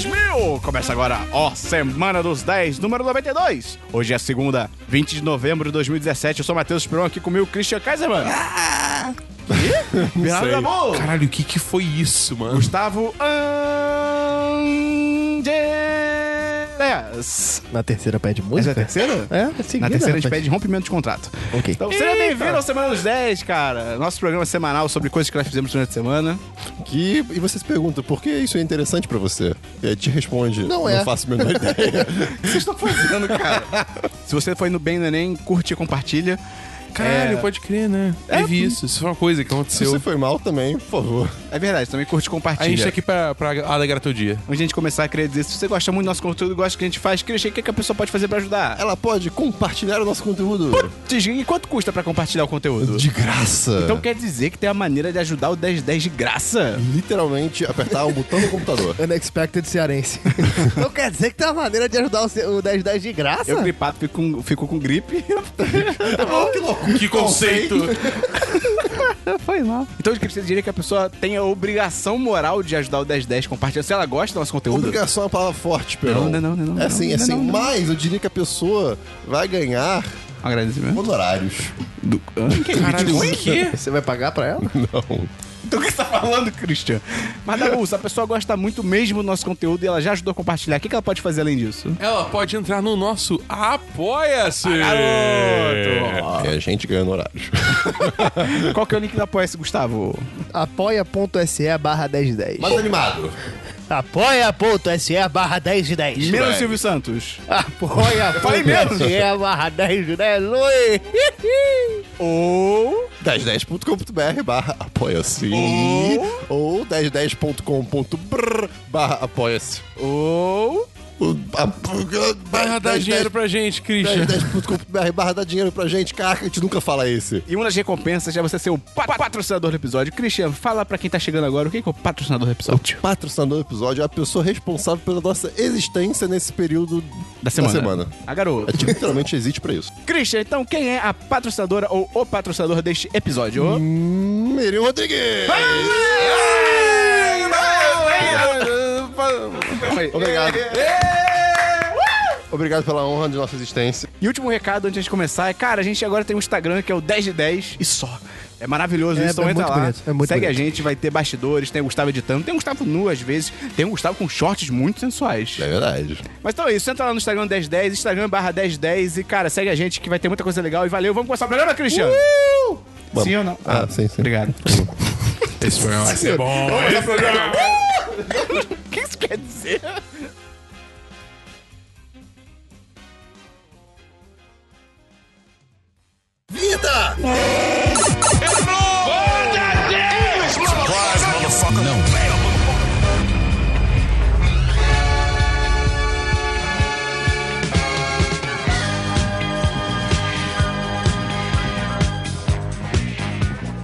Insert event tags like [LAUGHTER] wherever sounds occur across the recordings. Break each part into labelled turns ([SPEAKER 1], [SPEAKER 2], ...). [SPEAKER 1] Show! Começa agora, ó, Semana dos 10, número 92. Hoje é segunda, 20 de novembro de 2017. Eu sou Matheus Esperon, aqui comigo o Christian Kaiserman. Ah! Bernardo Dabu.
[SPEAKER 2] Caralho, o que que foi isso, mano?
[SPEAKER 1] Gustavo Angeles.
[SPEAKER 3] Na terceira pede
[SPEAKER 1] Essa é
[SPEAKER 3] música?
[SPEAKER 1] a terceira?
[SPEAKER 3] É, é seguida,
[SPEAKER 1] Na terceira a gente
[SPEAKER 3] rapaz.
[SPEAKER 1] pede rompimento de contrato.
[SPEAKER 3] Ok.
[SPEAKER 1] Então seja bem-vindo ao Semana dos 10, cara. Nosso programa semanal sobre coisas que nós fizemos durante a semana. assim,
[SPEAKER 4] Que, e você se pergunta, por que isso é interessante pra você? E aí te responde,
[SPEAKER 3] Não
[SPEAKER 4] não,
[SPEAKER 3] é.
[SPEAKER 4] faço a
[SPEAKER 1] [LAUGHS]
[SPEAKER 4] menor ideia.
[SPEAKER 1] O que vocês estão fazendo, cara? [LAUGHS] Se você foi no Bem no Enem, curte e compartilha. É.
[SPEAKER 2] Caralho, pode crer, né? Teve isso. Isso foi uma coisa que
[SPEAKER 4] Se
[SPEAKER 2] aconteceu.
[SPEAKER 4] você foi mal também, por favor.
[SPEAKER 1] É verdade, também curte e
[SPEAKER 2] A
[SPEAKER 1] compartilha.
[SPEAKER 2] gente tá aqui pra, pra alegrar teu dia.
[SPEAKER 1] Antes de a gente começar a querer dizer, se você gosta muito do nosso conteúdo, gosta do que a gente faz, Christian, o que, que a pessoa pode fazer pra ajudar?
[SPEAKER 4] Ela pode compartilhar o nosso conteúdo
[SPEAKER 1] Diz, E quanto custa pra compartilhar o conteúdo?
[SPEAKER 4] de graça.
[SPEAKER 1] Então quer dizer que tem a maneira de ajudar o 1010 de graça?
[SPEAKER 4] literalmente apertar o botão do
[SPEAKER 1] [LAUGHS]
[SPEAKER 4] computador.
[SPEAKER 3] Unexpected [LAUGHS] cearense. Não Então quer dizer que tem uma maneira de ajudar o ce- o 1010 de graça?
[SPEAKER 1] Eu gripado fico com, fico com gripe. É
[SPEAKER 4] que loucura.
[SPEAKER 2] Que conceito!
[SPEAKER 1] Foi mal. Então o que você diria que a pessoa tem a obrigação moral de ajudar o 1010 compartilhando? Se ela gosta do nosso conteúdo.
[SPEAKER 4] Obrigação é uma palavra forte, Perão.
[SPEAKER 1] Não, não, não, não,
[SPEAKER 4] É assim,
[SPEAKER 1] não,
[SPEAKER 4] é assim.
[SPEAKER 1] não, não.
[SPEAKER 4] Mas eu diria que a pessoa
[SPEAKER 1] [LAUGHS]
[SPEAKER 4] vai ganhar
[SPEAKER 1] Um agradecimento.
[SPEAKER 4] honorários.
[SPEAKER 1] Do... Que é
[SPEAKER 2] Caralho, o quê?
[SPEAKER 3] Você vai pagar pra ela?
[SPEAKER 4] Não.
[SPEAKER 1] Do que você tá falando, Christian? Mas, Dabu, se a pessoa gosta muito mesmo do nosso conteúdo e ela já ajudou a compartilhar, o que, que ela pode fazer além disso?
[SPEAKER 2] Ela pode entrar no nosso Apoia-se!
[SPEAKER 4] É a gente ganha honorários.
[SPEAKER 1] Qual que é o link da Apoia-se, Gustavo?
[SPEAKER 3] [LAUGHS] Apoia.se barra 1010.
[SPEAKER 4] Mais animado.
[SPEAKER 3] Apoia.se barra 1010.
[SPEAKER 1] Menos
[SPEAKER 4] vai.
[SPEAKER 1] Silvio Santos. Falei mesmo.
[SPEAKER 3] Apoia.se barra 1010. Oi!
[SPEAKER 1] Ou...
[SPEAKER 4] 1010.com.br barra apoia-se ou 1010.com.br barra apoia-se
[SPEAKER 1] Ou...
[SPEAKER 4] O- a-
[SPEAKER 2] Vai dar dinheiro pra gente, Christian.
[SPEAKER 4] 1010.com.br barra dá dinheiro pra gente, caraca, a gente nunca fala esse.
[SPEAKER 1] E uma das recompensas é você ser o pa- patrocinador do episódio. Christian, fala pra quem tá chegando agora o que que é o patrocinador do episódio.
[SPEAKER 4] Patrocinador do episódio é a pessoa responsável pela nossa existência nesse período
[SPEAKER 1] Da semana.
[SPEAKER 4] semana.
[SPEAKER 1] A
[SPEAKER 4] A
[SPEAKER 1] garota.
[SPEAKER 4] gente literalmente existe pra isso.
[SPEAKER 1] Christian, então quem é a patrocinadora ou o patrocinador deste episódio?
[SPEAKER 3] Hum.
[SPEAKER 4] Miriam Hum, Rodrigues!
[SPEAKER 2] é.
[SPEAKER 4] Obrigado. Obrigado pela honra de nossa existência.
[SPEAKER 1] E último recado antes de começar é, cara, a gente agora tem um Instagram que é o 10 de 10 e só. É maravilhoso
[SPEAKER 3] É,
[SPEAKER 1] isso, então
[SPEAKER 3] é
[SPEAKER 1] entra
[SPEAKER 3] muito
[SPEAKER 1] lá.
[SPEAKER 3] bonito, é muito
[SPEAKER 1] segue
[SPEAKER 3] bonito.
[SPEAKER 1] a gente, vai ter bastidores, tem o Gustavo editando, tem o Gustavo nu às vezes, tem o Gustavo com shorts muito sensuais.
[SPEAKER 4] É verdade.
[SPEAKER 1] Mas então é isso, entra lá no Instagram 1010, Instagram barra 1010 e, cara, segue a gente que vai ter muita coisa legal e valeu. Vamos começar o programa, Cristiano? Sim ou não?
[SPEAKER 4] Ah, sim, sim.
[SPEAKER 1] Obrigado.
[SPEAKER 2] Esse programa vai ser bom.
[SPEAKER 1] O que isso quer dizer?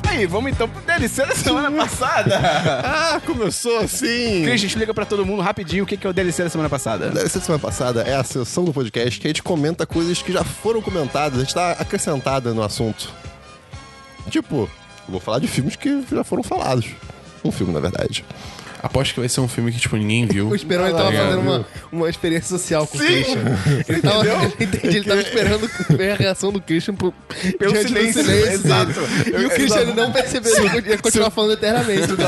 [SPEAKER 1] Aí, vamos então pro DLC da semana passada.
[SPEAKER 4] Ah, começou assim!
[SPEAKER 1] Christian, explica pra todo mundo rapidinho o que que é o DLC da semana passada.
[SPEAKER 4] Essa semana passada é a sessão do podcast que a gente comenta coisas que já foram comentadas, a gente tá acrescentada no assunto. Tipo, eu vou falar de filmes que já foram falados. Um filme, na verdade.
[SPEAKER 2] Aposto que vai ser um filme que, tipo, ninguém viu.
[SPEAKER 3] O Esperão ele
[SPEAKER 4] Ah,
[SPEAKER 3] tava
[SPEAKER 4] legal,
[SPEAKER 3] fazendo uma,
[SPEAKER 4] viu?
[SPEAKER 3] uma experiência social com o Christian. Ele tava, [LAUGHS] entendi, ele tava esperando ver a reação do Christian pro,
[SPEAKER 1] Pelo
[SPEAKER 3] diante do
[SPEAKER 1] silêncio,
[SPEAKER 3] silêncio dele.
[SPEAKER 1] exato.
[SPEAKER 3] E o Christian ele não percebeu, ele ia continuar falando eternamente.
[SPEAKER 1] até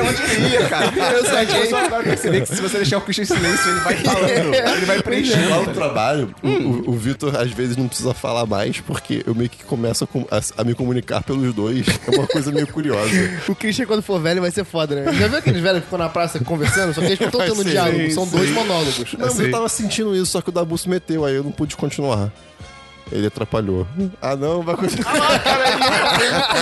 [SPEAKER 1] onde ele ia, cara.
[SPEAKER 3] Eu saquei.
[SPEAKER 1] Eu só agora percebi que se você deixar o Christian em silêncio, ele vai
[SPEAKER 4] [LAUGHS]
[SPEAKER 1] falando.
[SPEAKER 4] É.
[SPEAKER 1] Ele vai preenchendo.
[SPEAKER 4] Lá no trabalho, o- o, o Vitor às vezes não precisa falar mais, porque eu meio que começo a, com- a- a me comunicar pelos dois. É uma coisa meio curiosa.
[SPEAKER 3] [LAUGHS] O Christian, quando for velho, vai ser foda, né? Já viu aqueles velhos que ficam na praça conversando? Só que eles não estão
[SPEAKER 4] Vai
[SPEAKER 3] tendo
[SPEAKER 4] ser,
[SPEAKER 3] diálogo,
[SPEAKER 4] sim,
[SPEAKER 3] são
[SPEAKER 4] sim.
[SPEAKER 3] dois monólogos.
[SPEAKER 4] Não, mas eu tava sentindo isso, só que o Dabu se meteu, aí eu não pude continuar. Ele atrapalhou. Ah, não, vai continuar.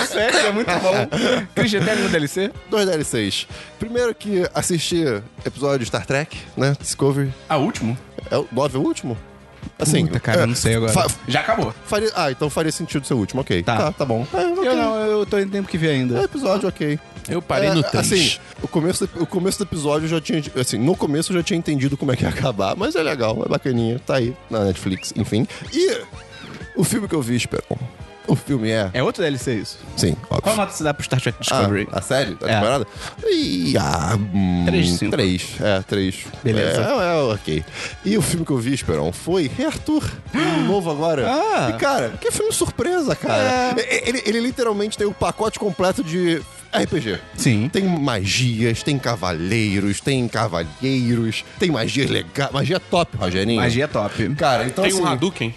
[SPEAKER 1] Sério, é muito bom. Christian, até no DLC?
[SPEAKER 4] Dois DLCs. Primeiro que assisti episódio de Star Trek, né? Discovery.
[SPEAKER 1] Ah, último?
[SPEAKER 4] É o 9 é o último? Assim.
[SPEAKER 1] Tá,
[SPEAKER 4] é, fa-
[SPEAKER 1] Já acabou.
[SPEAKER 4] faria- ah, então faria sentido ser o último, ok.
[SPEAKER 1] Tá.
[SPEAKER 4] Tá, tá, bom. É, ok.
[SPEAKER 1] Eu não, eu tô em tempo que ver
[SPEAKER 4] É
[SPEAKER 1] ainda.
[SPEAKER 4] episódio, ok.
[SPEAKER 2] Eu parei no
[SPEAKER 4] É,
[SPEAKER 2] 3.
[SPEAKER 4] Assim, o começo, do- o começo do episódio eu já tinha. Assim, no começo eu já tinha entendido como é que ia acabar, mas é legal, é bacaninha. Tá aí na Netflix, enfim. E o filme que eu vi, Esperon. O filme é.
[SPEAKER 1] É outro DLC isso?
[SPEAKER 4] Sim,
[SPEAKER 1] Qual
[SPEAKER 4] óbvio.
[SPEAKER 1] nota você dá pro Star Trek
[SPEAKER 4] Ah,
[SPEAKER 1] Discovery?
[SPEAKER 4] a série? Tá
[SPEAKER 1] Tipo, É.
[SPEAKER 4] temporada? Ih, ah, hum,
[SPEAKER 1] Três, cinco.
[SPEAKER 4] Três. É, três.
[SPEAKER 1] Beleza.
[SPEAKER 4] É, é, ok. E o filme que eu vi, Esperão, foi Rei Arthur.
[SPEAKER 1] [GASPS]
[SPEAKER 4] um novo agora.
[SPEAKER 1] Ah. É.
[SPEAKER 4] E, cara, que filme surpresa, cara. E- Ele, ele literalmente tem o pacote completo de RPG.
[SPEAKER 1] Sim.
[SPEAKER 4] Tem magias, tem cavaleiros, tem cavalheiros, tem magia legal. Magia top, Rogerinho.
[SPEAKER 1] Magia é top.
[SPEAKER 4] Cara, então
[SPEAKER 2] Tem
[SPEAKER 4] assim,
[SPEAKER 2] um Hadouken.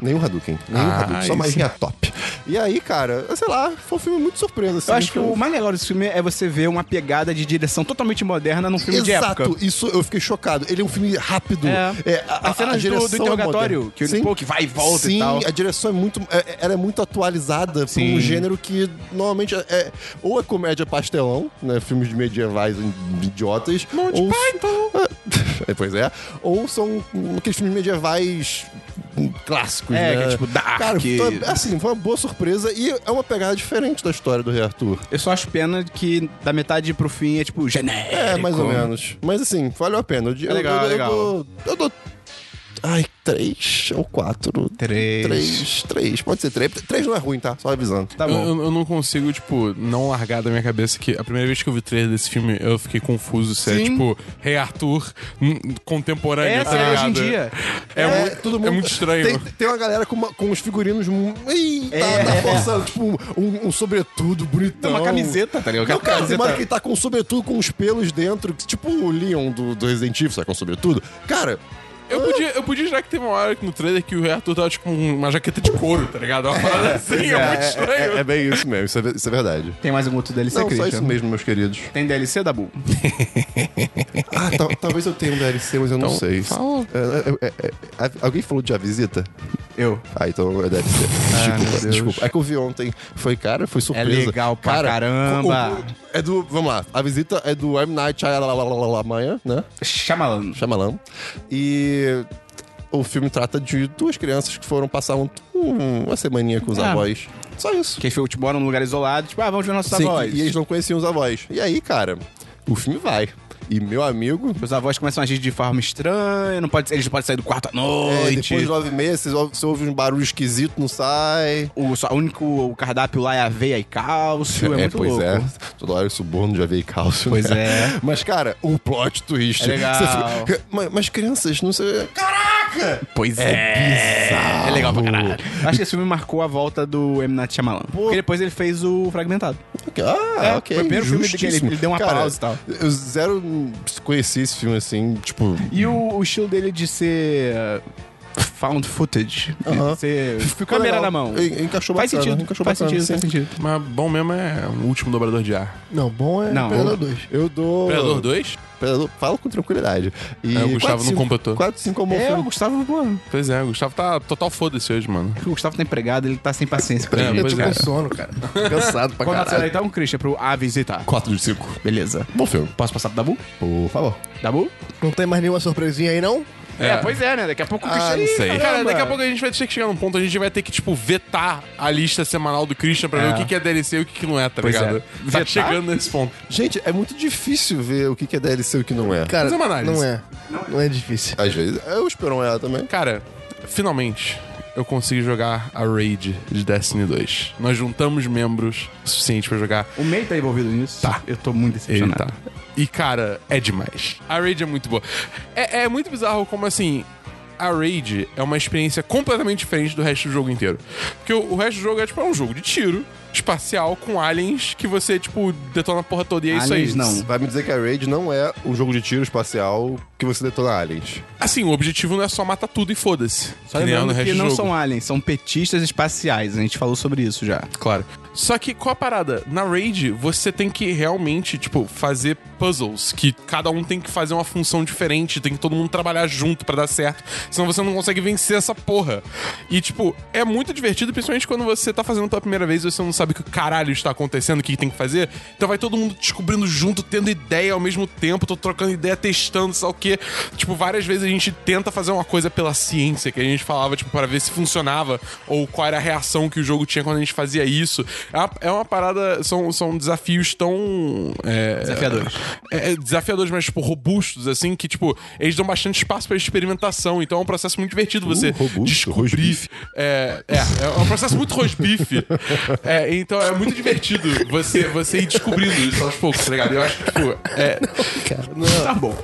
[SPEAKER 4] Nenhum Hadouken. Nenhum
[SPEAKER 2] Ah,
[SPEAKER 4] Hadouken. Só
[SPEAKER 2] isso.
[SPEAKER 4] magia top. E aí, cara, sei lá, foi um filme muito surpresa. Assim,
[SPEAKER 1] Eu acho que o mais legal desse filme é você ver uma pegada de direção totalmente moderna num um filme
[SPEAKER 4] Exato,
[SPEAKER 1] de época.
[SPEAKER 4] isso eu fiquei chocado. Ele é um filme rápido.
[SPEAKER 1] É.
[SPEAKER 4] É,
[SPEAKER 1] As cenas do-
[SPEAKER 4] direção
[SPEAKER 1] do interrogatório,
[SPEAKER 4] é moderna.
[SPEAKER 1] que ele, pô, que vai e volta e
[SPEAKER 4] Sim,
[SPEAKER 1] tal.
[SPEAKER 4] a direção é muito. é- ela é muito atualizada pra
[SPEAKER 1] Sim.
[SPEAKER 4] um gênero que normalmente é, é- ou é comédia pastelão, né? Filmes de medievais idiotas.
[SPEAKER 2] Monty
[SPEAKER 4] ou, [LAUGHS] É, pois é. Ou são aqueles filmes medievais clássicos,
[SPEAKER 1] É,
[SPEAKER 4] né?
[SPEAKER 1] que é tipo Dark.
[SPEAKER 4] Cara, foi- assim, foi uma boa surpresa e é uma pegada diferente da história do Rei Arthur.
[SPEAKER 1] Eu só acho pena que da metade pro fim é tipo genérico.
[SPEAKER 4] É, mais ou menos. Mas assim, valeu a pena. Eu,
[SPEAKER 1] É legal,
[SPEAKER 4] eu, eu,
[SPEAKER 1] legal.
[SPEAKER 4] dou- Eu dou. Ai, três ou quatro?
[SPEAKER 1] Três.
[SPEAKER 4] Três, três. Pode ser três. Três não é ruim, tá? Só avisando.
[SPEAKER 1] Tá
[SPEAKER 2] Eu,
[SPEAKER 1] bom.
[SPEAKER 2] eu- eu não consigo, tipo, não largar da minha cabeça que a primeira vez que eu vi o trailer desse filme, eu fiquei confuso se é,
[SPEAKER 1] Sim.
[SPEAKER 2] tipo, Rei Arthur hum, contemporâneo,
[SPEAKER 1] É,
[SPEAKER 2] tá
[SPEAKER 1] se é
[SPEAKER 2] ligado?
[SPEAKER 1] hoje em dia.
[SPEAKER 2] É, mu- é muito estranho.
[SPEAKER 4] Tem, tem uma galera com, uma- com os figurinos. mu- Ih, tá,
[SPEAKER 1] É,
[SPEAKER 4] tá
[SPEAKER 1] é.
[SPEAKER 4] forçando. Tipo, um, um sobretudo bonitão.
[SPEAKER 1] Não, uma camiseta, tá ligado?
[SPEAKER 4] Não, cara, tem
[SPEAKER 1] Camiseta-
[SPEAKER 4] uma hora que ele tá com sobretudo com os pelos dentro. que Tipo o Leon do, do Resident Evil, sabe? Com um sobretudo. Cara,
[SPEAKER 2] Eu podia, eu podia já que teve uma hora no trailer que o Rei Arthur tava, tipo, com uma jaqueta de couro, tá ligado? Uma
[SPEAKER 1] [LAUGHS]
[SPEAKER 2] parada assim, é, muito estranho.
[SPEAKER 4] é, é bem isso mesmo. Isso é, ve- isso é verdade.
[SPEAKER 1] Tem mais algum outro DLC,
[SPEAKER 4] Não, só
[SPEAKER 1] Christian?
[SPEAKER 4] isso mesmo, meus queridos.
[SPEAKER 1] Tem DLC, Dabu?
[SPEAKER 4] Ah, [LAUGHS] tal- talvez eu tenha um DLC, mas eu não
[SPEAKER 2] Então,
[SPEAKER 4] sei.
[SPEAKER 2] fala.
[SPEAKER 4] É, é, é, é, a- alguém falou de A Visita?
[SPEAKER 1] Eu.
[SPEAKER 4] Ah, então é DLC.
[SPEAKER 1] meu
[SPEAKER 4] desculpa,
[SPEAKER 1] Deus.
[SPEAKER 4] desculpa. É que eu vi ontem. Foi, cara, foi surpresa.
[SPEAKER 1] legal pra
[SPEAKER 4] Cara,
[SPEAKER 1] caramba.
[SPEAKER 4] o- o- é do, vamos lá, A Visita é do M. Night Shyamalan, né?
[SPEAKER 1] Chamalando.
[SPEAKER 4] Shyamalan. E... O filme trata de duas crianças que foram passar um- um- uma semaninha com os
[SPEAKER 1] Ah.
[SPEAKER 4] avós. Só isso.
[SPEAKER 1] Que eles foram, tipo, moram num lugar isolado, tipo, ah, vamos ver nossos
[SPEAKER 4] Sim,
[SPEAKER 1] avós.
[SPEAKER 4] e, e eles não conheciam os avós. E aí, cara, o filme vai. E meu amigo,
[SPEAKER 1] Os avós começam a agir de forma estranha, não pode, eles não podem sair do quarto à
[SPEAKER 4] É,
[SPEAKER 1] noite.
[SPEAKER 4] depois de nove meses, você ouve- você ouve uns barulhos esquisitos, não sai.
[SPEAKER 1] O, só, o único o cardápio lá é aveia e cálcio, é, muito
[SPEAKER 4] pois
[SPEAKER 1] louco.
[SPEAKER 4] é. Toda hora o suborno já veio cálcio.
[SPEAKER 1] Pois
[SPEAKER 4] né?
[SPEAKER 1] é.
[SPEAKER 4] [LAUGHS] Mas, cara, o plot twist.
[SPEAKER 1] É legal.
[SPEAKER 4] Você fica- mas, mas crianças, não sei. Caraca!
[SPEAKER 1] Pois é.
[SPEAKER 4] bizarro.
[SPEAKER 1] É legal pra caralho. Acho que esse filme marcou a volta do M. Night Shyamalan. Porque depois ele fez o Fragmentado.
[SPEAKER 4] Ah,
[SPEAKER 1] É,
[SPEAKER 4] ok.
[SPEAKER 1] foi o primeiro filme
[SPEAKER 4] justíssimo.
[SPEAKER 1] que ele- ele deu uma
[SPEAKER 4] Cara,
[SPEAKER 1] pausa e tal.
[SPEAKER 4] Eu zero conheci esse filme assim, tipo.
[SPEAKER 1] E o, o estilo dele de ser uh, found footage. de
[SPEAKER 4] Aham.
[SPEAKER 1] Ser
[SPEAKER 4] ficou
[SPEAKER 1] câmera
[SPEAKER 4] legal.
[SPEAKER 1] na mão.
[SPEAKER 4] En- Encaixou
[SPEAKER 1] Faz
[SPEAKER 4] bacana.
[SPEAKER 1] sentido,
[SPEAKER 4] Encaixou
[SPEAKER 1] faz
[SPEAKER 4] bacana,
[SPEAKER 1] sentido, faz
[SPEAKER 4] sim.
[SPEAKER 1] sentido.
[SPEAKER 2] Mas bom mesmo é o último dobrador de ar.
[SPEAKER 3] Não, bom é
[SPEAKER 1] Não.
[SPEAKER 3] Predador 2.
[SPEAKER 4] Eu dou.
[SPEAKER 2] Predador
[SPEAKER 1] né?
[SPEAKER 2] 2?
[SPEAKER 4] Predador- Falo com tranquilidade. E
[SPEAKER 2] É, o Gustavo
[SPEAKER 4] quatro,
[SPEAKER 2] não
[SPEAKER 4] cinco-
[SPEAKER 2] completou.
[SPEAKER 4] quatro, cinco é um bom
[SPEAKER 1] É, o
[SPEAKER 4] filme.
[SPEAKER 1] Gustavo, pô.
[SPEAKER 2] Pois é, o Gustavo tá total foda-se hoje, mano.
[SPEAKER 1] O Gustavo tá empregado, ele tá sem paciência pra
[SPEAKER 2] É,
[SPEAKER 1] ele.
[SPEAKER 3] Eu tô
[SPEAKER 2] pois
[SPEAKER 3] Tipo, com
[SPEAKER 2] é.
[SPEAKER 3] sono, cara. Tô cansado pra
[SPEAKER 1] Qual nota você dá
[SPEAKER 3] caralho.
[SPEAKER 1] então, Christian, pro A visitar?
[SPEAKER 4] 4 de 5.
[SPEAKER 1] Beleza.
[SPEAKER 4] Bom filme.
[SPEAKER 1] Posso passar pro Dabu?
[SPEAKER 4] Por favor.
[SPEAKER 1] Dabu?
[SPEAKER 3] Não tem mais nenhuma surpresinha aí, não?
[SPEAKER 1] É, pois é, né? Daqui a pouco
[SPEAKER 2] Ah,
[SPEAKER 1] o Christian...
[SPEAKER 4] Ah, não
[SPEAKER 1] Ih,
[SPEAKER 4] sei.
[SPEAKER 1] caramba.
[SPEAKER 2] Cara, daqui a pouco a gente vai ter que chegar num ponto, a gente vai ter que, tipo, vetar a lista semanal do Christian pra
[SPEAKER 1] É.
[SPEAKER 2] ver o que que é DLC e o que que não é, tá
[SPEAKER 1] Pois
[SPEAKER 2] ligado?
[SPEAKER 1] é.
[SPEAKER 2] Tá
[SPEAKER 1] Vetar?
[SPEAKER 2] chegando nesse ponto.
[SPEAKER 4] Gente, é muito difícil ver o que que é DLC e o que não é.
[SPEAKER 3] Cara,
[SPEAKER 2] Fazer uma análise.
[SPEAKER 3] não é. Não é difícil.
[SPEAKER 4] Às vezes, eu espero um é também.
[SPEAKER 2] Cara, finalmente eu consegui jogar a raid de Destiny 2. Nós juntamos membros o suficiente pra jogar.
[SPEAKER 1] O May tá envolvido nisso?
[SPEAKER 2] Tá.
[SPEAKER 1] Eu tô muito
[SPEAKER 2] Ele
[SPEAKER 1] decepcionado.
[SPEAKER 2] tá. E, cara, é demais. A raid é muito boa. É, é muito bizarro como, assim... A raid é uma experiência completamente diferente do resto do jogo inteiro. Porque o, o resto do jogo é, tipo, é um jogo de tiro espacial com aliens que você, tipo, detona a porra toda e é
[SPEAKER 1] Aliens,
[SPEAKER 2] isso aí.
[SPEAKER 1] não.
[SPEAKER 4] Vai me dizer que a Raid não é um jogo de tiro espacial que você detona aliens.
[SPEAKER 2] Assim, o objetivo não é só matar tudo e foda-se.
[SPEAKER 1] Só
[SPEAKER 2] Que nem é no
[SPEAKER 1] lembrando
[SPEAKER 2] resto
[SPEAKER 1] que
[SPEAKER 2] do
[SPEAKER 1] não
[SPEAKER 2] jogo.
[SPEAKER 1] são aliens, são petistas espaciais. A gente falou sobre isso já.
[SPEAKER 2] Claro. Só que qual a parada? Na raid, você tem que realmente, tipo, fazer puzzles, que cada um tem que fazer uma função diferente, tem que todo mundo trabalhar junto pra dar certo, senão você não consegue vencer essa porra. E, tipo, é muito divertido, principalmente quando você tá fazendo pela primeira vez e você não sabe o que caralho está acontecendo, o que tem que fazer. Então vai todo mundo descobrindo junto, tendo ideia ao mesmo tempo, tô trocando ideia, testando, sabe o quê. Tipo, várias vezes a gente tenta fazer uma coisa pela ciência, que a gente falava, tipo, para ver se funcionava, ou qual era a reação que o jogo tinha quando a gente fazia isso. É uma, é uma parada. São, são desafios tão. é,
[SPEAKER 1] Desafiadores.
[SPEAKER 2] é, desafiadores, mas, tipo, robustos, assim, que, tipo, eles dão bastante espaço pra experimentação. Então é um processo muito divertido você
[SPEAKER 4] Uh, robusto,
[SPEAKER 2] descobrir.
[SPEAKER 4] rosbife.
[SPEAKER 2] É, é, é um processo muito rosbife. É, então é muito divertido você, você ir descobrindo isso aos poucos, tá ligado? Eu acho que, tipo, é. Tá bom.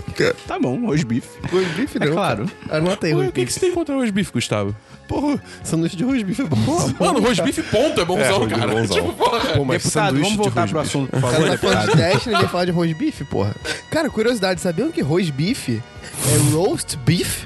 [SPEAKER 1] Tá bom, rosbife.
[SPEAKER 4] Rosbife, não.
[SPEAKER 1] É claro.
[SPEAKER 3] Anota aí,
[SPEAKER 2] Ué,
[SPEAKER 3] Rui
[SPEAKER 2] o que, que você tem contra o rosbife, Gustavo?
[SPEAKER 4] Porra, sanduíche de rosbife é bom.
[SPEAKER 2] Mano, rosbife ponto é bonzão,
[SPEAKER 4] rosbife é
[SPEAKER 2] cara.
[SPEAKER 4] bonzão.
[SPEAKER 2] Tipo, porra.
[SPEAKER 4] Pô,
[SPEAKER 1] Deputado,
[SPEAKER 4] mas sanduíche
[SPEAKER 1] vamos
[SPEAKER 4] de
[SPEAKER 1] voltar pro
[SPEAKER 4] rosbife.
[SPEAKER 1] assunto, por
[SPEAKER 3] O cara
[SPEAKER 1] favor,
[SPEAKER 3] tá falando de
[SPEAKER 1] deputado.
[SPEAKER 3] Dash, ninguém fala de roast beef, porra. Cara, curiosidade, sabiam que roast beef é roast beef?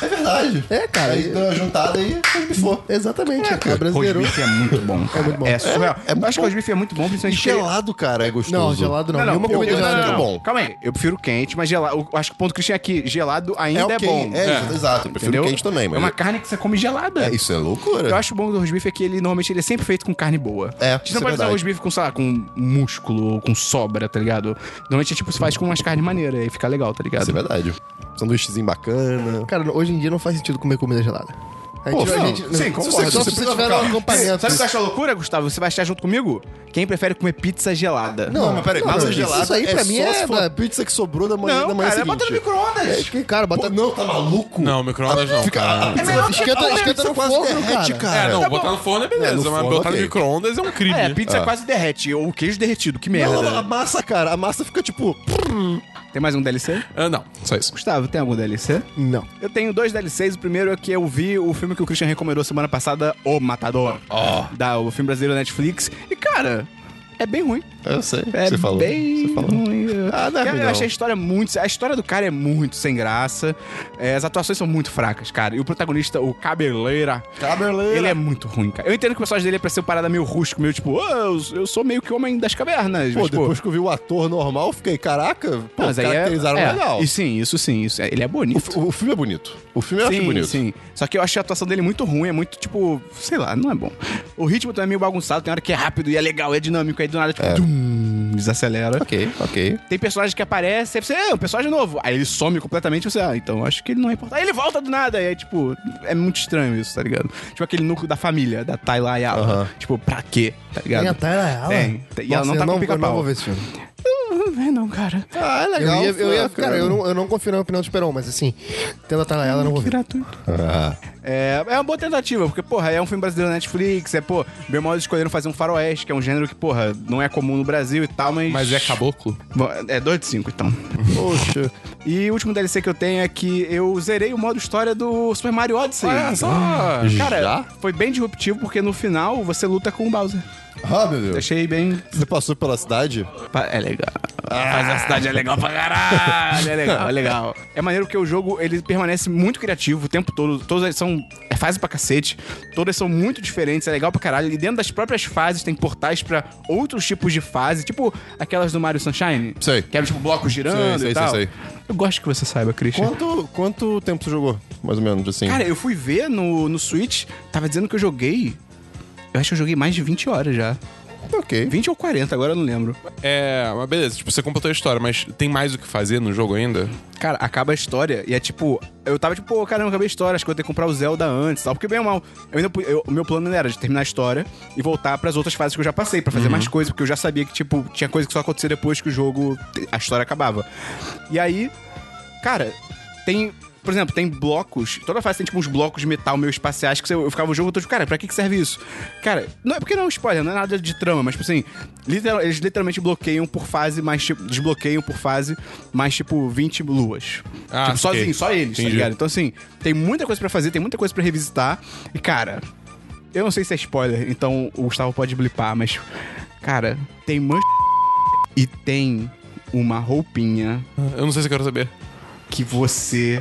[SPEAKER 4] É verdade.
[SPEAKER 3] É, cara.
[SPEAKER 4] Aí deu uma juntada aí, rosbifou.
[SPEAKER 3] Exatamente, é, cara. Brasileiro.
[SPEAKER 1] Rosbife é muito bom. cara. É
[SPEAKER 3] muito bom.
[SPEAKER 1] surreal.
[SPEAKER 4] É- é muito
[SPEAKER 1] eu acho que
[SPEAKER 4] bom.
[SPEAKER 1] rosbife é muito bom,
[SPEAKER 4] E
[SPEAKER 1] principalmente porque-
[SPEAKER 4] gelado, cara, é gostoso.
[SPEAKER 3] Não, gelado não.
[SPEAKER 1] Não, não,
[SPEAKER 3] Nenhuma
[SPEAKER 1] eu-
[SPEAKER 3] comida
[SPEAKER 1] eu- não,
[SPEAKER 3] gelada.
[SPEAKER 1] não, não.
[SPEAKER 4] é bom.
[SPEAKER 1] Calma aí, eu prefiro quente, mas gelado. eu Acho que o ponto que eu tinha aqui, gelado
[SPEAKER 4] É,
[SPEAKER 1] ainda é,
[SPEAKER 4] ok,
[SPEAKER 1] bom.
[SPEAKER 4] É, exato. Eu prefiro
[SPEAKER 1] Entendeu?
[SPEAKER 4] quente também, mas.
[SPEAKER 1] É uma carne que você come gelada.
[SPEAKER 4] É, isso é loucura.
[SPEAKER 1] Eu acho bom do rosbife é que ele normalmente ele é sempre feito com carne boa.
[SPEAKER 4] É,
[SPEAKER 1] A gente
[SPEAKER 4] isso
[SPEAKER 1] não
[SPEAKER 4] é
[SPEAKER 1] pode usar
[SPEAKER 4] verdade.
[SPEAKER 1] rosbife com, sei lá, com músculo ou com sobra, tá ligado? Normalmente, tipo, se faz com umas carnes maneiras aí fica legal, tá ligado?
[SPEAKER 4] Isso é verdade. Sanduíchezinho bacana.
[SPEAKER 3] Cara, hoje em dia não faz sentido comer comida gelada. A
[SPEAKER 1] Pô, não, sim,
[SPEAKER 3] se
[SPEAKER 1] concordo.
[SPEAKER 3] só
[SPEAKER 1] Você
[SPEAKER 3] se
[SPEAKER 4] precisa
[SPEAKER 3] tiver
[SPEAKER 4] ficar-
[SPEAKER 3] um acompanhamento.
[SPEAKER 1] Sabe o que eu acho uma Tá loucura, Gustavo? Você vai achar junto comigo? Quem prefere comer pizza gelada?
[SPEAKER 4] Não, mas peraí,
[SPEAKER 3] não,
[SPEAKER 4] pizza
[SPEAKER 3] isso
[SPEAKER 4] gelada
[SPEAKER 3] aí pra
[SPEAKER 4] é
[SPEAKER 3] mim
[SPEAKER 4] só
[SPEAKER 3] é
[SPEAKER 4] se for
[SPEAKER 3] da- é
[SPEAKER 4] a pizza que sobrou da manhã, da
[SPEAKER 1] Não, cara,
[SPEAKER 4] manhã é
[SPEAKER 1] é
[SPEAKER 4] seguinte.
[SPEAKER 1] bota no micro-ondas.
[SPEAKER 3] Que, cara, bota...
[SPEAKER 4] Pô, não, tá maluco? É
[SPEAKER 2] Não, micro-ondas não.
[SPEAKER 4] Fica,
[SPEAKER 2] cara.
[SPEAKER 4] a pizza vai ficar-
[SPEAKER 3] Esquenta-
[SPEAKER 4] a pizza
[SPEAKER 3] esquenta no
[SPEAKER 4] tá quase
[SPEAKER 3] forno,
[SPEAKER 4] derrete,
[SPEAKER 3] cara.
[SPEAKER 2] É, não,
[SPEAKER 1] Tá
[SPEAKER 2] botar
[SPEAKER 1] bom.
[SPEAKER 2] no forno é
[SPEAKER 4] É,
[SPEAKER 2] beleza,
[SPEAKER 4] no
[SPEAKER 2] mas
[SPEAKER 4] forno,
[SPEAKER 2] botar
[SPEAKER 4] ok.
[SPEAKER 2] no micro-ondas é um crime.
[SPEAKER 1] É, a pizza
[SPEAKER 4] Ah.
[SPEAKER 1] quase derrete. Ou o queijo derretido, que merda.
[SPEAKER 4] Não, não, a massa, cara. A massa fica tipo.
[SPEAKER 1] Tem mais um DLC?
[SPEAKER 2] Ah, não, só isso.
[SPEAKER 1] Gustavo, tem algum DLC?
[SPEAKER 3] Não.
[SPEAKER 1] Eu tenho dois DLCs. O primeiro é que eu vi o filme que o Christian recomendou semana passada, O Matador. Da, o filme brasileiro da Netflix. E, cara, é bem ruim.
[SPEAKER 4] Eu sei.
[SPEAKER 1] É
[SPEAKER 4] você falou.
[SPEAKER 1] bem
[SPEAKER 4] Você falou.
[SPEAKER 1] ruim.
[SPEAKER 4] Ah, não é
[SPEAKER 1] cara,
[SPEAKER 4] ruim,
[SPEAKER 1] eu
[SPEAKER 4] não.
[SPEAKER 1] achei a história muito... A história do cara é muito sem graça. É, as atuações são muito fracas, cara. E o protagonista, o Cabeleira...
[SPEAKER 4] Caberleira.
[SPEAKER 1] Ele é muito ruim, cara. Eu entendo que o personagem dele é pra ser uma parada meio rústico, meio tipo, "Ah, eu, eu sou meio que homem das cavernas.
[SPEAKER 4] Pô,
[SPEAKER 1] mas, tipo,
[SPEAKER 4] depois que eu vi o ator normal, eu fiquei, caraca, pô,
[SPEAKER 1] mas aí é,
[SPEAKER 4] caracterizaram
[SPEAKER 1] é,
[SPEAKER 4] legal.
[SPEAKER 1] E sim, isso sim, isso, é- ele é
[SPEAKER 4] O,
[SPEAKER 1] bonito.
[SPEAKER 4] fi- o filme é bonito. O filme eu achei bonito.
[SPEAKER 1] Sim. Só que eu achei a atuação dele muito ruim, é muito, tipo, sei lá, não é bom. O ritmo também é meio bagunçado, tem hora que é rápido e é legal, é dinâmico, aí do nada, tipo, dum, desacelera.
[SPEAKER 4] Ok, ok.
[SPEAKER 1] Tem personagem que aparece, aí você, é, um personagem novo. Aí ele some completamente, você, ah, então acho que ele não é importante. Aí ele volta do nada, e aí, tipo, é muito estranho isso, tá ligado? Tipo aquele núcleo da família, da Tayla Ayala.
[SPEAKER 4] Aham.
[SPEAKER 1] Tipo, pra quê? Tá ligado?
[SPEAKER 3] Tem a Tyler Allen?
[SPEAKER 1] Tem, tem- e ela não
[SPEAKER 3] é eu
[SPEAKER 1] tá com
[SPEAKER 3] eu
[SPEAKER 1] pica-pau.
[SPEAKER 3] não vou ver esse filme.
[SPEAKER 1] Não, é não, cara.
[SPEAKER 4] Ah, é
[SPEAKER 3] Eu
[SPEAKER 4] legal.
[SPEAKER 3] ia, eu ia,
[SPEAKER 4] Ah,
[SPEAKER 3] cara, eu não, eu não confio na opinião do Esperon, mas assim, tendo a Tyler Allen, eu não vou
[SPEAKER 1] Que
[SPEAKER 3] ver.
[SPEAKER 1] gratuito.
[SPEAKER 4] Ah.
[SPEAKER 1] É, é uma boa tentativa, porque, porra, é um filme brasileiro na Netflix, é, pô, bem mal eles escolheram fazer um faroeste, que é um gênero que, porra, não é comum no Brasil e tal, mas...
[SPEAKER 2] Mas é caboclo?
[SPEAKER 1] Bom, É 2 de 5,
[SPEAKER 2] [LAUGHS]
[SPEAKER 1] então.
[SPEAKER 4] Poxa.
[SPEAKER 1] E o último DLC que eu tenho é que eu zerei o modo história do Super Mario Odyssey.
[SPEAKER 2] Olha só!
[SPEAKER 1] Cara,
[SPEAKER 4] Já?
[SPEAKER 1] foi bem disruptivo, porque no final você luta com o Bowser.
[SPEAKER 4] Ah, meu Deus.
[SPEAKER 1] Achei bem...
[SPEAKER 4] Você passou pela cidade?
[SPEAKER 1] Pa- É legal. Mas a cidade é legal pra caralho. É legal, é legal. É maneiro porque o jogo, ele permanece muito criativo o tempo todo. Todas elas são é fase pra cacete. Todas são muito diferentes, é legal pra caralho. E dentro das próprias fases tem portais pra outros tipos de fase. Tipo aquelas do Mario Sunshine.
[SPEAKER 4] Sei.
[SPEAKER 1] Que eram tipo blocos girando
[SPEAKER 4] Sei, sei,
[SPEAKER 1] e tal.
[SPEAKER 4] sei, sei.
[SPEAKER 1] Eu gosto que você saiba, Christian.
[SPEAKER 4] Quanto, quanto tempo você jogou? Mais ou menos, assim.
[SPEAKER 1] Cara, eu fui ver no, no Switch, tava dizendo que eu joguei... Eu acho que eu joguei mais de 20 horas já.
[SPEAKER 4] ok.
[SPEAKER 1] 20 ou 40, agora eu não lembro.
[SPEAKER 2] É, mas beleza, tipo, você completou a história, mas tem mais o que fazer no jogo ainda?
[SPEAKER 1] Cara, acaba a história e é tipo. Eu tava tipo, pô, caramba, acabei a história, acho que eu vou ter que comprar o Zelda antes e tal. Porque bem ou mal, eu ainda, pu- eu- o meu plano era de terminar a história e voltar pras outras fases que eu já passei, pra fazer mais coisas, porque eu já sabia que, tipo, tinha coisa que só acontecia depois que o jogo. a história acabava. E aí, cara, tem. Por exemplo, tem blocos. Toda fase tem tipo uns blocos de metal meio espaciais que você- eu ficava o jogo todo tipo, cara, pra que, que serve isso? Cara, não é porque não é um spoiler, não é nada de trama, mas tipo assim, literal- eles literalmente bloqueiam por fase, mais tipo, desbloqueiam por fase, mais tipo 20 luas.
[SPEAKER 2] Ah,
[SPEAKER 1] tipo,
[SPEAKER 2] saquei.
[SPEAKER 1] sozinho, só eles, tá
[SPEAKER 2] Entendi.
[SPEAKER 1] ligado? Então assim, tem muita coisa pra fazer, tem muita coisa pra revisitar. E cara, eu não sei se é spoiler, então o Gustavo pode blipar, mas cara, tem mancha [LAUGHS] e tem uma roupinha
[SPEAKER 2] Eu não sei se eu quero saber.
[SPEAKER 1] que você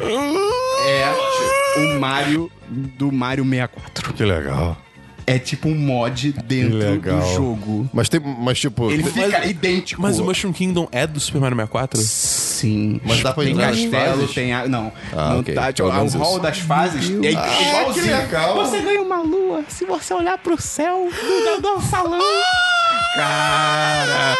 [SPEAKER 1] é o Mario do Mario 64.
[SPEAKER 4] Que legal.
[SPEAKER 1] É tipo um mod dentro
[SPEAKER 4] Que legal.
[SPEAKER 1] do jogo.
[SPEAKER 4] Mas tem. Mas tipo.
[SPEAKER 1] Ele fica idêntico.
[SPEAKER 2] Mas o Mushroom Kingdom é do Super Mario 64?
[SPEAKER 1] Sim.
[SPEAKER 4] Mas dá pra
[SPEAKER 1] tem
[SPEAKER 4] entrar nas
[SPEAKER 1] castelo,
[SPEAKER 4] fases?
[SPEAKER 1] tem a... Não.
[SPEAKER 4] Ah,
[SPEAKER 1] não
[SPEAKER 4] ok.
[SPEAKER 1] tá, tipo,
[SPEAKER 4] Pelo
[SPEAKER 1] o
[SPEAKER 4] menos
[SPEAKER 1] hall
[SPEAKER 4] isso.
[SPEAKER 1] das fases é igualzinho.
[SPEAKER 4] legal.
[SPEAKER 1] Você ganha uma lua se você olhar pro céu do, do, do salão. Cara...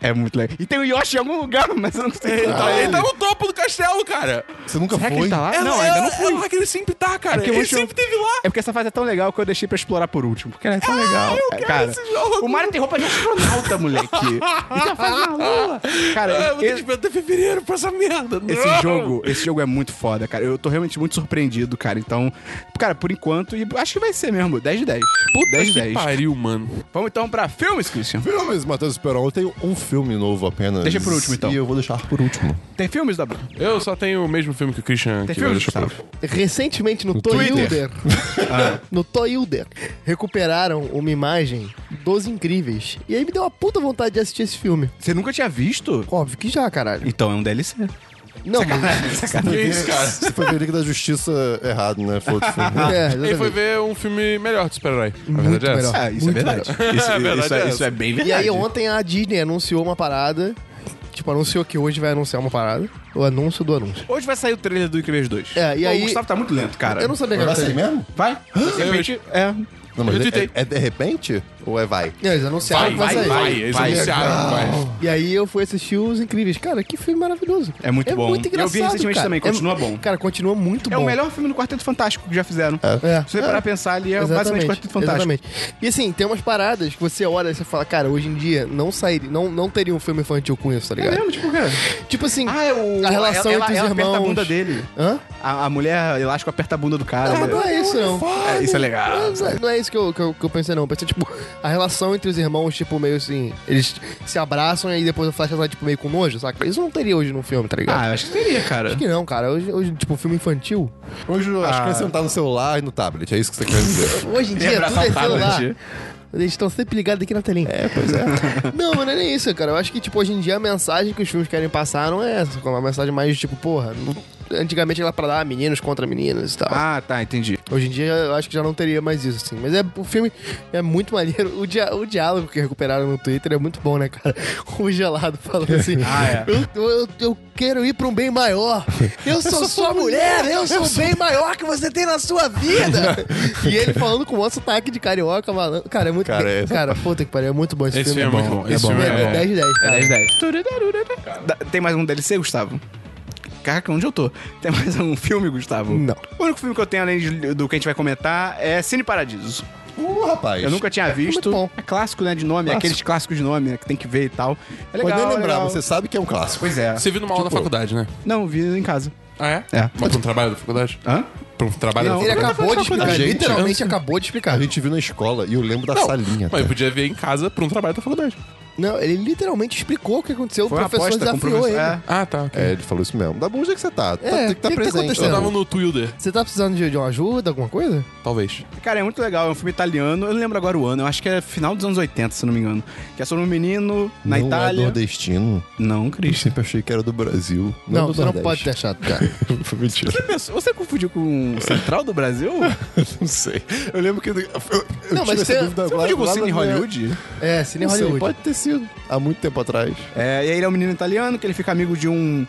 [SPEAKER 1] É muito legal. E tem o Yoshi em algum lugar, mas eu não sei.
[SPEAKER 2] Ele
[SPEAKER 1] onde tá
[SPEAKER 2] tá, ele
[SPEAKER 1] ele.
[SPEAKER 2] tá no topo do castelo, cara.
[SPEAKER 4] Você nunca
[SPEAKER 1] Será que
[SPEAKER 4] foi?
[SPEAKER 1] ele tá lá?
[SPEAKER 2] É
[SPEAKER 1] não,
[SPEAKER 2] lá-
[SPEAKER 1] ainda
[SPEAKER 2] é-
[SPEAKER 1] não
[SPEAKER 2] É
[SPEAKER 1] fui.
[SPEAKER 2] lá que ele sempre tá, cara.
[SPEAKER 1] porque eu
[SPEAKER 2] ele
[SPEAKER 1] acho-
[SPEAKER 2] sempre teve lá.
[SPEAKER 1] É porque essa fase é tão legal que eu deixei pra explorar por último. Porque ela é tão legal.
[SPEAKER 2] eu quero
[SPEAKER 1] cara,
[SPEAKER 2] esse jogo.
[SPEAKER 1] O Mario tem roupa de astronauta,
[SPEAKER 2] [LAUGHS]
[SPEAKER 1] moleque. Ele já faz na lua. Cara,
[SPEAKER 2] Ah, eu vou ter que
[SPEAKER 1] esse-
[SPEAKER 2] esperar até fevereiro pra essa merda.
[SPEAKER 1] Esse
[SPEAKER 2] Não.
[SPEAKER 1] jogo, esse jogo é muito foda, cara. Eu tô realmente muito surpreendido, cara. Então, cara, por enquanto, e acho que vai ser mesmo, 10 de 10.
[SPEAKER 2] Puta
[SPEAKER 1] 10 de
[SPEAKER 2] que
[SPEAKER 1] 10.
[SPEAKER 2] pariu, mano.
[SPEAKER 1] Vamos então pra filmes, Christian.
[SPEAKER 4] Filmes, Matheus Esperon. Eu tenho um filme novo apenas.
[SPEAKER 1] Deixa por último, então.
[SPEAKER 4] E eu vou deixar por último.
[SPEAKER 1] Tem filmes, Dabu?
[SPEAKER 2] Eu só tenho o mesmo filme que o Christian.
[SPEAKER 1] Tem
[SPEAKER 2] que vai
[SPEAKER 1] filmes,
[SPEAKER 2] deixar pra-
[SPEAKER 1] Gustavo?
[SPEAKER 3] Recentemente
[SPEAKER 1] [LAUGHS]
[SPEAKER 3] no Toilder,
[SPEAKER 1] Ah.
[SPEAKER 3] no Toilder, recuperaram uma imagem dos incríveis. E aí me deu uma puta vontade de assistir esse filme.
[SPEAKER 1] Você nunca tinha visto?
[SPEAKER 3] Óbvio que já, caralho.
[SPEAKER 1] Então é um DLC. [LAUGHS]
[SPEAKER 3] Não, mas...
[SPEAKER 2] Que isso, cara?
[SPEAKER 4] [LAUGHS] Você foi verdict da justiça errado, né? Foi
[SPEAKER 1] [LAUGHS]
[SPEAKER 4] outro filme.
[SPEAKER 3] É,
[SPEAKER 2] Ele foi
[SPEAKER 3] exatamente.
[SPEAKER 2] ver um filme melhor de super-herói. A
[SPEAKER 3] Muito
[SPEAKER 2] verdade é essa.
[SPEAKER 3] melhor.
[SPEAKER 1] Ah, isso
[SPEAKER 3] Muito
[SPEAKER 1] é verdade. Isso [LAUGHS] é,
[SPEAKER 2] verdade
[SPEAKER 1] isso
[SPEAKER 2] é
[SPEAKER 1] é,
[SPEAKER 2] essa.
[SPEAKER 1] isso é bem
[SPEAKER 3] E
[SPEAKER 1] verdade.
[SPEAKER 3] aí ontem a Disney anunciou uma parada. Tipo, anunciou que hoje vai anunciar uma parada. O anúncio do
[SPEAKER 2] É,
[SPEAKER 3] anúncio.
[SPEAKER 1] Hoje vai sair o trailer do Incríveis 2.
[SPEAKER 3] É, e
[SPEAKER 1] Pô,
[SPEAKER 3] aí-
[SPEAKER 1] O Gustavo tá muito lento, cara.
[SPEAKER 3] Eu não sabia que
[SPEAKER 4] Vai
[SPEAKER 3] era
[SPEAKER 4] sair
[SPEAKER 3] isso.
[SPEAKER 4] é mesmo?
[SPEAKER 1] Vai? De repente, é.
[SPEAKER 4] Não, mas
[SPEAKER 2] Eu
[SPEAKER 4] é-
[SPEAKER 2] tuitei.
[SPEAKER 4] é, é de repente ou é vai?
[SPEAKER 3] Não, Eles anunciaram que
[SPEAKER 2] vai,
[SPEAKER 3] vai, sair.
[SPEAKER 2] vai. Eles
[SPEAKER 1] Vai.
[SPEAKER 2] anunciaram, vai.
[SPEAKER 3] E aí eu fui assistir Os Incríveis. Cara, que filme maravilhoso.
[SPEAKER 1] É muito bom.
[SPEAKER 3] É muito
[SPEAKER 1] Eu vi
[SPEAKER 3] engraçado,
[SPEAKER 1] recentemente
[SPEAKER 3] cara.
[SPEAKER 1] também, continua
[SPEAKER 3] É-
[SPEAKER 1] bom.
[SPEAKER 3] Cara, continua muito
[SPEAKER 1] É
[SPEAKER 3] bom.
[SPEAKER 1] o melhor filme do Quarteto Fantástico que já fizeram.
[SPEAKER 3] É.
[SPEAKER 1] Se você parar pra pensar ali, é basicamente Quarteto Fantástico.
[SPEAKER 3] Exatamente. E assim, tem umas paradas que você olha e você fala, cara, hoje em dia não sairia, não, não teria um filme infantil com isso, tá
[SPEAKER 1] É
[SPEAKER 3] ligado?
[SPEAKER 1] mesmo, tipo, cara.
[SPEAKER 3] Tipo assim,
[SPEAKER 1] Ah, é o.
[SPEAKER 3] a relação
[SPEAKER 1] ela,
[SPEAKER 3] entre os
[SPEAKER 1] ela
[SPEAKER 3] irmãos.
[SPEAKER 1] aperta a bunda dele.
[SPEAKER 3] Hã?
[SPEAKER 1] A, a mulher elástico aperta a bunda do cara.
[SPEAKER 3] Ah,
[SPEAKER 1] né?
[SPEAKER 3] não é isso, não.
[SPEAKER 1] É, isso é legal.
[SPEAKER 3] Não é- Não é isso que eu, que, eu, que eu pensei, não. Eu pensei, tipo, a relação entre os irmãos, tipo, meio assim, eles se abraçam e aí depois o Flash tá, tipo, meio com nojo, saca? Isso não teria hoje num filme, tá ligado?
[SPEAKER 1] Ah, eu acho que teria, cara.
[SPEAKER 3] Acho que não, cara. Hoje, hoje tipo, filme infantil.
[SPEAKER 4] Hoje eu
[SPEAKER 1] Ah.
[SPEAKER 4] acho que vai sentar no celular e no tablet. É isso que você quer
[SPEAKER 1] [LAUGHS]
[SPEAKER 4] dizer.
[SPEAKER 3] [LAUGHS] Hoje em
[SPEAKER 1] Tem
[SPEAKER 3] dia, tudo
[SPEAKER 1] abraçar
[SPEAKER 3] é
[SPEAKER 1] o
[SPEAKER 3] celular.
[SPEAKER 1] tablet.
[SPEAKER 3] Eles estão sempre ligados aqui na telinha. É, pois é. [LAUGHS] não, mas não é nem isso, cara. Eu acho que, tipo, hoje em dia a mensagem que os filmes querem passar não é essa. É uma mensagem mais, tipo, porra... não- Antigamente era pra dar meninos contra meninas e tal.
[SPEAKER 1] Ah, tá, entendi.
[SPEAKER 3] Hoje em dia eu acho que já não teria mais isso, assim. Mas é, o filme é muito maneiro. O, dia, o diálogo que recuperaram no Twitter é muito bom, né, cara? [LAUGHS] O gelado falando assim:
[SPEAKER 1] Ah, é.
[SPEAKER 3] eu, eu, eu quero ir pra um bem maior. Eu sou sua mulher, eu sou o bem maior que você tem na sua vida. e ele falando com o nosso sotaque de carioca, malandro. Cara, é muito.
[SPEAKER 4] Cara, é-
[SPEAKER 3] cara puta que pariu, é muito bom esse,
[SPEAKER 2] Esse filme é muito bom,
[SPEAKER 3] Esse filme é,
[SPEAKER 2] bom.
[SPEAKER 3] 10 de 10.
[SPEAKER 1] É
[SPEAKER 3] cara.
[SPEAKER 1] 10 10. Da- Tem mais um DLC, Gustavo? Caraca, onde eu tô? Tem mais um filme, Gustavo?
[SPEAKER 3] Não.
[SPEAKER 1] O único filme que eu tenho, além de- do que a gente vai comentar, é Cine Paradiso.
[SPEAKER 4] Uh, rapaz.
[SPEAKER 1] Eu nunca tinha visto.
[SPEAKER 3] bom.
[SPEAKER 1] É clássico, né, de nome.
[SPEAKER 4] Clássico.
[SPEAKER 1] Aqueles clássicos de nome, né, que tem que ver e tal. É legal,
[SPEAKER 4] Pode nem lembrar,
[SPEAKER 1] legal.
[SPEAKER 4] você sabe que é um clássico.
[SPEAKER 1] Pois é.
[SPEAKER 2] Você viu numa aula da faculdade, né?
[SPEAKER 1] Não, vi em casa.
[SPEAKER 2] Ah, é?
[SPEAKER 1] É.
[SPEAKER 2] Mas pra um trabalho da faculdade?
[SPEAKER 1] Hã?
[SPEAKER 2] Pra um trabalho
[SPEAKER 1] Não.
[SPEAKER 2] da
[SPEAKER 3] Ele
[SPEAKER 2] faculdade?
[SPEAKER 3] acabou de explicar,
[SPEAKER 4] Gente,
[SPEAKER 3] literalmente acabou de explicar.
[SPEAKER 4] A gente viu na escola e eu lembro da salinha.
[SPEAKER 2] Mas eu
[SPEAKER 4] até.
[SPEAKER 2] podia ver em casa pra um trabalho da faculdade.
[SPEAKER 3] Não, ele literalmente explicou o que aconteceu,
[SPEAKER 1] Foi
[SPEAKER 3] o
[SPEAKER 1] uma
[SPEAKER 3] professor
[SPEAKER 1] aposta com o
[SPEAKER 3] desafiou
[SPEAKER 1] professor.
[SPEAKER 3] ele.
[SPEAKER 1] É.
[SPEAKER 2] Ah, tá. ok.
[SPEAKER 4] É, ele falou isso mesmo. Dá bom onde é que você tá. tá tem
[SPEAKER 3] É,
[SPEAKER 4] que estar
[SPEAKER 3] o que que tá
[SPEAKER 4] presente.
[SPEAKER 3] acontecendo?
[SPEAKER 2] Eu tava no Twitter,
[SPEAKER 3] Você tá precisando de, de uma ajuda, alguma coisa?
[SPEAKER 2] talvez.
[SPEAKER 1] Cara, é muito legal, é um filme italiano, eu não lembro agora o ano, eu acho que é final dos anos 80, se não me engano. Que é sobre um menino na
[SPEAKER 4] não
[SPEAKER 1] Itália.
[SPEAKER 4] é nordestino.
[SPEAKER 1] Não,
[SPEAKER 4] Eu [LAUGHS]
[SPEAKER 1] Christian.
[SPEAKER 4] sempre achei que era do Brasil. é
[SPEAKER 3] Não,
[SPEAKER 4] do
[SPEAKER 3] você não
[SPEAKER 4] Nordeste.
[SPEAKER 3] pode ter achado, cara.
[SPEAKER 4] Foi [LAUGHS] mentira.
[SPEAKER 1] Você, confundiu com o Central do
[SPEAKER 4] [LAUGHS]
[SPEAKER 1] Brasil?
[SPEAKER 4] Não sei. Eu lembro que. Eu, eu
[SPEAKER 3] Não, mas
[SPEAKER 4] tive essa
[SPEAKER 3] tem-
[SPEAKER 4] dúvida
[SPEAKER 1] Você
[SPEAKER 4] agora,
[SPEAKER 1] confundiu com o
[SPEAKER 4] lá
[SPEAKER 1] Cine
[SPEAKER 4] na-
[SPEAKER 1] Hollywood?
[SPEAKER 3] É, Cine
[SPEAKER 4] Não sei,
[SPEAKER 3] Hollywood.
[SPEAKER 4] pode ter sido. Há muito tempo atrás.
[SPEAKER 1] É, e aí ele é um menino italiano que ele fica amigo de um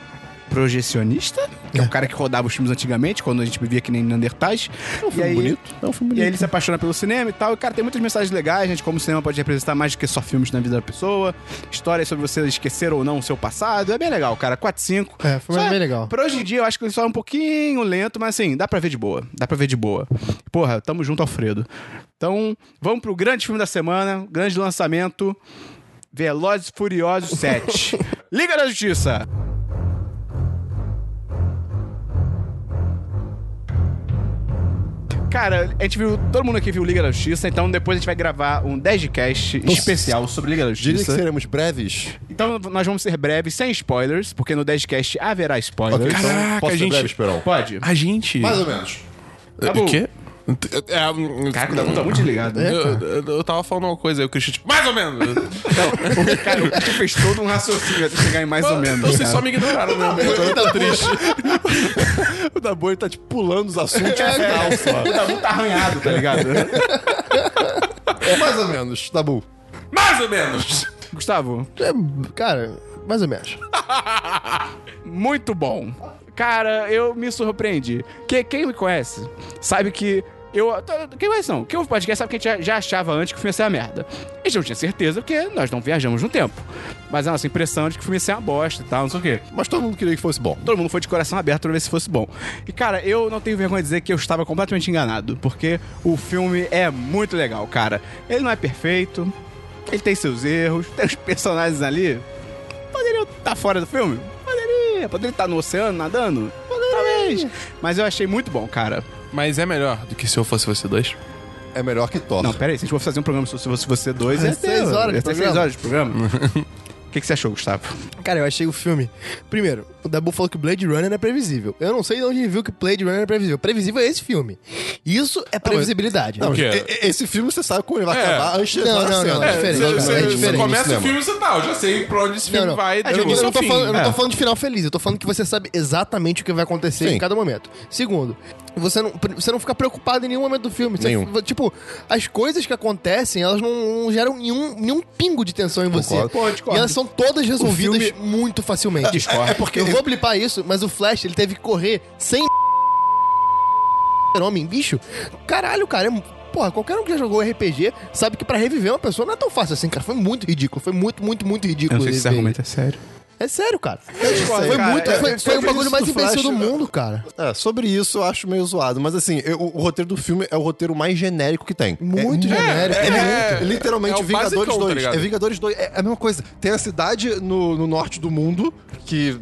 [SPEAKER 1] projecionista, que é um cara que rodava os filmes antigamente, quando a gente vivia que nem Neandertais.
[SPEAKER 4] É um
[SPEAKER 1] e
[SPEAKER 4] filme
[SPEAKER 1] aí,
[SPEAKER 4] bonito. É um
[SPEAKER 1] E
[SPEAKER 4] filme
[SPEAKER 1] aí ele
[SPEAKER 4] bonito.
[SPEAKER 1] se apaixona pelo cinema e tal. E, cara, tem muitas mensagens legais, gente, como o cinema pode representar mais do que só filmes na vida da pessoa. Histórias sobre você esquecer ou não o seu passado. É bem legal, cara. 4, 5.
[SPEAKER 3] É, foi
[SPEAKER 1] Só-
[SPEAKER 3] bem legal.
[SPEAKER 1] Pra hoje em dia, eu acho que ele só é um pouquinho lento, mas assim, dá pra ver de boa. Dá pra ver de boa. Porra, tamo junto, Alfredo. Então, vamos pro grande filme da semana, grande lançamento. Velozes e
[SPEAKER 3] [LAUGHS]
[SPEAKER 1] Furiosos 7. Liga da Justiça. Cara, a gente viu, todo mundo aqui viu Liga da Justiça, então depois a gente vai gravar um 10 de cast especial sobre Liga da
[SPEAKER 4] Diria que
[SPEAKER 1] Justiça.
[SPEAKER 4] seremos breves.
[SPEAKER 1] Então nós vamos ser breves, sem spoilers, porque no 10 de cast haverá spoilers.
[SPEAKER 4] Ok, então
[SPEAKER 2] Caraca,
[SPEAKER 4] posso ser
[SPEAKER 2] gente.
[SPEAKER 4] breve, Esperão?
[SPEAKER 1] Pode.
[SPEAKER 2] A Ah, gente...
[SPEAKER 4] [LAUGHS] Mais ou menos.
[SPEAKER 2] o quê? É, hum,
[SPEAKER 1] Caraca, o Dabu tá muito ligado.
[SPEAKER 2] eu, eu- eu tava falando uma coisa aí, o Christian, tipo, mais ou menos.
[SPEAKER 1] Então, Cara, o Christian fez todo um raciocínio até chegar em mais ou menos.
[SPEAKER 2] Vocês
[SPEAKER 1] cara.
[SPEAKER 2] só me ignoraram, né?
[SPEAKER 4] [LAUGHS]
[SPEAKER 2] Eu
[SPEAKER 4] Então,
[SPEAKER 2] tô
[SPEAKER 4] tá
[SPEAKER 2] triste.
[SPEAKER 4] O Dabu ele tá tipo pulando os assuntos no final
[SPEAKER 1] O
[SPEAKER 4] só.
[SPEAKER 1] Dabu tá arranhado, tá ligado? [LAUGHS]
[SPEAKER 4] é, Mais ou menos, Dabu.
[SPEAKER 2] Mais ou menos.
[SPEAKER 1] Gustavo,
[SPEAKER 3] É, cara, mais ou menos.
[SPEAKER 1] muito bom. Cara, eu me surpreendi. Que, quem me conhece sabe que Eu, t- quem mais não? Quem ouve podcast sabe que a gente já, já achava antes que o filme ia ser uma merda. A gente não tinha certeza, porque nós não viajamos no tempo. Mas a nossa impressão é de que o filme ia ser uma bosta e tal, não sei o quê.
[SPEAKER 4] Mas todo mundo queria que fosse bom.
[SPEAKER 1] Todo mundo foi de coração aberto pra ver se fosse bom. E, cara, eu não tenho vergonha de dizer que eu estava completamente enganado, porque o filme é muito legal, cara. Ele não é perfeito, ele tem seus erros, tem os personagens ali. Poderiam estar fora do filme? Poderia. Poderia estar no oceano nadando? Poderia. Talvez. Mas eu achei muito bom, cara.
[SPEAKER 2] Mas é melhor do que se eu fosse você dois.
[SPEAKER 4] É melhor que Thor.
[SPEAKER 1] Não, pera aí, se a gente for fazer um programa sobre Se Você Você Dois,
[SPEAKER 3] Ah,
[SPEAKER 1] é
[SPEAKER 3] seis horas de
[SPEAKER 1] É seis
[SPEAKER 3] programa.
[SPEAKER 1] horas de programa.
[SPEAKER 3] [LAUGHS]
[SPEAKER 1] O que, que você achou, Gustavo?
[SPEAKER 3] Cara, eu achei o filme. Primeiro, o Dabu falou que Blade Runner é previsível. Eu não sei de onde ele viu que Blade Runner é previsível. Previsível é esse filme. Isso é previsibilidade.
[SPEAKER 4] Não,
[SPEAKER 2] O quê?
[SPEAKER 4] e- e- esse filme você sabe como ele vai
[SPEAKER 2] É.
[SPEAKER 4] acabar antes de
[SPEAKER 3] Não,
[SPEAKER 4] entrar na
[SPEAKER 3] não,
[SPEAKER 4] cena.
[SPEAKER 3] não, é diferente,
[SPEAKER 2] Você-
[SPEAKER 3] cara,
[SPEAKER 2] você-
[SPEAKER 3] é
[SPEAKER 2] você
[SPEAKER 3] diferente
[SPEAKER 2] começa
[SPEAKER 4] no
[SPEAKER 2] o filme e você tá, eu já sei pra onde esse filme vai.
[SPEAKER 3] É, eu,
[SPEAKER 2] do
[SPEAKER 3] não- eu não tô
[SPEAKER 2] fim.
[SPEAKER 3] falando, eu não tô
[SPEAKER 1] É.
[SPEAKER 3] falando de final feliz, eu tô falando que você sabe exatamente o que vai acontecer
[SPEAKER 4] Sim.
[SPEAKER 3] em cada momento. Segundo, você não, você não fica preocupado em nenhum momento do filme. Você-
[SPEAKER 4] Nenhum.
[SPEAKER 3] tipo, as coisas que acontecem, elas não, não geram nenhum, nenhum pingo de tensão em você.
[SPEAKER 4] Concordo.
[SPEAKER 1] Pô, eu discordo.
[SPEAKER 3] e elas são todas resolvidas muito
[SPEAKER 4] [LAUGHS]
[SPEAKER 3] facilmente.
[SPEAKER 1] Discordo.
[SPEAKER 4] É porque
[SPEAKER 3] eu vou blipar isso, mas o Flash, ele teve que correr sem [LAUGHS] homem, bicho. Caralho, cara, é... Porra, qualquer um que já jogou RPG sabe que pra reviver uma pessoa não é tão fácil assim, cara. Foi muito ridículo. Foi muito, muito, muito ridículo. reviver ele.
[SPEAKER 1] é sério.
[SPEAKER 3] É sério, cara.
[SPEAKER 4] discordo,
[SPEAKER 3] foi
[SPEAKER 1] cara.
[SPEAKER 3] muito,
[SPEAKER 1] É,
[SPEAKER 3] foi,
[SPEAKER 4] é,
[SPEAKER 3] foi o
[SPEAKER 4] sobre
[SPEAKER 3] bagulho
[SPEAKER 4] isso
[SPEAKER 3] mais
[SPEAKER 4] do
[SPEAKER 3] imbecil
[SPEAKER 4] Flash,
[SPEAKER 3] do
[SPEAKER 4] eu-
[SPEAKER 1] né?
[SPEAKER 3] mundo, cara.
[SPEAKER 4] É, sobre isso eu acho meio zoado, mas assim, eu- o roteiro do filme é o roteiro mais genérico que tem.
[SPEAKER 3] Muito
[SPEAKER 4] é,
[SPEAKER 3] genérico.
[SPEAKER 4] É,
[SPEAKER 2] É,
[SPEAKER 4] muito, literalmente
[SPEAKER 2] é o
[SPEAKER 4] Vingadores
[SPEAKER 2] basicão, tá
[SPEAKER 4] 2.
[SPEAKER 2] ligado?
[SPEAKER 4] é Vingadores 2, é a mesma coisa. Tem a cidade no, no norte do mundo, que.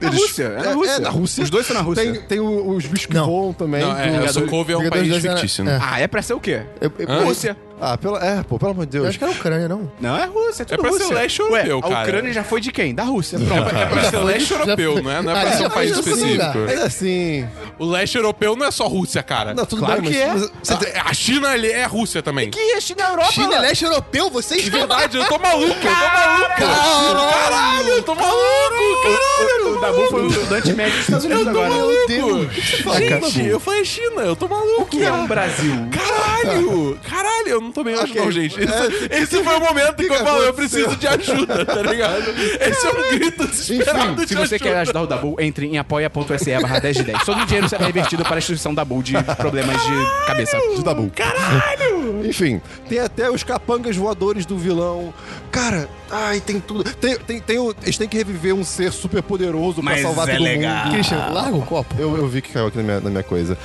[SPEAKER 1] Na Rússia, é na Rússia.
[SPEAKER 4] É, na Rússia.
[SPEAKER 1] Os dois são na Rússia.
[SPEAKER 4] Tem, tem o- os bichos que
[SPEAKER 3] Não.
[SPEAKER 4] voam também.
[SPEAKER 2] Não, é,
[SPEAKER 4] do-
[SPEAKER 2] é, Sokovia é um
[SPEAKER 3] Vingadores
[SPEAKER 2] país
[SPEAKER 3] dois era-
[SPEAKER 2] fictício, né?
[SPEAKER 3] é.
[SPEAKER 1] Ah, é pra ser o quê?
[SPEAKER 3] Eu, eu- eu-
[SPEAKER 1] Rússia.
[SPEAKER 4] Ah, pela, é, pô, pelo amor de
[SPEAKER 3] eu
[SPEAKER 4] Deus.
[SPEAKER 3] acho que era a Ucrânia, não.
[SPEAKER 1] Não, é Rússia, é tudo
[SPEAKER 2] É pra ser
[SPEAKER 1] Rússia.
[SPEAKER 2] o leste
[SPEAKER 1] Ué,
[SPEAKER 2] europeu,
[SPEAKER 1] A
[SPEAKER 2] cara.
[SPEAKER 1] Ucrânia já foi de quem? Da Rússia, [LAUGHS] pronto.
[SPEAKER 2] É pra ser leste
[SPEAKER 3] Já foi-
[SPEAKER 2] europeu, não é? Não é
[SPEAKER 3] Ah,
[SPEAKER 2] pra ser
[SPEAKER 3] já
[SPEAKER 2] um país
[SPEAKER 3] foi de tudo,
[SPEAKER 2] específico.
[SPEAKER 3] cara.
[SPEAKER 4] É, Mas assim.
[SPEAKER 2] O leste europeu não é só Rússia, cara.
[SPEAKER 4] Não, tudo
[SPEAKER 1] Claro
[SPEAKER 4] bem, Ah,
[SPEAKER 1] que
[SPEAKER 4] mas-
[SPEAKER 1] é.
[SPEAKER 4] mas
[SPEAKER 2] Você tem- A China ali é Rússia também.
[SPEAKER 1] Que este na Europa?
[SPEAKER 3] China é leste europeu, vocês
[SPEAKER 2] De verdade, eu tô maluco, eu tô maluco. Caralho, eu tô maluco,
[SPEAKER 1] O Dabu foi um
[SPEAKER 2] caralho.
[SPEAKER 1] estudante médio dos Estados Unidos
[SPEAKER 2] Eu tô
[SPEAKER 1] agora.
[SPEAKER 2] maluco.
[SPEAKER 4] cara?
[SPEAKER 2] Gente, eu falei China, eu tô maluco. O
[SPEAKER 1] que é um Brasil?
[SPEAKER 2] Caralho, caralho, eu não tô bem hoje
[SPEAKER 4] Ok.
[SPEAKER 2] não, gente. Esse,
[SPEAKER 1] É,
[SPEAKER 2] esse foi o momento que, eu falei, eu preciso de ajuda, [LAUGHS] tá ligado? Esse é um grito desesperado
[SPEAKER 1] Enfim,
[SPEAKER 2] de
[SPEAKER 1] se você
[SPEAKER 2] ajuda.
[SPEAKER 1] quer ajudar o Dabu, entre em apoia.se barra 10 de 10. Todo o dinheiro será revertido para a instituição Dabu de problemas de cabeça. Tipo,
[SPEAKER 4] De Dabu.
[SPEAKER 2] Caralho!
[SPEAKER 4] Enfim, tem até os capangas voadores do vilão. Cara, ai, tem tudo. Tem, tem, tem o- eles têm que reviver um ser super poderoso pra
[SPEAKER 1] Mas
[SPEAKER 4] salvar
[SPEAKER 1] é
[SPEAKER 4] todo
[SPEAKER 1] legal.
[SPEAKER 4] mundo.
[SPEAKER 3] Christian, larga o copo.
[SPEAKER 4] Eu, eu vi que caiu aqui na minha, na minha coisa.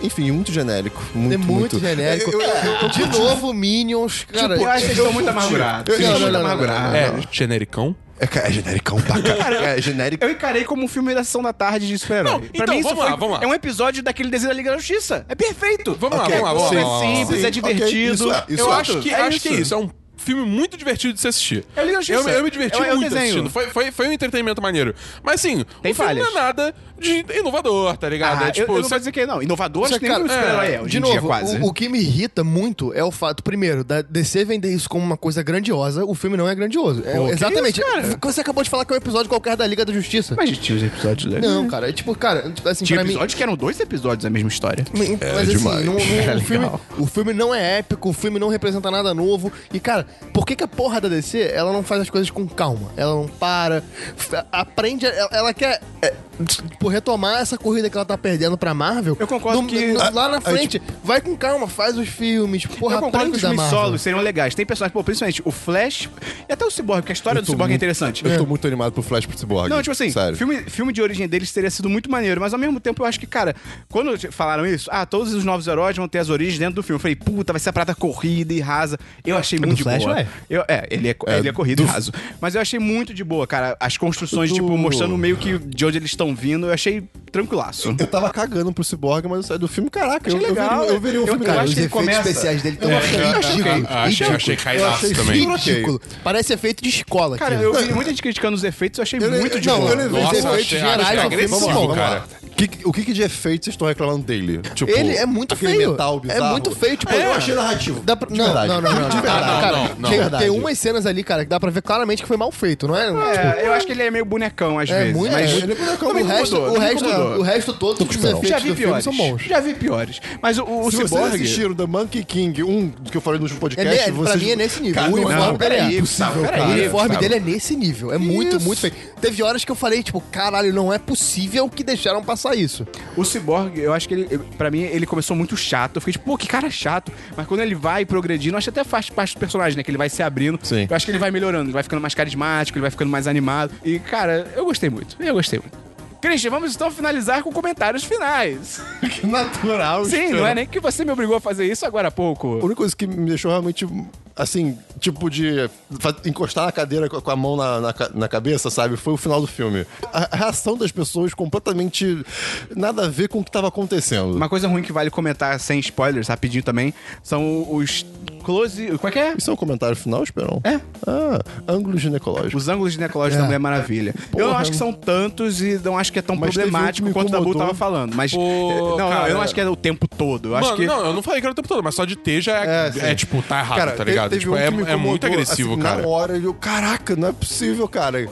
[SPEAKER 4] Enfim, muito genérico. Muito,
[SPEAKER 3] É muito genérico.
[SPEAKER 4] Eu- eu- eu-
[SPEAKER 3] De novo, Minions, cara.
[SPEAKER 1] Tipo, ai, vocês estão muito amargurados. Vocês
[SPEAKER 4] Eu-
[SPEAKER 1] estão muito
[SPEAKER 4] não, não, não,
[SPEAKER 1] amargurados.
[SPEAKER 2] É, genericão?
[SPEAKER 4] É, ca- é genericão pra caralho. É genérico.
[SPEAKER 1] Eu encarei como um filme da sessão da tarde de
[SPEAKER 2] Não,
[SPEAKER 1] super-herói. Pra
[SPEAKER 2] então,
[SPEAKER 1] mim, isso
[SPEAKER 2] vamos lá,
[SPEAKER 1] foi-
[SPEAKER 2] vamos lá.
[SPEAKER 1] É um episódio daquele desenho da Liga da Justiça. É perfeito.
[SPEAKER 2] Vamos lá,
[SPEAKER 1] Ok,
[SPEAKER 2] vamos lá, vamos lá, vamos lá,
[SPEAKER 1] É
[SPEAKER 2] vamos lá.
[SPEAKER 1] simples, é
[SPEAKER 4] Sim, ok,
[SPEAKER 1] divertido.
[SPEAKER 4] isso é, isso
[SPEAKER 2] Eu
[SPEAKER 4] é.
[SPEAKER 2] acho que,
[SPEAKER 1] É
[SPEAKER 2] acho que é
[SPEAKER 1] isso.
[SPEAKER 2] isso. É um filme muito divertido de se assistir.
[SPEAKER 1] É Liga da Justiça.
[SPEAKER 2] Eu, eu me diverti
[SPEAKER 1] É um- é um
[SPEAKER 2] muito
[SPEAKER 1] desenho.
[SPEAKER 2] assistindo. Foi, foi, foi um entretenimento maneiro. Mas assim,
[SPEAKER 1] Tem
[SPEAKER 2] o filme
[SPEAKER 1] falhas.
[SPEAKER 2] não é nada de inovador, tá ligado?
[SPEAKER 1] Ah,
[SPEAKER 2] é tipo,
[SPEAKER 1] eu, eu não
[SPEAKER 2] você-
[SPEAKER 1] vou dizer que não. Inovador, acho que
[SPEAKER 3] Cara,
[SPEAKER 1] nenhum super-herói é. hoje
[SPEAKER 3] de
[SPEAKER 1] em
[SPEAKER 3] novo,
[SPEAKER 1] dia, quase.
[SPEAKER 3] O, o que me irrita muito é o fato, primeiro, da DC vender isso como uma coisa grandiosa, o filme não é grandioso. É,
[SPEAKER 1] que
[SPEAKER 3] exatamente.
[SPEAKER 1] isso, cara?
[SPEAKER 3] F- Você acabou de falar que é um episódio qualquer da Liga da Justiça.
[SPEAKER 1] Mas tinha os episódios legais.
[SPEAKER 3] Não, cara, é tipo, cara, assim,
[SPEAKER 1] Tinha
[SPEAKER 3] pra mim.
[SPEAKER 1] episódios que eram dois episódios da mesma história.
[SPEAKER 3] Mas assim,
[SPEAKER 4] demais.
[SPEAKER 3] não- não-
[SPEAKER 1] É
[SPEAKER 3] o, filme,
[SPEAKER 1] legal.
[SPEAKER 3] o filme não é épico, o filme não representa nada novo. E, cara, por que, que a porra da DC ela não faz as coisas com calma? Ela não para, f- aprende, a- ela, ela quer. é, tipo, retomar essa corrida que ela tá perdendo pra Marvel.
[SPEAKER 1] Eu concordo
[SPEAKER 3] No-
[SPEAKER 1] que-
[SPEAKER 3] no-
[SPEAKER 1] a-
[SPEAKER 3] lá na
[SPEAKER 1] a-
[SPEAKER 3] frente, vai com calma, faz os filmes, porra,
[SPEAKER 1] eu concordo que
[SPEAKER 3] aprende
[SPEAKER 1] os
[SPEAKER 3] da
[SPEAKER 1] filmes
[SPEAKER 3] Marvel.
[SPEAKER 1] solos seriam legais. Tem personagens, pô, principalmente o Flash e até o Cyborg, porque a história
[SPEAKER 4] Eu
[SPEAKER 1] do
[SPEAKER 4] tô
[SPEAKER 1] Cyborg é
[SPEAKER 4] muito-
[SPEAKER 1] interessante.
[SPEAKER 4] Eu tô muito animado pro Flash pro Cyborg.
[SPEAKER 1] Não, tipo assim,
[SPEAKER 4] Sério.
[SPEAKER 1] filme, filme de origem deles teria sido muito maneiro, mas ao mesmo tempo eu acho que, cara, quando te- falaram isso, ah, todos os novos heróis vão ter as origens dentro do filme. Eu falei, puta, vai ser a prata corrida e rasa. Eu achei muito de
[SPEAKER 3] Flash,
[SPEAKER 1] boa.
[SPEAKER 3] ué?
[SPEAKER 1] Eu, é, ele é,
[SPEAKER 4] É,
[SPEAKER 1] ele é corrido e
[SPEAKER 4] do-
[SPEAKER 1] raso. Mas eu achei muito de boa, cara. As construções,
[SPEAKER 4] Do-
[SPEAKER 1] tipo, mostrando meio que de onde eles estão vindo, eu achei tranquilaço.
[SPEAKER 4] Eu tava cagando pro Cyborg, mas eu saí do filme, caraca, eu,
[SPEAKER 1] Achei
[SPEAKER 4] eu, veria-
[SPEAKER 1] legal,
[SPEAKER 4] eu, veria o
[SPEAKER 1] eu-
[SPEAKER 4] filme
[SPEAKER 1] eu
[SPEAKER 4] cara,
[SPEAKER 1] acho
[SPEAKER 3] os
[SPEAKER 1] que ele
[SPEAKER 3] efeitos
[SPEAKER 1] começa.
[SPEAKER 3] especiais dele estão
[SPEAKER 2] Ah, achei- achei caidaço também.
[SPEAKER 3] ridículo. Parece efeito de escola,
[SPEAKER 1] é Cara, eu vi muita gente criticando os efeitos, eu achei
[SPEAKER 4] Eu-
[SPEAKER 1] muito
[SPEAKER 4] eu-
[SPEAKER 1] de
[SPEAKER 4] não,
[SPEAKER 1] boa.
[SPEAKER 4] eu levei
[SPEAKER 2] Nossa,
[SPEAKER 4] os
[SPEAKER 2] eu
[SPEAKER 4] efeitos
[SPEAKER 2] achei
[SPEAKER 3] gerais
[SPEAKER 1] é
[SPEAKER 2] achei
[SPEAKER 3] ao filme,
[SPEAKER 2] agressivo,
[SPEAKER 3] vamos lá, vamos
[SPEAKER 2] cara.
[SPEAKER 4] Que- o que, que de efeito vocês estão reclamando dele? Tipo,
[SPEAKER 3] Ele é muito
[SPEAKER 4] aquele
[SPEAKER 3] feio.
[SPEAKER 4] metal bizarro.
[SPEAKER 3] É muito feio, tipo,
[SPEAKER 4] É, eu
[SPEAKER 3] é.
[SPEAKER 4] achei narrativo.
[SPEAKER 3] Dá pra...
[SPEAKER 4] De
[SPEAKER 3] não,
[SPEAKER 4] verdade.
[SPEAKER 3] não, não, não, não.
[SPEAKER 4] De verdade.
[SPEAKER 3] Cara,
[SPEAKER 2] Não, não,
[SPEAKER 3] tem,
[SPEAKER 4] não.
[SPEAKER 3] tem umas cenas ali, cara, que dá pra ver claramente que foi mal feito, não é?
[SPEAKER 1] É, eu acho que ele é meio bonecão às
[SPEAKER 3] É
[SPEAKER 1] vezes.
[SPEAKER 3] muito.
[SPEAKER 1] mas
[SPEAKER 3] é,
[SPEAKER 4] ele- ele-
[SPEAKER 3] o,
[SPEAKER 4] me
[SPEAKER 3] resto,
[SPEAKER 1] incomodou,
[SPEAKER 3] o,
[SPEAKER 1] me
[SPEAKER 3] resto, é,
[SPEAKER 1] incomodou.
[SPEAKER 3] o resto todo, os efeitos
[SPEAKER 1] já vi
[SPEAKER 3] do filme
[SPEAKER 1] piores.
[SPEAKER 3] são bons.
[SPEAKER 1] Já vi piores. Mas o, o
[SPEAKER 4] Se vocês
[SPEAKER 1] Cyborg.
[SPEAKER 4] assistiram The Monkey King, um que eu falei no último
[SPEAKER 3] É,
[SPEAKER 4] podcast,
[SPEAKER 3] ne- pra
[SPEAKER 4] vocês...
[SPEAKER 3] mim é nesse nível.
[SPEAKER 4] Cara,
[SPEAKER 3] o
[SPEAKER 4] não,
[SPEAKER 3] uniforme
[SPEAKER 4] não,
[SPEAKER 3] dele é
[SPEAKER 1] peraí,
[SPEAKER 3] impossível,
[SPEAKER 1] Gustavo,
[SPEAKER 3] cara. O
[SPEAKER 1] peraí,
[SPEAKER 3] uniforme
[SPEAKER 4] Gustavo.
[SPEAKER 3] dele é nesse nível. É muito,
[SPEAKER 4] Isso.
[SPEAKER 3] muito feio. Teve horas que eu falei, tipo, caralho, não é possível que deixaram passar passar isso.
[SPEAKER 1] O Cyborg, eu acho que ele, para mim, ele começou muito chato. Eu fiquei tipo, pô, que cara chato. Mas quando ele vai progredindo, eu acho que até faz parte do personagem, né? Que ele vai se abrindo.
[SPEAKER 4] Sim.
[SPEAKER 1] Eu acho que ele vai melhorando, ele vai ficando mais carismático, ele vai ficando mais animado. E, cara, eu gostei muito. Eu gostei muito. Christian, vamos então finalizar com comentários finais.
[SPEAKER 4] Que natural,
[SPEAKER 1] Sim, não é nem que você me obrigou a fazer isso agora há
[SPEAKER 4] A
[SPEAKER 1] pouco.
[SPEAKER 4] única coisa que me deixou realmente, assim, tipo de fa- encostar na cadeira com a- com a mão na, na, ca- na cabeça, sabe? Foi o final do filme. A, a reação das pessoas completamente nada a ver com o que tava acontecendo.
[SPEAKER 1] Uma coisa ruim que vale comentar sem spoilers, rapidinho também, são os close. Como é que é?
[SPEAKER 4] Isso é um comentário final, Esperão?
[SPEAKER 1] É.
[SPEAKER 4] Ah, ângulo ginecológico.
[SPEAKER 1] Os ângulos ginecológicos da Mulher Maravilha. eu não
[SPEAKER 4] É. Porra.
[SPEAKER 1] acho que são tantos e não acho que é tão
[SPEAKER 4] Mas teve um
[SPEAKER 1] problemático
[SPEAKER 4] que me
[SPEAKER 1] quanto o Dabu
[SPEAKER 4] incomodou.
[SPEAKER 1] tava falando. Mas.
[SPEAKER 2] Pô,
[SPEAKER 1] eh, [LAUGHS] não, não,
[SPEAKER 2] cara.
[SPEAKER 1] eu não acho que é o tempo todo. Eu acho
[SPEAKER 2] Mano,
[SPEAKER 1] que.
[SPEAKER 2] não, eu não falei que era o tempo todo, mas só de ter já é,
[SPEAKER 4] sim.
[SPEAKER 2] é, tipo, tá errado, tá
[SPEAKER 4] teve-
[SPEAKER 2] ligado?
[SPEAKER 4] teve
[SPEAKER 2] Tipo,
[SPEAKER 4] um
[SPEAKER 2] é,
[SPEAKER 4] que me
[SPEAKER 2] é muito
[SPEAKER 4] incomodou,
[SPEAKER 2] agressivo,
[SPEAKER 4] assim,
[SPEAKER 2] cara.
[SPEAKER 4] Na hora eu, caraca, não é possível, cara.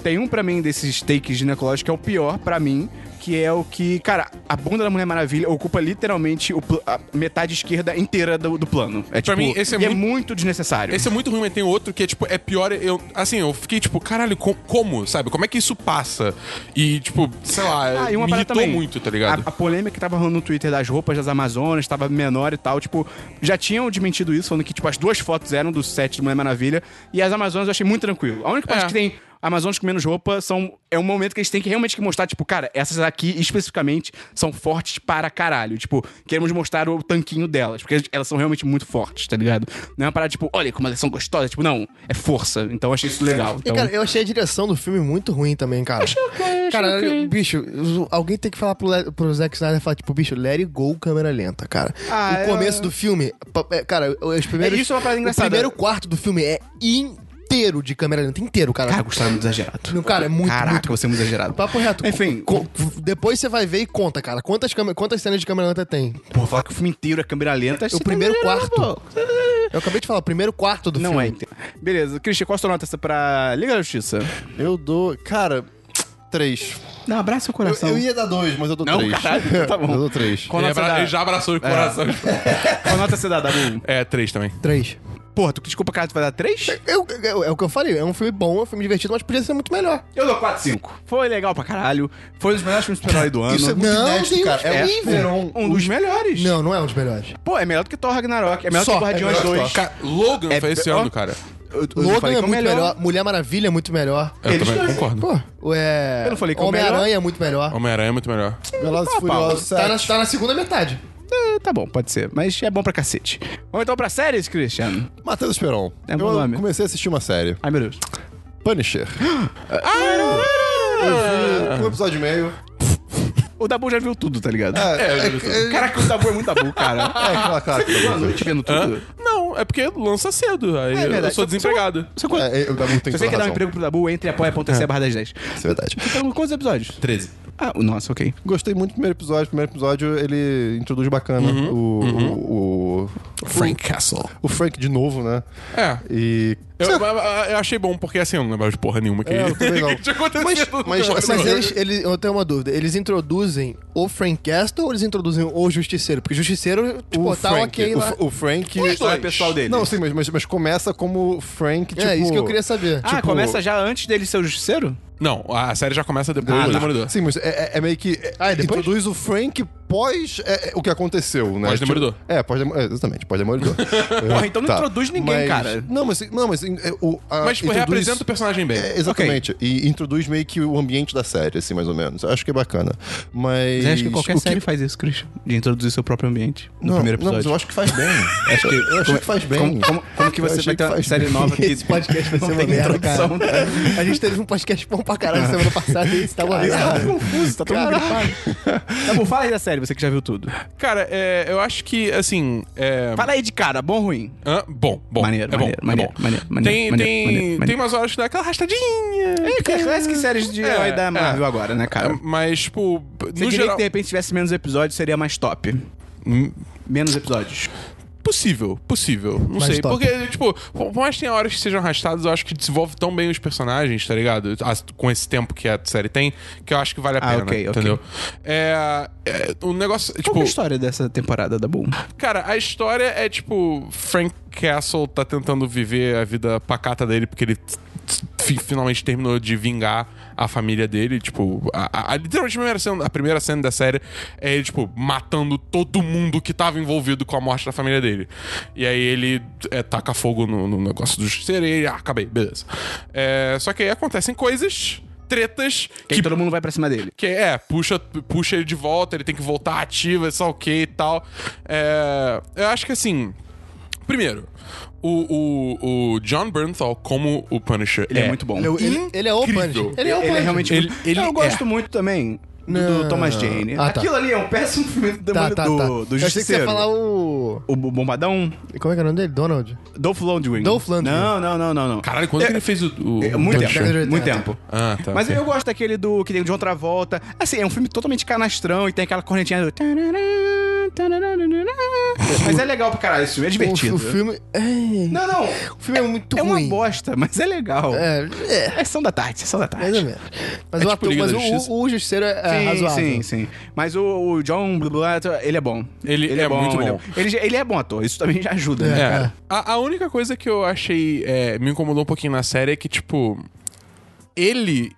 [SPEAKER 1] Tem um pra mim desses takes ginecológicos que é o pior pra mim. Que é o que, cara, a bunda da Mulher Maravilha ocupa literalmente o pl- a metade esquerda inteira do, do plano. É
[SPEAKER 2] Pra
[SPEAKER 1] tipo,
[SPEAKER 2] mim, esse é
[SPEAKER 1] e
[SPEAKER 2] muito-
[SPEAKER 1] desnecessário.
[SPEAKER 2] Esse é muito ruim, mas tem outro que é, tipo, é pior. Eu, assim, eu fiquei, tipo, caralho, co- como, sabe? Como é que isso passa? E, tipo, sei lá,
[SPEAKER 1] Ah, e uma
[SPEAKER 2] me
[SPEAKER 1] parada
[SPEAKER 2] irritou
[SPEAKER 1] também.
[SPEAKER 2] muito, tá ligado?
[SPEAKER 1] A, a polêmica que tava rolando no Twitter das roupas das Amazonas, tava menor e tal, tipo, já tinham desmentido isso, falando que, tipo, as duas fotos eram do set do Mulher Maravilha, e as Amazonas eu achei muito tranquilo. A única parte
[SPEAKER 2] É.
[SPEAKER 1] que tem Amazonas com menos roupa são, é um momento que eles têm que realmente que mostrar, tipo, cara, essas aqui especificamente são fortes para caralho. Tipo, queremos mostrar o tanquinho delas, porque elas são realmente muito fortes, tá ligado? Não é uma parada, tipo, olha como elas são gostosas, tipo, não, é força. Então eu achei isso legal.
[SPEAKER 3] E,
[SPEAKER 1] Então...
[SPEAKER 3] cara, eu achei a direção do filme muito ruim também, cara. cara, bicho, alguém tem que falar pro, Le- pro Zack Snyder falar, tipo, bicho, let it go, câmera lenta, cara.
[SPEAKER 1] Ah,
[SPEAKER 3] o
[SPEAKER 1] eu-
[SPEAKER 3] começo do filme, pa- é, cara, os primeiros.
[SPEAKER 1] É, isso é uma parada engraçada.
[SPEAKER 3] O primeiro quarto do filme é inteiro de câmera lenta, inteiro, cara.
[SPEAKER 1] Cara, Gustavo é muito exagerado.
[SPEAKER 3] Não, cara, é muito,
[SPEAKER 1] Caraca,
[SPEAKER 3] muito-
[SPEAKER 1] você é muito exagerado.
[SPEAKER 3] Papo reto.
[SPEAKER 1] Enfim,
[SPEAKER 3] Co- co- depois você vai ver e conta, cara. Quantas, câmera- quantas cenas de câmera lenta tem?
[SPEAKER 1] Pô, falar que o filme inteiro é câmera lenta.
[SPEAKER 3] É o primeiro quarto. Eu acabei de falar, o primeiro quarto do
[SPEAKER 1] Não
[SPEAKER 3] filme.
[SPEAKER 1] é inteiro. Beleza, Christian, qual a sua nota essa pra Liga da Justiça?
[SPEAKER 4] Eu dou, cara, três.
[SPEAKER 1] Não, abraça o
[SPEAKER 4] Eu, eu ia dar dois, mas eu dou
[SPEAKER 1] Não,
[SPEAKER 4] três.
[SPEAKER 1] caralho, tá bom.
[SPEAKER 4] Eu dou três.
[SPEAKER 1] Qual
[SPEAKER 2] ele,
[SPEAKER 1] nota você
[SPEAKER 2] abra-
[SPEAKER 1] dá?
[SPEAKER 2] ele já abraçou
[SPEAKER 1] É.
[SPEAKER 2] o coração. tipo,
[SPEAKER 1] Qual nota você dá, Dabu?
[SPEAKER 2] É, três também.
[SPEAKER 3] Três.
[SPEAKER 1] Porra, tu desculpa, cara, tu vai dar 3?
[SPEAKER 3] Eu- eu- é o que eu falei, é um filme bom, é um filme divertido, mas podia ser muito melhor.
[SPEAKER 1] Eu dou 4, 5. Foi legal pra caralho. Foi um dos melhores filmes de super-herói do ano.
[SPEAKER 4] Isso é muito
[SPEAKER 3] Não,
[SPEAKER 4] inédito,
[SPEAKER 3] Deus,
[SPEAKER 4] cara. É
[SPEAKER 3] é
[SPEAKER 4] o
[SPEAKER 3] horrível.
[SPEAKER 4] Esperon.
[SPEAKER 1] Um dos melhores.
[SPEAKER 3] Não, não é um dos melhores.
[SPEAKER 1] Pô, é melhor do que Thor Ragnarok. É melhor do
[SPEAKER 3] Só,
[SPEAKER 1] que Guardiões
[SPEAKER 4] é melhor que
[SPEAKER 1] 2.
[SPEAKER 2] Ca- Logan
[SPEAKER 1] É
[SPEAKER 2] foi esse
[SPEAKER 1] pior?
[SPEAKER 2] ano, cara.
[SPEAKER 1] Eu, eu
[SPEAKER 3] Logan
[SPEAKER 1] falei
[SPEAKER 3] é
[SPEAKER 1] que o
[SPEAKER 3] muito melhor. Mulher Maravilha é muito melhor.
[SPEAKER 2] Eu
[SPEAKER 1] Eles
[SPEAKER 2] também
[SPEAKER 1] dois.
[SPEAKER 2] concordo.
[SPEAKER 3] Pô, é...
[SPEAKER 1] Eu não falei que é o
[SPEAKER 3] Homem-Aranha é muito melhor.
[SPEAKER 2] Homem-Aranha é muito melhor.
[SPEAKER 4] Velozes e
[SPEAKER 1] Ah, Paulo,
[SPEAKER 4] Furiosos
[SPEAKER 3] Tá na,
[SPEAKER 4] sete.
[SPEAKER 3] tá na segunda metade.
[SPEAKER 1] É, tá bom, pode ser. Mas é bom pra cacete. Vamos então pra séries, Christian?
[SPEAKER 4] Matheus Esperon.
[SPEAKER 1] É
[SPEAKER 4] eu
[SPEAKER 1] bom nome.
[SPEAKER 4] comecei a assistir uma série.
[SPEAKER 1] Ai, meu Deus.
[SPEAKER 4] Punisher. Eu vi um episódio e meio.
[SPEAKER 1] O Dabu já viu tudo, tá ligado?
[SPEAKER 4] É,
[SPEAKER 1] Caraca, o Dabu é muito Dabu, [LAUGHS] cara.
[SPEAKER 4] é, claro, claro.
[SPEAKER 1] Boa noite vendo tudo.
[SPEAKER 2] Hã? Não, é porque lança cedo. Aí
[SPEAKER 1] É verdade.
[SPEAKER 2] eu sou desempregado.
[SPEAKER 1] Você quando...
[SPEAKER 4] É, eu também
[SPEAKER 1] Se
[SPEAKER 4] tenho
[SPEAKER 1] você
[SPEAKER 4] toda
[SPEAKER 1] quer dar um
[SPEAKER 4] razão.
[SPEAKER 1] emprego pro Dabu, entre apoia.se barra das 10.
[SPEAKER 4] Isso é verdade.
[SPEAKER 1] Então, quantos episódios?
[SPEAKER 2] 13.
[SPEAKER 1] Ah, o- nossa, ok.
[SPEAKER 4] Gostei muito do primeiro episódio. O primeiro episódio ele introduz bacana
[SPEAKER 3] Uhum.
[SPEAKER 4] o, o, o-
[SPEAKER 2] Frank Castle.
[SPEAKER 4] o Frank de novo, né?
[SPEAKER 2] É.
[SPEAKER 4] E.
[SPEAKER 2] Eu, eu- eu achei bom, porque assim, eu não lembrava de porra nenhuma que,
[SPEAKER 4] É, eu também não.
[SPEAKER 2] que [LAUGHS] tinha acontecido.
[SPEAKER 4] mas-
[SPEAKER 2] no
[SPEAKER 4] mas
[SPEAKER 3] Mas
[SPEAKER 2] ano.
[SPEAKER 3] eles, eles- eu tenho uma dúvida. Eles introduzem o Frank Castle ou eles introduzem o Justiceiro? Porque o Justiceiro, [LAUGHS] tipo,
[SPEAKER 4] o
[SPEAKER 3] tá
[SPEAKER 4] Frank,
[SPEAKER 3] ok
[SPEAKER 4] o,
[SPEAKER 3] lá.
[SPEAKER 4] o Frank.
[SPEAKER 1] Qual é o pessoal dele?
[SPEAKER 4] Não, sim, mas, mas, mas começa como Frank, tipo.
[SPEAKER 3] é, isso que eu queria saber.
[SPEAKER 1] ah,
[SPEAKER 4] tipo-
[SPEAKER 1] começa já antes dele ser o justiceiro?
[SPEAKER 2] Não, a série já começa depois
[SPEAKER 1] Ah,
[SPEAKER 2] do
[SPEAKER 1] tá.
[SPEAKER 2] Demolidor.
[SPEAKER 4] Sim, mas é, é- é meio que. é-
[SPEAKER 3] Ah, é depois?
[SPEAKER 4] Introduz o Frank pós é, é, o que aconteceu, né?
[SPEAKER 2] Pós-demolidor.
[SPEAKER 4] Tipo, É, pós-demolidor. Exatamente,
[SPEAKER 3] [LAUGHS]
[SPEAKER 4] pós-demolidor.
[SPEAKER 1] Porra, então não
[SPEAKER 4] Tá.
[SPEAKER 1] introduz ninguém,
[SPEAKER 4] Mas-
[SPEAKER 1] cara.
[SPEAKER 4] Não, mas. Não, mas, é, o,
[SPEAKER 1] Ah,
[SPEAKER 4] a-
[SPEAKER 2] Mas, tipo,
[SPEAKER 4] introduz-
[SPEAKER 2] reapresenta o personagem bem.
[SPEAKER 4] É, exatamente. E introduz meio que o ambiente da série, assim, mais ou menos. Eu acho que é bacana. Mas.
[SPEAKER 1] Você acha que qualquer
[SPEAKER 4] o
[SPEAKER 1] série faz isso, Christian? De introduzir seu próprio ambiente no
[SPEAKER 4] Não,
[SPEAKER 1] primeiro
[SPEAKER 4] não,
[SPEAKER 1] episódio.
[SPEAKER 4] mas eu acho que faz
[SPEAKER 1] [LAUGHS]
[SPEAKER 4] bem. acho que, eu acho que faz bem.
[SPEAKER 1] Como, como- como que
[SPEAKER 4] Eu
[SPEAKER 1] você
[SPEAKER 4] achei
[SPEAKER 1] vai ter
[SPEAKER 4] que
[SPEAKER 1] uma
[SPEAKER 4] faz
[SPEAKER 1] série
[SPEAKER 4] bem.
[SPEAKER 1] nova
[SPEAKER 4] [LAUGHS]
[SPEAKER 1] que
[SPEAKER 3] Esse podcast vai
[SPEAKER 1] não
[SPEAKER 3] ser uma
[SPEAKER 1] tem
[SPEAKER 3] merda, cara.
[SPEAKER 1] introdução?
[SPEAKER 3] A gente teve um podcast bom pra caralho semana passada e isso tava
[SPEAKER 1] Isso tá
[SPEAKER 3] errado.
[SPEAKER 1] confuso, tá todo mundo gripado. Tá bom, fala aí da série, você que já viu tudo.
[SPEAKER 2] Cara, é, eu acho que, assim. É...
[SPEAKER 1] Fala aí de cara, bom ou ruim?
[SPEAKER 2] Hã? Bom, bom.
[SPEAKER 1] Maneiro,
[SPEAKER 2] é bom,
[SPEAKER 1] maneiro,
[SPEAKER 2] é
[SPEAKER 1] maneiro,
[SPEAKER 2] bom.
[SPEAKER 1] maneiro, maneiro,
[SPEAKER 2] tem,
[SPEAKER 1] maneiro,
[SPEAKER 2] tem,
[SPEAKER 1] maneiro,
[SPEAKER 2] tem
[SPEAKER 1] maneiro.
[SPEAKER 2] umas horas que dá aquela arrastadinha.
[SPEAKER 1] É, classic séries de herói da Marvel agora, né, cara?
[SPEAKER 2] Mas, tipo,
[SPEAKER 1] Você
[SPEAKER 2] no
[SPEAKER 1] diria
[SPEAKER 2] geral... hum,
[SPEAKER 1] que de repente tivesse menos episódios, seria mais top. Menos episódios.
[SPEAKER 2] Possível, possível. Não
[SPEAKER 3] Mas
[SPEAKER 2] sei.
[SPEAKER 3] top.
[SPEAKER 2] Porque, tipo, por mais que tenha horas que sejam arrastadas, eu acho que desenvolve tão bem os personagens, tá ligado? As- Com esse tempo que a série tem, que eu acho que vale a
[SPEAKER 1] Ah,
[SPEAKER 2] pena.
[SPEAKER 1] ok, ok.
[SPEAKER 2] entendeu? É, é, O negócio.
[SPEAKER 1] Qual que é a
[SPEAKER 2] Tipo,
[SPEAKER 1] história dessa temporada da Boom?
[SPEAKER 2] cara, a história é tipo. Frank Castle tá tentando viver a vida pacata dele, porque ele t- t- fi- finalmente terminou de vingar a família dele. Tipo, a, a- a- literalmente a primeira, cena, a primeira cena da série é ele, tipo, matando todo mundo que tava envolvido com a morte da família dele. E aí ele é, taca fogo no, no negócio do justiceiro e ele, ah, acabei, beleza. É, só que aí acontecem coisas, tretas,
[SPEAKER 1] Que,
[SPEAKER 2] que
[SPEAKER 1] todo mundo vai pra cima dele.
[SPEAKER 2] que é, puxa, puxa ele de volta, ele tem que voltar ativo, é só o que e tal. É, eu acho que assim. Primeiro, o, o, o John Bernthal, como o Punisher,
[SPEAKER 1] Ele é muito bom.
[SPEAKER 3] Ele, é o- ele- ele é o
[SPEAKER 2] Incrível.
[SPEAKER 3] Punisher. Ele é o
[SPEAKER 1] Ele é
[SPEAKER 3] Punisher.
[SPEAKER 1] realmente
[SPEAKER 2] Ele-
[SPEAKER 1] muito-
[SPEAKER 2] ele
[SPEAKER 1] Eu
[SPEAKER 2] é.
[SPEAKER 1] gosto muito também do, do
[SPEAKER 3] Não.
[SPEAKER 1] Thomas Jane.
[SPEAKER 3] Ah, tá.
[SPEAKER 1] Aquilo ali é um péssimo filme do,
[SPEAKER 3] Tá,
[SPEAKER 1] do,
[SPEAKER 3] tá, tá.
[SPEAKER 1] do
[SPEAKER 3] Eu achei que você ia
[SPEAKER 1] Justiceiro.
[SPEAKER 3] falar o...
[SPEAKER 1] O bo- Bombadão?
[SPEAKER 3] Como é que é o nome dele? Donald?
[SPEAKER 1] Dolph Lundgren.
[SPEAKER 3] Dolph Lundgren.
[SPEAKER 1] Não, não, não, não. não.
[SPEAKER 2] Caralho, quando
[SPEAKER 1] É-
[SPEAKER 2] que ele fez o. o
[SPEAKER 1] é, muito
[SPEAKER 2] Punisher?
[SPEAKER 3] Década
[SPEAKER 1] tempo.
[SPEAKER 3] de
[SPEAKER 1] Muito
[SPEAKER 3] 80.
[SPEAKER 1] tempo.
[SPEAKER 2] Ah, tá.
[SPEAKER 1] Mas
[SPEAKER 2] ok.
[SPEAKER 1] eu gosto daquele do que tem o John Travolta. Assim, é um filme totalmente canastrão e tem aquela cornetinha do. tarará, tarará, tarará. Mas é legal pra caralho esse filme, é divertido.
[SPEAKER 3] O, o
[SPEAKER 2] né?
[SPEAKER 3] filme... Ai,
[SPEAKER 1] Não, não.
[SPEAKER 3] O filme é muito
[SPEAKER 1] É uma
[SPEAKER 3] ruim.
[SPEAKER 1] bosta, mas é legal. É,
[SPEAKER 3] É, é,
[SPEAKER 1] sessão da tarde, sessão da
[SPEAKER 3] mais ou
[SPEAKER 1] tarde.
[SPEAKER 3] menos. Mas,
[SPEAKER 2] É
[SPEAKER 3] o,
[SPEAKER 2] tipo
[SPEAKER 3] ator,
[SPEAKER 2] Liga
[SPEAKER 3] mas
[SPEAKER 2] da
[SPEAKER 3] o-
[SPEAKER 2] Justiça.
[SPEAKER 3] o, Justiceiro é é razoável.
[SPEAKER 1] sim, sim. Mas o, o John, blá, blá, blá, ele é bom.
[SPEAKER 2] Ele é muito
[SPEAKER 1] ele
[SPEAKER 2] bom.
[SPEAKER 1] Ele, já- ele é bom ator, isso também já ajuda,
[SPEAKER 3] É.
[SPEAKER 1] né, cara?
[SPEAKER 2] É. A, a única coisa que eu achei. é, me incomodou um pouquinho na série é que, tipo. Ele,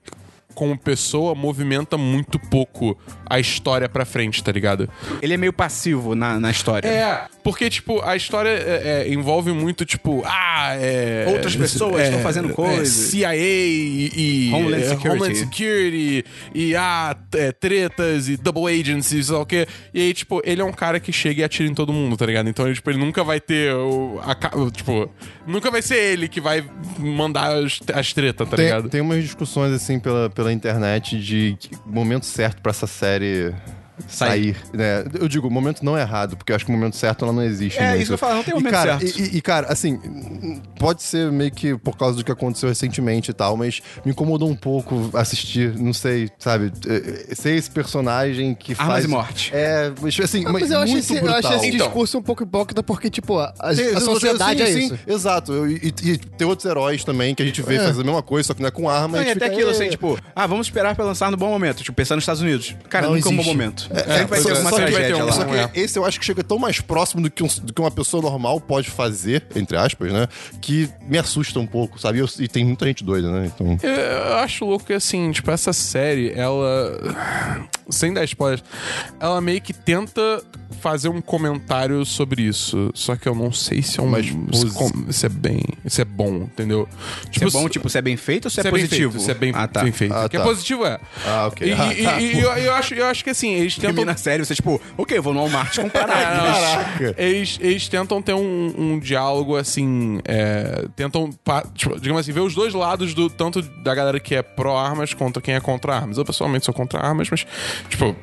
[SPEAKER 2] como pessoa, movimenta muito pouco a história pra frente, tá ligado?
[SPEAKER 1] Ele é meio passivo na, na história.
[SPEAKER 2] É, porque, tipo, a história é, é, envolve muito, tipo, ah, é.
[SPEAKER 1] Outras pessoas estão fazendo coisas.
[SPEAKER 2] CIA e. e,
[SPEAKER 1] Homeland
[SPEAKER 2] é,
[SPEAKER 1] Security.
[SPEAKER 2] Homeland Security. E, ah, t- é, tretas e double agencies, sei lá o quê. E aí, tipo, ele é um cara que chega e atira em todo mundo, tá ligado? Então, ele, tipo, ele nunca vai ter. O, a ca- o, tipo, nunca vai ser ele que vai mandar as, as tretas, tá
[SPEAKER 4] Tem,
[SPEAKER 2] ligado?
[SPEAKER 4] tem umas discussões, assim, pela, pela internet de que momento certo pra essa série sair. né? Eu digo, momento não errado, porque eu acho que o momento certo ela não existe.
[SPEAKER 1] É,
[SPEAKER 4] muito.
[SPEAKER 1] isso que eu falo, não tem momento
[SPEAKER 4] e, cara,
[SPEAKER 1] certo.
[SPEAKER 4] E, e- e, cara, assim, pode ser meio que por causa do que aconteceu recentemente e tal, mas me incomodou um pouco assistir, não sei, sabe, eh, eh, ser esse personagem que
[SPEAKER 1] Armas
[SPEAKER 4] faz...
[SPEAKER 1] e morte.
[SPEAKER 4] É, mas assim,
[SPEAKER 3] Ah, Mas eu acho,
[SPEAKER 4] muito
[SPEAKER 3] esse, eu
[SPEAKER 4] brutal. Então,
[SPEAKER 3] acho esse
[SPEAKER 2] Então.
[SPEAKER 3] discurso um pouco hipócrita porque, tipo, a, a- a
[SPEAKER 4] Sim, sim, sim,
[SPEAKER 3] sociedade é
[SPEAKER 4] sim,
[SPEAKER 3] isso.
[SPEAKER 4] Exato. Eu- E, e tem outros heróis também que a gente vê fazendo a mesma coisa, só que não é com
[SPEAKER 1] Não,
[SPEAKER 4] arma. a
[SPEAKER 1] e
[SPEAKER 4] gente
[SPEAKER 1] até
[SPEAKER 4] fica,
[SPEAKER 1] aquilo assim,
[SPEAKER 4] "É".
[SPEAKER 1] tipo, ah, vamos esperar pra lançar no bom momento. Tipo, pensando nos Estados Unidos. Cara,
[SPEAKER 3] Não
[SPEAKER 1] nunca é um bom
[SPEAKER 3] existe.
[SPEAKER 1] momento. Sempre vai
[SPEAKER 4] só-
[SPEAKER 1] ter alguma
[SPEAKER 4] só que vai ter
[SPEAKER 1] tragédia
[SPEAKER 2] um-
[SPEAKER 1] lá. né?
[SPEAKER 4] Só
[SPEAKER 2] É.
[SPEAKER 4] que esse eu acho que chega tão mais próximo do que, um- do que uma pessoa normal pode fazer, entre aspas, né? Que me assusta um pouco, sabe? E, eu- e tem muita gente doida, né? Então.
[SPEAKER 2] Eu- Eu acho louco que, assim, tipo, essa série, ela. Sem dar spoilers, ela meio que tenta fazer um comentário sobre isso. Só que eu não sei se é um.
[SPEAKER 4] Mas,
[SPEAKER 2] se
[SPEAKER 4] os-
[SPEAKER 2] com- se é bem. Se é bom, entendeu?
[SPEAKER 1] Se
[SPEAKER 2] Tipo,
[SPEAKER 1] é bom, tipo, se é bem feito ou se, é positivo?
[SPEAKER 2] Se é bem,
[SPEAKER 1] ah, tá.
[SPEAKER 2] bem feito.
[SPEAKER 4] Ah,
[SPEAKER 2] O que é
[SPEAKER 4] tá.
[SPEAKER 2] positivo é.
[SPEAKER 4] Ah, ok.
[SPEAKER 2] E,
[SPEAKER 4] Ah,
[SPEAKER 2] e-
[SPEAKER 4] tá.
[SPEAKER 2] e eu, eu acho, eu acho que assim, eles tentam.
[SPEAKER 1] Termina a série, você, tipo, ok, eu vou no [LAUGHS] Walmart comprar
[SPEAKER 2] Não,
[SPEAKER 1] águias.
[SPEAKER 4] Caraca.
[SPEAKER 2] Eles, eles tentam ter um, um diálogo assim. é, tentam, pa- tipo, digamos assim, ver os dois lados do tanto da galera que é pró-armas contra quem é contra armas. Eu pessoalmente sou contra armas, mas, tipo,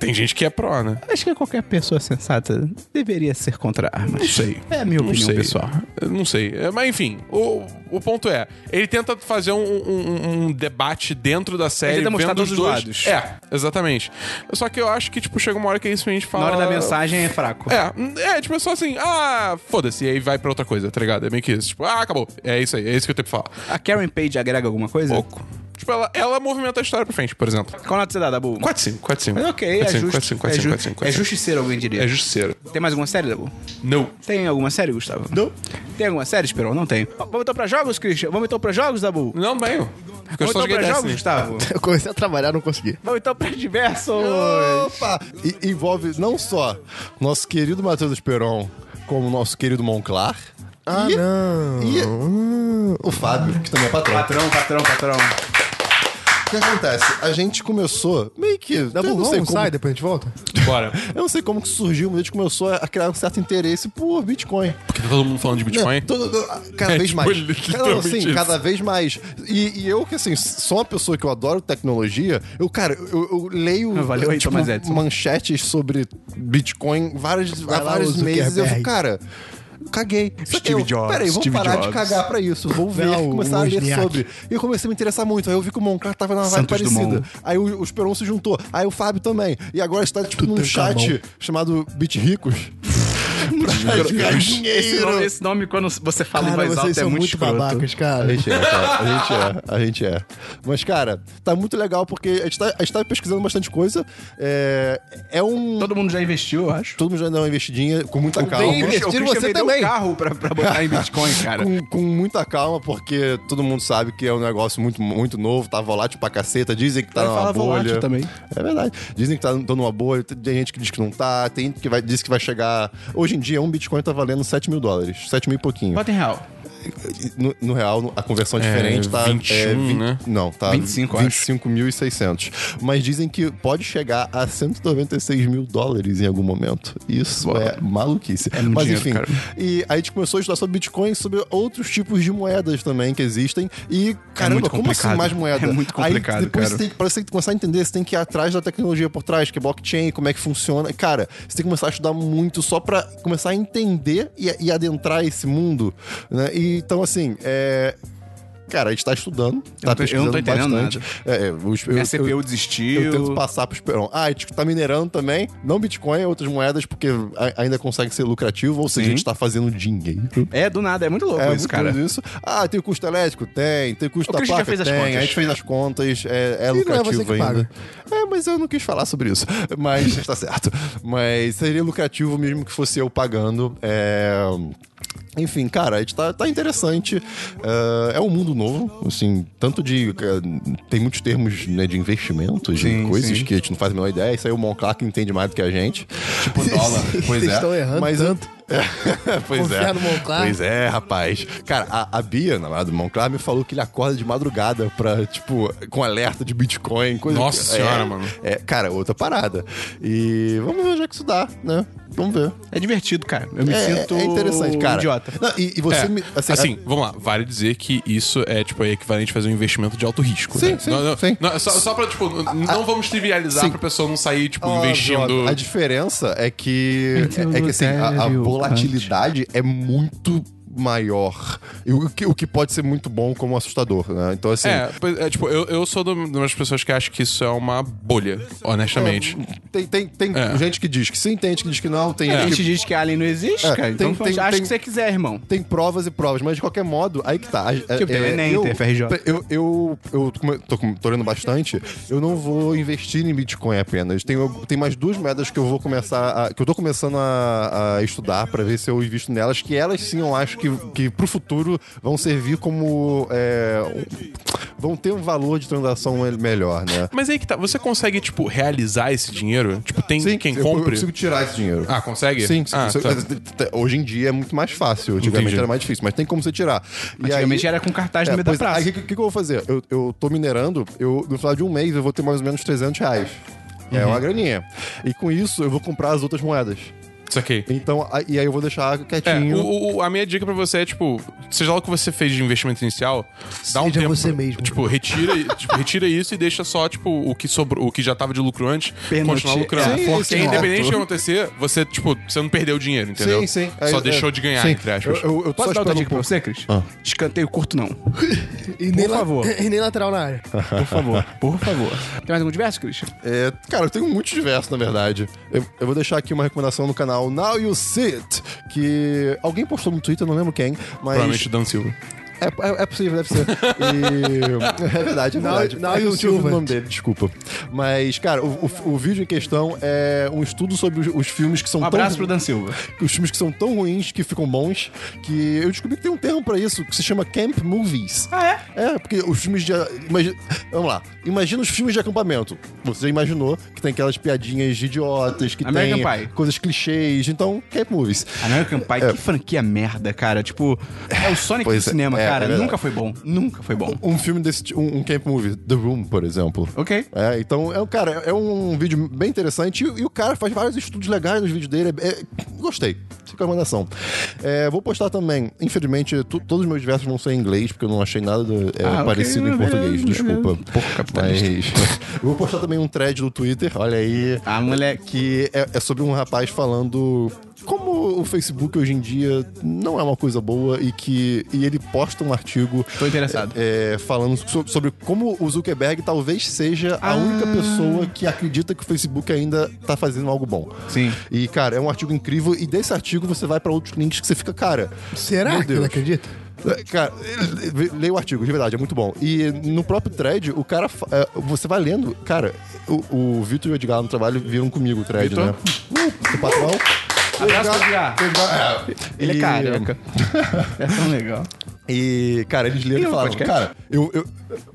[SPEAKER 2] tem gente que é pró, né?
[SPEAKER 1] Acho que qualquer pessoa sensata deveria ser contra armas. Não
[SPEAKER 2] sei.
[SPEAKER 1] É a minha
[SPEAKER 2] Não
[SPEAKER 1] opinião
[SPEAKER 2] sei.
[SPEAKER 1] pessoal.
[SPEAKER 2] Eu Não sei. É, Mas enfim, o, o ponto é: ele tenta fazer um, um- um debate dentro da série.
[SPEAKER 1] tenta mostrar
[SPEAKER 2] vendo os
[SPEAKER 1] todos os lados.
[SPEAKER 2] dois É, exatamente. Só que eu acho que, tipo, chega uma hora que isso a gente
[SPEAKER 1] Na
[SPEAKER 2] fala.
[SPEAKER 1] hora da mensagem é fraco.
[SPEAKER 2] É, é, tipo, é só assim, ah, foda-se, e aí vai pra outra coisa, tá ligado? É meio que isso, tipo, ah, acabou. É isso aí, é isso que eu tenho pra falar.
[SPEAKER 1] A Karen Page agrega alguma coisa?
[SPEAKER 2] Pouco. Tipo, ela, ela movimenta a história pra frente, por exemplo.
[SPEAKER 1] Qual nota você dá, Dabu?
[SPEAKER 2] 4-5, 4-5.
[SPEAKER 1] Mas ok, é justo. é ju- É justiceiro, alguém diria.
[SPEAKER 2] É justiceiro.
[SPEAKER 1] Tem mais alguma série, Dabu?
[SPEAKER 2] Não.
[SPEAKER 1] Tem alguma série, Gustavo? Não. Tem alguma série, Esperon? Não tem. Vamos então pra jogos, Christian? Vamos então pra jogos, Dabu?
[SPEAKER 2] Não, bem. Porque eu
[SPEAKER 1] Vamos
[SPEAKER 2] só
[SPEAKER 1] então
[SPEAKER 2] joguei
[SPEAKER 1] pra jogos, [LAUGHS]
[SPEAKER 2] Destiny.
[SPEAKER 1] Gustavo?
[SPEAKER 3] Eu comecei a trabalhar, não consegui.
[SPEAKER 1] Vamos então pra diversos.
[SPEAKER 4] Opa! E, envolve não só nosso querido Matheus Esperon, como nosso querido Monclar. Ah, e,
[SPEAKER 3] não.
[SPEAKER 4] E o Fábio, que também é patrão.
[SPEAKER 1] Patrão, patrão, patrão.
[SPEAKER 4] O que acontece? A gente começou meio que.
[SPEAKER 3] Dá
[SPEAKER 4] eu
[SPEAKER 3] bom,
[SPEAKER 4] não sei
[SPEAKER 3] vamos,
[SPEAKER 4] como
[SPEAKER 3] sai, depois a gente volta.
[SPEAKER 2] Bora.
[SPEAKER 4] Eu não sei como que surgiu, mas a gente começou a criar um certo interesse por Bitcoin.
[SPEAKER 2] Porque tá todo mundo falando de Bitcoin.
[SPEAKER 4] Não, todo- todo-
[SPEAKER 1] [LAUGHS]
[SPEAKER 4] cada vez
[SPEAKER 2] tipo,
[SPEAKER 4] mais.
[SPEAKER 2] literalmente
[SPEAKER 4] Não, assim,
[SPEAKER 2] isso.
[SPEAKER 4] cada vez mais. E, e eu, que assim, sou uma pessoa que eu adoro tecnologia, eu, cara, eu, eu leio
[SPEAKER 1] Valeu aí,
[SPEAKER 4] tipo,
[SPEAKER 1] Thomas Edison.
[SPEAKER 4] manchetes sobre Bitcoin várias, há
[SPEAKER 3] lá,
[SPEAKER 4] vários
[SPEAKER 3] o Zuckerberg.
[SPEAKER 4] meses. Eu fico, cara. Caguei. Só que
[SPEAKER 1] Steve
[SPEAKER 4] eu,
[SPEAKER 1] Jobs,
[SPEAKER 4] Peraí, vou
[SPEAKER 1] Steve
[SPEAKER 4] parar de
[SPEAKER 1] Jobs.
[SPEAKER 4] cagar pra isso. Vou ver,
[SPEAKER 3] Não,
[SPEAKER 4] começar a
[SPEAKER 3] o
[SPEAKER 4] ler
[SPEAKER 3] Wozniak.
[SPEAKER 4] sobre. E eu comecei a me interessar muito. Aí eu vi que o Moncar tava numa vibe
[SPEAKER 1] Santos
[SPEAKER 4] parecida.
[SPEAKER 1] Dumont.
[SPEAKER 4] Aí o, o Esperon se juntou. Aí o Fábio também. E agora está, tipo, num
[SPEAKER 3] Tutankamon.
[SPEAKER 1] [LAUGHS]
[SPEAKER 4] chat chamado Bit Ricos.
[SPEAKER 1] Esse nome,
[SPEAKER 4] Tá
[SPEAKER 1] é
[SPEAKER 4] Dinheiro.
[SPEAKER 1] esse nome, quando você fala em
[SPEAKER 3] Cara,
[SPEAKER 1] voz
[SPEAKER 3] vocês
[SPEAKER 1] alta, é
[SPEAKER 3] são
[SPEAKER 1] muito
[SPEAKER 3] muito
[SPEAKER 1] escroto.
[SPEAKER 3] babacas,
[SPEAKER 4] A
[SPEAKER 3] cara.
[SPEAKER 4] gente é, cara. A gente é, a gente é. Mas, cara, tá muito legal porque a gente tá, a gente tá pesquisando bastante coisa. É, é um.
[SPEAKER 1] Todo mundo já investiu, eu acho.
[SPEAKER 4] Todo mundo já dá uma investidinha com muita calma.
[SPEAKER 3] bem- investir
[SPEAKER 1] O Christian
[SPEAKER 3] você
[SPEAKER 1] vendeu
[SPEAKER 3] também.
[SPEAKER 1] um carro pra, pra botar em Bitcoin, cara.
[SPEAKER 4] Com, com muita calma, porque todo mundo sabe que é um negócio muito, muito novo, tá volátil pra caceta, dizem que tá
[SPEAKER 1] Ela
[SPEAKER 4] numa
[SPEAKER 1] fala
[SPEAKER 4] bolha.
[SPEAKER 1] volátil também.
[SPEAKER 4] É verdade. Dizem que tá tô numa bolha, tem gente que diz que não tá, tem que vai, diz que vai chegar. Hoje em dia, um Bitcoin tá valendo 7 mil dólares, 7 mil e pouquinho.
[SPEAKER 1] Bota em real.
[SPEAKER 4] No, no real, a conversão é diferente tá.
[SPEAKER 2] 21,
[SPEAKER 4] vin-
[SPEAKER 2] né?
[SPEAKER 4] Não, tá.
[SPEAKER 1] 25,
[SPEAKER 4] 25.600. Mas dizem que pode chegar a 196 mil dólares em algum momento. Isso é maluquice.
[SPEAKER 1] muito
[SPEAKER 4] Mas
[SPEAKER 1] dinheiro,
[SPEAKER 4] enfim.
[SPEAKER 1] cara.
[SPEAKER 4] E aí a gente começou a estudar sobre Bitcoin, sobre outros tipos de moedas também que existem. E,
[SPEAKER 1] É
[SPEAKER 4] caramba,
[SPEAKER 1] muito
[SPEAKER 4] como assim
[SPEAKER 1] complicado.
[SPEAKER 4] mais moeda?
[SPEAKER 1] [LAUGHS] É muito complicado,
[SPEAKER 4] aí, depois
[SPEAKER 1] cara.
[SPEAKER 4] Você tem, que- pra você começar a entender, você tem que ir atrás da tecnologia por trás, que é blockchain, como é que funciona. Cara, você tem que começar a estudar muito só pra começar a entender e, e adentrar esse mundo. Né? E, então, assim, é. Cara, a gente tá
[SPEAKER 1] não
[SPEAKER 4] estudando, tá
[SPEAKER 1] tô- eu
[SPEAKER 4] pesquisando
[SPEAKER 1] não tô entendendo
[SPEAKER 4] bastante. É, é, os- eu,
[SPEAKER 1] Minha
[SPEAKER 4] eu-
[SPEAKER 1] CPU desistiu.
[SPEAKER 4] eu tento passar pro Esperão. Ah, a gente tá minerando também, não Bitcoin, outras moedas, porque a- ainda consegue ser lucrativo, ou seja,
[SPEAKER 1] Sim.
[SPEAKER 4] a gente tá fazendo dinheiro.
[SPEAKER 1] É, do nada, é muito louco
[SPEAKER 4] É,
[SPEAKER 1] isso,
[SPEAKER 4] muito
[SPEAKER 1] cara.
[SPEAKER 4] doido isso. Ah, tem o custo elétrico? Tem. Tem o
[SPEAKER 1] O
[SPEAKER 4] custo da
[SPEAKER 1] Christian já
[SPEAKER 4] placa?
[SPEAKER 1] fez as
[SPEAKER 4] tem.
[SPEAKER 1] contas.
[SPEAKER 4] A gente fez as contas. É, é
[SPEAKER 3] não é
[SPEAKER 4] lucrativo
[SPEAKER 3] você que
[SPEAKER 4] ainda.
[SPEAKER 3] paga.
[SPEAKER 4] É, mas eu não quis falar sobre isso. Mas [LAUGHS] tá certo. Mas seria lucrativo mesmo que fosse eu pagando. É, Enfim, cara, a gente tá, tá interessante. É, é um mundo novo, assim, tanto de. é, Tem muitos termos né, de investimentos, de
[SPEAKER 1] Sim,
[SPEAKER 4] coisas
[SPEAKER 1] sim.
[SPEAKER 4] que a gente não faz a menor ideia. Isso aí o Monclar que entende mais do que a gente. Tipo
[SPEAKER 2] dólar.
[SPEAKER 4] [LAUGHS] Pois
[SPEAKER 3] Vocês
[SPEAKER 4] é.
[SPEAKER 3] estão errando
[SPEAKER 4] Mas eu- pois
[SPEAKER 3] Confiar
[SPEAKER 4] [LAUGHS] é.
[SPEAKER 3] no Monclar.
[SPEAKER 4] Pois é, rapaz. Cara, a, a Bia, na do Monclar, me falou que ele acorda de madrugada pra, tipo, com alerta de Bitcoin, coisa
[SPEAKER 2] Nossa
[SPEAKER 4] que-
[SPEAKER 2] senhora,
[SPEAKER 4] é,
[SPEAKER 2] mano.
[SPEAKER 4] É, cara, outra parada. E vamos ver onde é que isso dá, né? Vamos ver.
[SPEAKER 1] É divertido, cara. Eu me
[SPEAKER 4] é,
[SPEAKER 1] sinto
[SPEAKER 4] é interessante, cara.
[SPEAKER 1] idiota.
[SPEAKER 4] Não, e, e você
[SPEAKER 2] É,
[SPEAKER 4] me.
[SPEAKER 2] Assim, vamos lá. Vale dizer que isso é, tipo, é equivalente a fazer um investimento de alto risco.
[SPEAKER 4] Sim,
[SPEAKER 2] né?
[SPEAKER 4] sim,
[SPEAKER 2] não, não,
[SPEAKER 4] sim.
[SPEAKER 2] não, só, só pra, tipo, n- não vamos trivializar
[SPEAKER 4] sim.
[SPEAKER 2] pra pessoa não sair, tipo,
[SPEAKER 4] Óbvio,
[SPEAKER 2] investindo.
[SPEAKER 4] óbvio. A diferença é que.
[SPEAKER 1] Entre
[SPEAKER 4] É, é que assim, a, a
[SPEAKER 1] o
[SPEAKER 4] volatilidade é muito maior. E o que, o que pode ser muito bom como assustador, né? Então, assim.
[SPEAKER 2] É, pois- é, tipo, eu, eu sou do- de umas pessoas que acham que isso é uma bolha, honestamente.
[SPEAKER 4] Tem, tem, tem
[SPEAKER 2] É.
[SPEAKER 4] gente que diz que sim, tem gente que diz que não, tem
[SPEAKER 1] A
[SPEAKER 4] gente
[SPEAKER 1] gente
[SPEAKER 4] que.
[SPEAKER 1] diz que Alien não existe,
[SPEAKER 4] É,
[SPEAKER 1] cara. Então
[SPEAKER 4] tem- tem-
[SPEAKER 1] acha
[SPEAKER 4] tem-
[SPEAKER 1] que você quiser, irmão.
[SPEAKER 4] Tem provas e provas, mas de qualquer modo, aí que tá.
[SPEAKER 1] Tipo, tem o Enem,
[SPEAKER 4] eu,
[SPEAKER 1] tem FRJ.
[SPEAKER 4] Eu, eu, eu tô, come- tô, com- tô lendo bastante. Eu não vou investir em Bitcoin apenas. Tem, tem mais duas moedas que eu vou começar. a- que eu tô começando a, a estudar pra ver se eu invisto nelas, que elas sim eu acho que, que pro futuro vão servir como. é, vão ter um valor de transação melhor, né?
[SPEAKER 2] Mas aí que tá. Você consegue, tipo, realizar esse dinheiro? Tipo, tem quem
[SPEAKER 4] eu, eu
[SPEAKER 2] compre?
[SPEAKER 4] consigo tirar esse dinheiro.
[SPEAKER 2] Ah, consegue?
[SPEAKER 4] Sim, sim.
[SPEAKER 2] Ah,
[SPEAKER 4] Você- [LAUGHS]
[SPEAKER 2] tá.
[SPEAKER 4] Hoje em dia é muito mais fácil. Antigamente
[SPEAKER 2] Entendi.
[SPEAKER 4] era mais difícil, mas tem como você tirar. E
[SPEAKER 1] Antigamente
[SPEAKER 4] aí-
[SPEAKER 1] era com cartaz no
[SPEAKER 4] É,
[SPEAKER 1] meio da
[SPEAKER 4] pois é.
[SPEAKER 1] praça.
[SPEAKER 4] Aí o que, que eu vou fazer? Eu, eu tô minerando, eu, no final de um mês eu vou ter mais ou menos 300 reais. É
[SPEAKER 2] Uhum.
[SPEAKER 4] uma graninha. E com isso eu vou comprar as outras moedas.
[SPEAKER 2] Isso aqui.
[SPEAKER 4] Então, aí- e aí eu vou deixar
[SPEAKER 2] É,
[SPEAKER 4] quietinho.
[SPEAKER 2] o- o- o- a minha dica pra você é, tipo, seja lá o que você fez de investimento inicial, dá um
[SPEAKER 3] Seja
[SPEAKER 2] tempo.
[SPEAKER 3] você mesmo.
[SPEAKER 2] Tipo, retira, e- tipo, retira isso e deixa só, tipo, o que sobrou, o que já tava de lucro antes,
[SPEAKER 1] Pênalti.
[SPEAKER 2] continuar lucrando.
[SPEAKER 1] É,
[SPEAKER 2] Porque
[SPEAKER 1] forte
[SPEAKER 2] é
[SPEAKER 1] no
[SPEAKER 2] independente do
[SPEAKER 1] alto.
[SPEAKER 2] que acontecer, você, tipo, você não perdeu o dinheiro, entendeu?
[SPEAKER 4] Sim, sim.
[SPEAKER 2] Só
[SPEAKER 4] Aí,
[SPEAKER 2] deixou
[SPEAKER 4] é,
[SPEAKER 2] de ganhar,
[SPEAKER 4] sim.
[SPEAKER 2] entre aspas.
[SPEAKER 4] Eu, eu, eu tô
[SPEAKER 1] Posso dar outra
[SPEAKER 4] esperando um
[SPEAKER 1] dica pra
[SPEAKER 4] pouco.
[SPEAKER 1] você, Cris? Escanteio curto,
[SPEAKER 4] [LAUGHS]
[SPEAKER 1] não.
[SPEAKER 3] E nem
[SPEAKER 1] Por
[SPEAKER 3] la-
[SPEAKER 1] favor.
[SPEAKER 3] [LAUGHS] E nem lateral na área.
[SPEAKER 1] Por favor, por favor. Tem mais algum diverso, Cris?
[SPEAKER 4] É, cara, eu tenho muito diverso, na verdade. Eu, eu vou deixar aqui uma recomendação no canal Now You See It, que alguém postou no Twitter, não lembro quem, mas
[SPEAKER 2] Provavelmente o Dan Silva.
[SPEAKER 4] É, é- é possível, deve ser. E- É verdade, é
[SPEAKER 3] Não,
[SPEAKER 4] verdade.
[SPEAKER 3] não,
[SPEAKER 4] É que eu
[SPEAKER 3] não,
[SPEAKER 4] não tinha ouvido o
[SPEAKER 3] Silva.
[SPEAKER 4] nome dele, desculpa. Mas, cara, o, o- o vídeo em questão é um estudo sobre os, os filmes que são
[SPEAKER 1] Um
[SPEAKER 4] tão
[SPEAKER 1] abraço pro Dan Silva.
[SPEAKER 4] os filmes que são tão ruins que ficam bons, que eu descobri que tem um termo pra isso que se chama camp movies.
[SPEAKER 1] Ah, é?
[SPEAKER 4] É, porque os filmes de. imagi- Vamos lá. Imagina os filmes de acampamento. Você já imaginou que tem aquelas piadinhas idiotas, que
[SPEAKER 1] American
[SPEAKER 4] tem
[SPEAKER 1] Pie. Ah.
[SPEAKER 4] coisas clichês. Então, camp movies.
[SPEAKER 1] American Pie, que franquia merda, cara. Tipo, é o Sonic do
[SPEAKER 4] É. Pois é,
[SPEAKER 1] cinema,
[SPEAKER 4] é,
[SPEAKER 1] cara.
[SPEAKER 4] é verdade.
[SPEAKER 1] Nunca foi bom. Nunca foi bom.
[SPEAKER 4] Um filme desse. ti- Um, um camp movie, The Room, por exemplo.
[SPEAKER 1] Ok.
[SPEAKER 4] É, então, é, um- cara, é um vídeo bem interessante e, e o cara faz vários estudos legais nos vídeos dele. É- é- gostei. Fica a recomendação. É, vou postar também, infelizmente, tu- todos os meus versos vão ser em inglês, porque eu não achei nada é,
[SPEAKER 1] Ah, ok.
[SPEAKER 4] parecido em português, desculpa.
[SPEAKER 1] Porco capitalista.
[SPEAKER 4] Mas, [LAUGHS] eu vou postar também um thread no Twitter, olha aí.
[SPEAKER 1] Ah, moleque.
[SPEAKER 4] Que é, é sobre um rapaz falando como o, o Facebook hoje em dia não é uma coisa boa e que e ele posta um artigo
[SPEAKER 1] Tô interessado.
[SPEAKER 4] é, falando so- sobre como o Zuckerberg talvez seja
[SPEAKER 1] Ah.
[SPEAKER 4] a única pessoa que acredita que o Facebook ainda tá fazendo algo bom.
[SPEAKER 1] Sim.
[SPEAKER 4] E, cara, é um artigo incrível. E desse artigo você vai pra outros links que você fica, cara.
[SPEAKER 3] Será
[SPEAKER 4] Meu
[SPEAKER 3] que ele
[SPEAKER 4] Deus.
[SPEAKER 3] acredita?
[SPEAKER 4] É, Cara, leia o artigo, de verdade, é muito bom. E no próprio thread, o cara. fa- é, Você vai lendo. Cara, o, o Vitor e o Edgar no trabalho viram comigo o thread,
[SPEAKER 1] Vitor?
[SPEAKER 4] né? Uh, seu patrão.
[SPEAKER 1] Abraço, Edgar.
[SPEAKER 4] Edgar- é.
[SPEAKER 1] Ele é
[SPEAKER 4] E-
[SPEAKER 1] careca. é tão
[SPEAKER 4] [LAUGHS]
[SPEAKER 1] legal.
[SPEAKER 4] E, cara, eles leram
[SPEAKER 1] Ih,
[SPEAKER 4] e
[SPEAKER 1] um
[SPEAKER 4] falaram,
[SPEAKER 1] podcast.
[SPEAKER 4] cara, eu. eu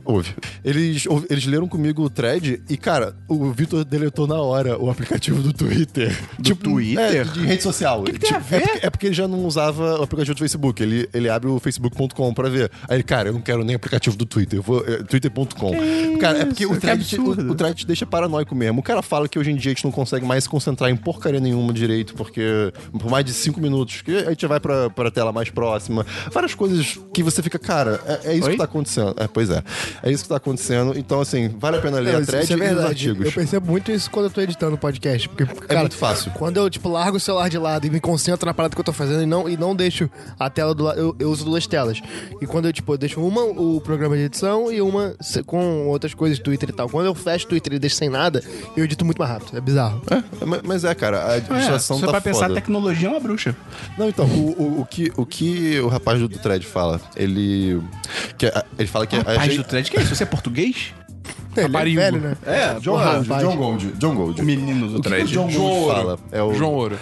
[SPEAKER 4] ouve. Eles, ouve- eles leram comigo o thread e, cara, o Vitor deletou na hora o aplicativo do Twitter. Do
[SPEAKER 1] Twitter?
[SPEAKER 4] É, de rede social.
[SPEAKER 1] que tem a
[SPEAKER 4] É,
[SPEAKER 1] ver?
[SPEAKER 4] porque, é porque ele já não usava o aplicativo do Facebook. Ele, ele abre o facebook.com pra ver. Aí, ele, cara, eu não quero nem aplicativo do Twitter. Eu vou. é, Twitter.com. Cara, é porque
[SPEAKER 1] isso?
[SPEAKER 4] o
[SPEAKER 1] Que
[SPEAKER 4] thread, te-
[SPEAKER 1] absurdo.
[SPEAKER 4] o, o thread te deixa paranoico mesmo. O cara fala que hoje em dia a gente não consegue mais se concentrar em porcaria nenhuma direito, porque por mais de cinco minutos, que a gente vai pra, pra tela mais próxima. Várias coisas que você fica, cara, é, é isso
[SPEAKER 1] Oi?
[SPEAKER 4] que tá acontecendo. É, pois é. É isso que tá acontecendo. Então, assim, vale a pena ler
[SPEAKER 3] Não,
[SPEAKER 4] a
[SPEAKER 3] isso-
[SPEAKER 4] thread
[SPEAKER 3] isso é
[SPEAKER 4] e os
[SPEAKER 3] verdade.
[SPEAKER 4] artigos. É
[SPEAKER 3] Eu percebo muito isso quando eu tô editando podcast. Porque, cara,
[SPEAKER 4] muito fácil.
[SPEAKER 3] Quando eu, tipo, largo o celular de lado e me concentro na parada que eu tô fazendo e não, e não deixo a tela do lado. Eu, eu uso duas telas. E quando eu, tipo, eu deixo uma o programa de edição e uma se- com outras coisas, Twitter e tal. Quando eu fecho o Twitter e deixo sem nada, eu edito muito mais rápido. É bizarro.
[SPEAKER 4] É, mas- Mas é, cara, a
[SPEAKER 1] É,
[SPEAKER 4] administração
[SPEAKER 1] só
[SPEAKER 4] tá
[SPEAKER 1] pra pensar, a
[SPEAKER 4] foda.
[SPEAKER 1] tecnologia é uma bruxa.
[SPEAKER 4] Não, então, o, o, o que, o que o rapaz do thread fala? Ele. que a- ele fala que. a
[SPEAKER 1] Rapaz
[SPEAKER 4] gente-
[SPEAKER 1] do thread, que é isso? Você é português?
[SPEAKER 3] Ele é
[SPEAKER 2] Aparinho.
[SPEAKER 3] velho, né?
[SPEAKER 1] É,
[SPEAKER 4] John
[SPEAKER 3] Porra,
[SPEAKER 4] Gold,
[SPEAKER 3] rapaz.
[SPEAKER 4] John Gold, John Gold.
[SPEAKER 1] O menino do
[SPEAKER 4] O que que o
[SPEAKER 1] thread.
[SPEAKER 4] John
[SPEAKER 2] João
[SPEAKER 4] Gold
[SPEAKER 2] Ouro.
[SPEAKER 4] fala? É o,
[SPEAKER 2] João Ouro.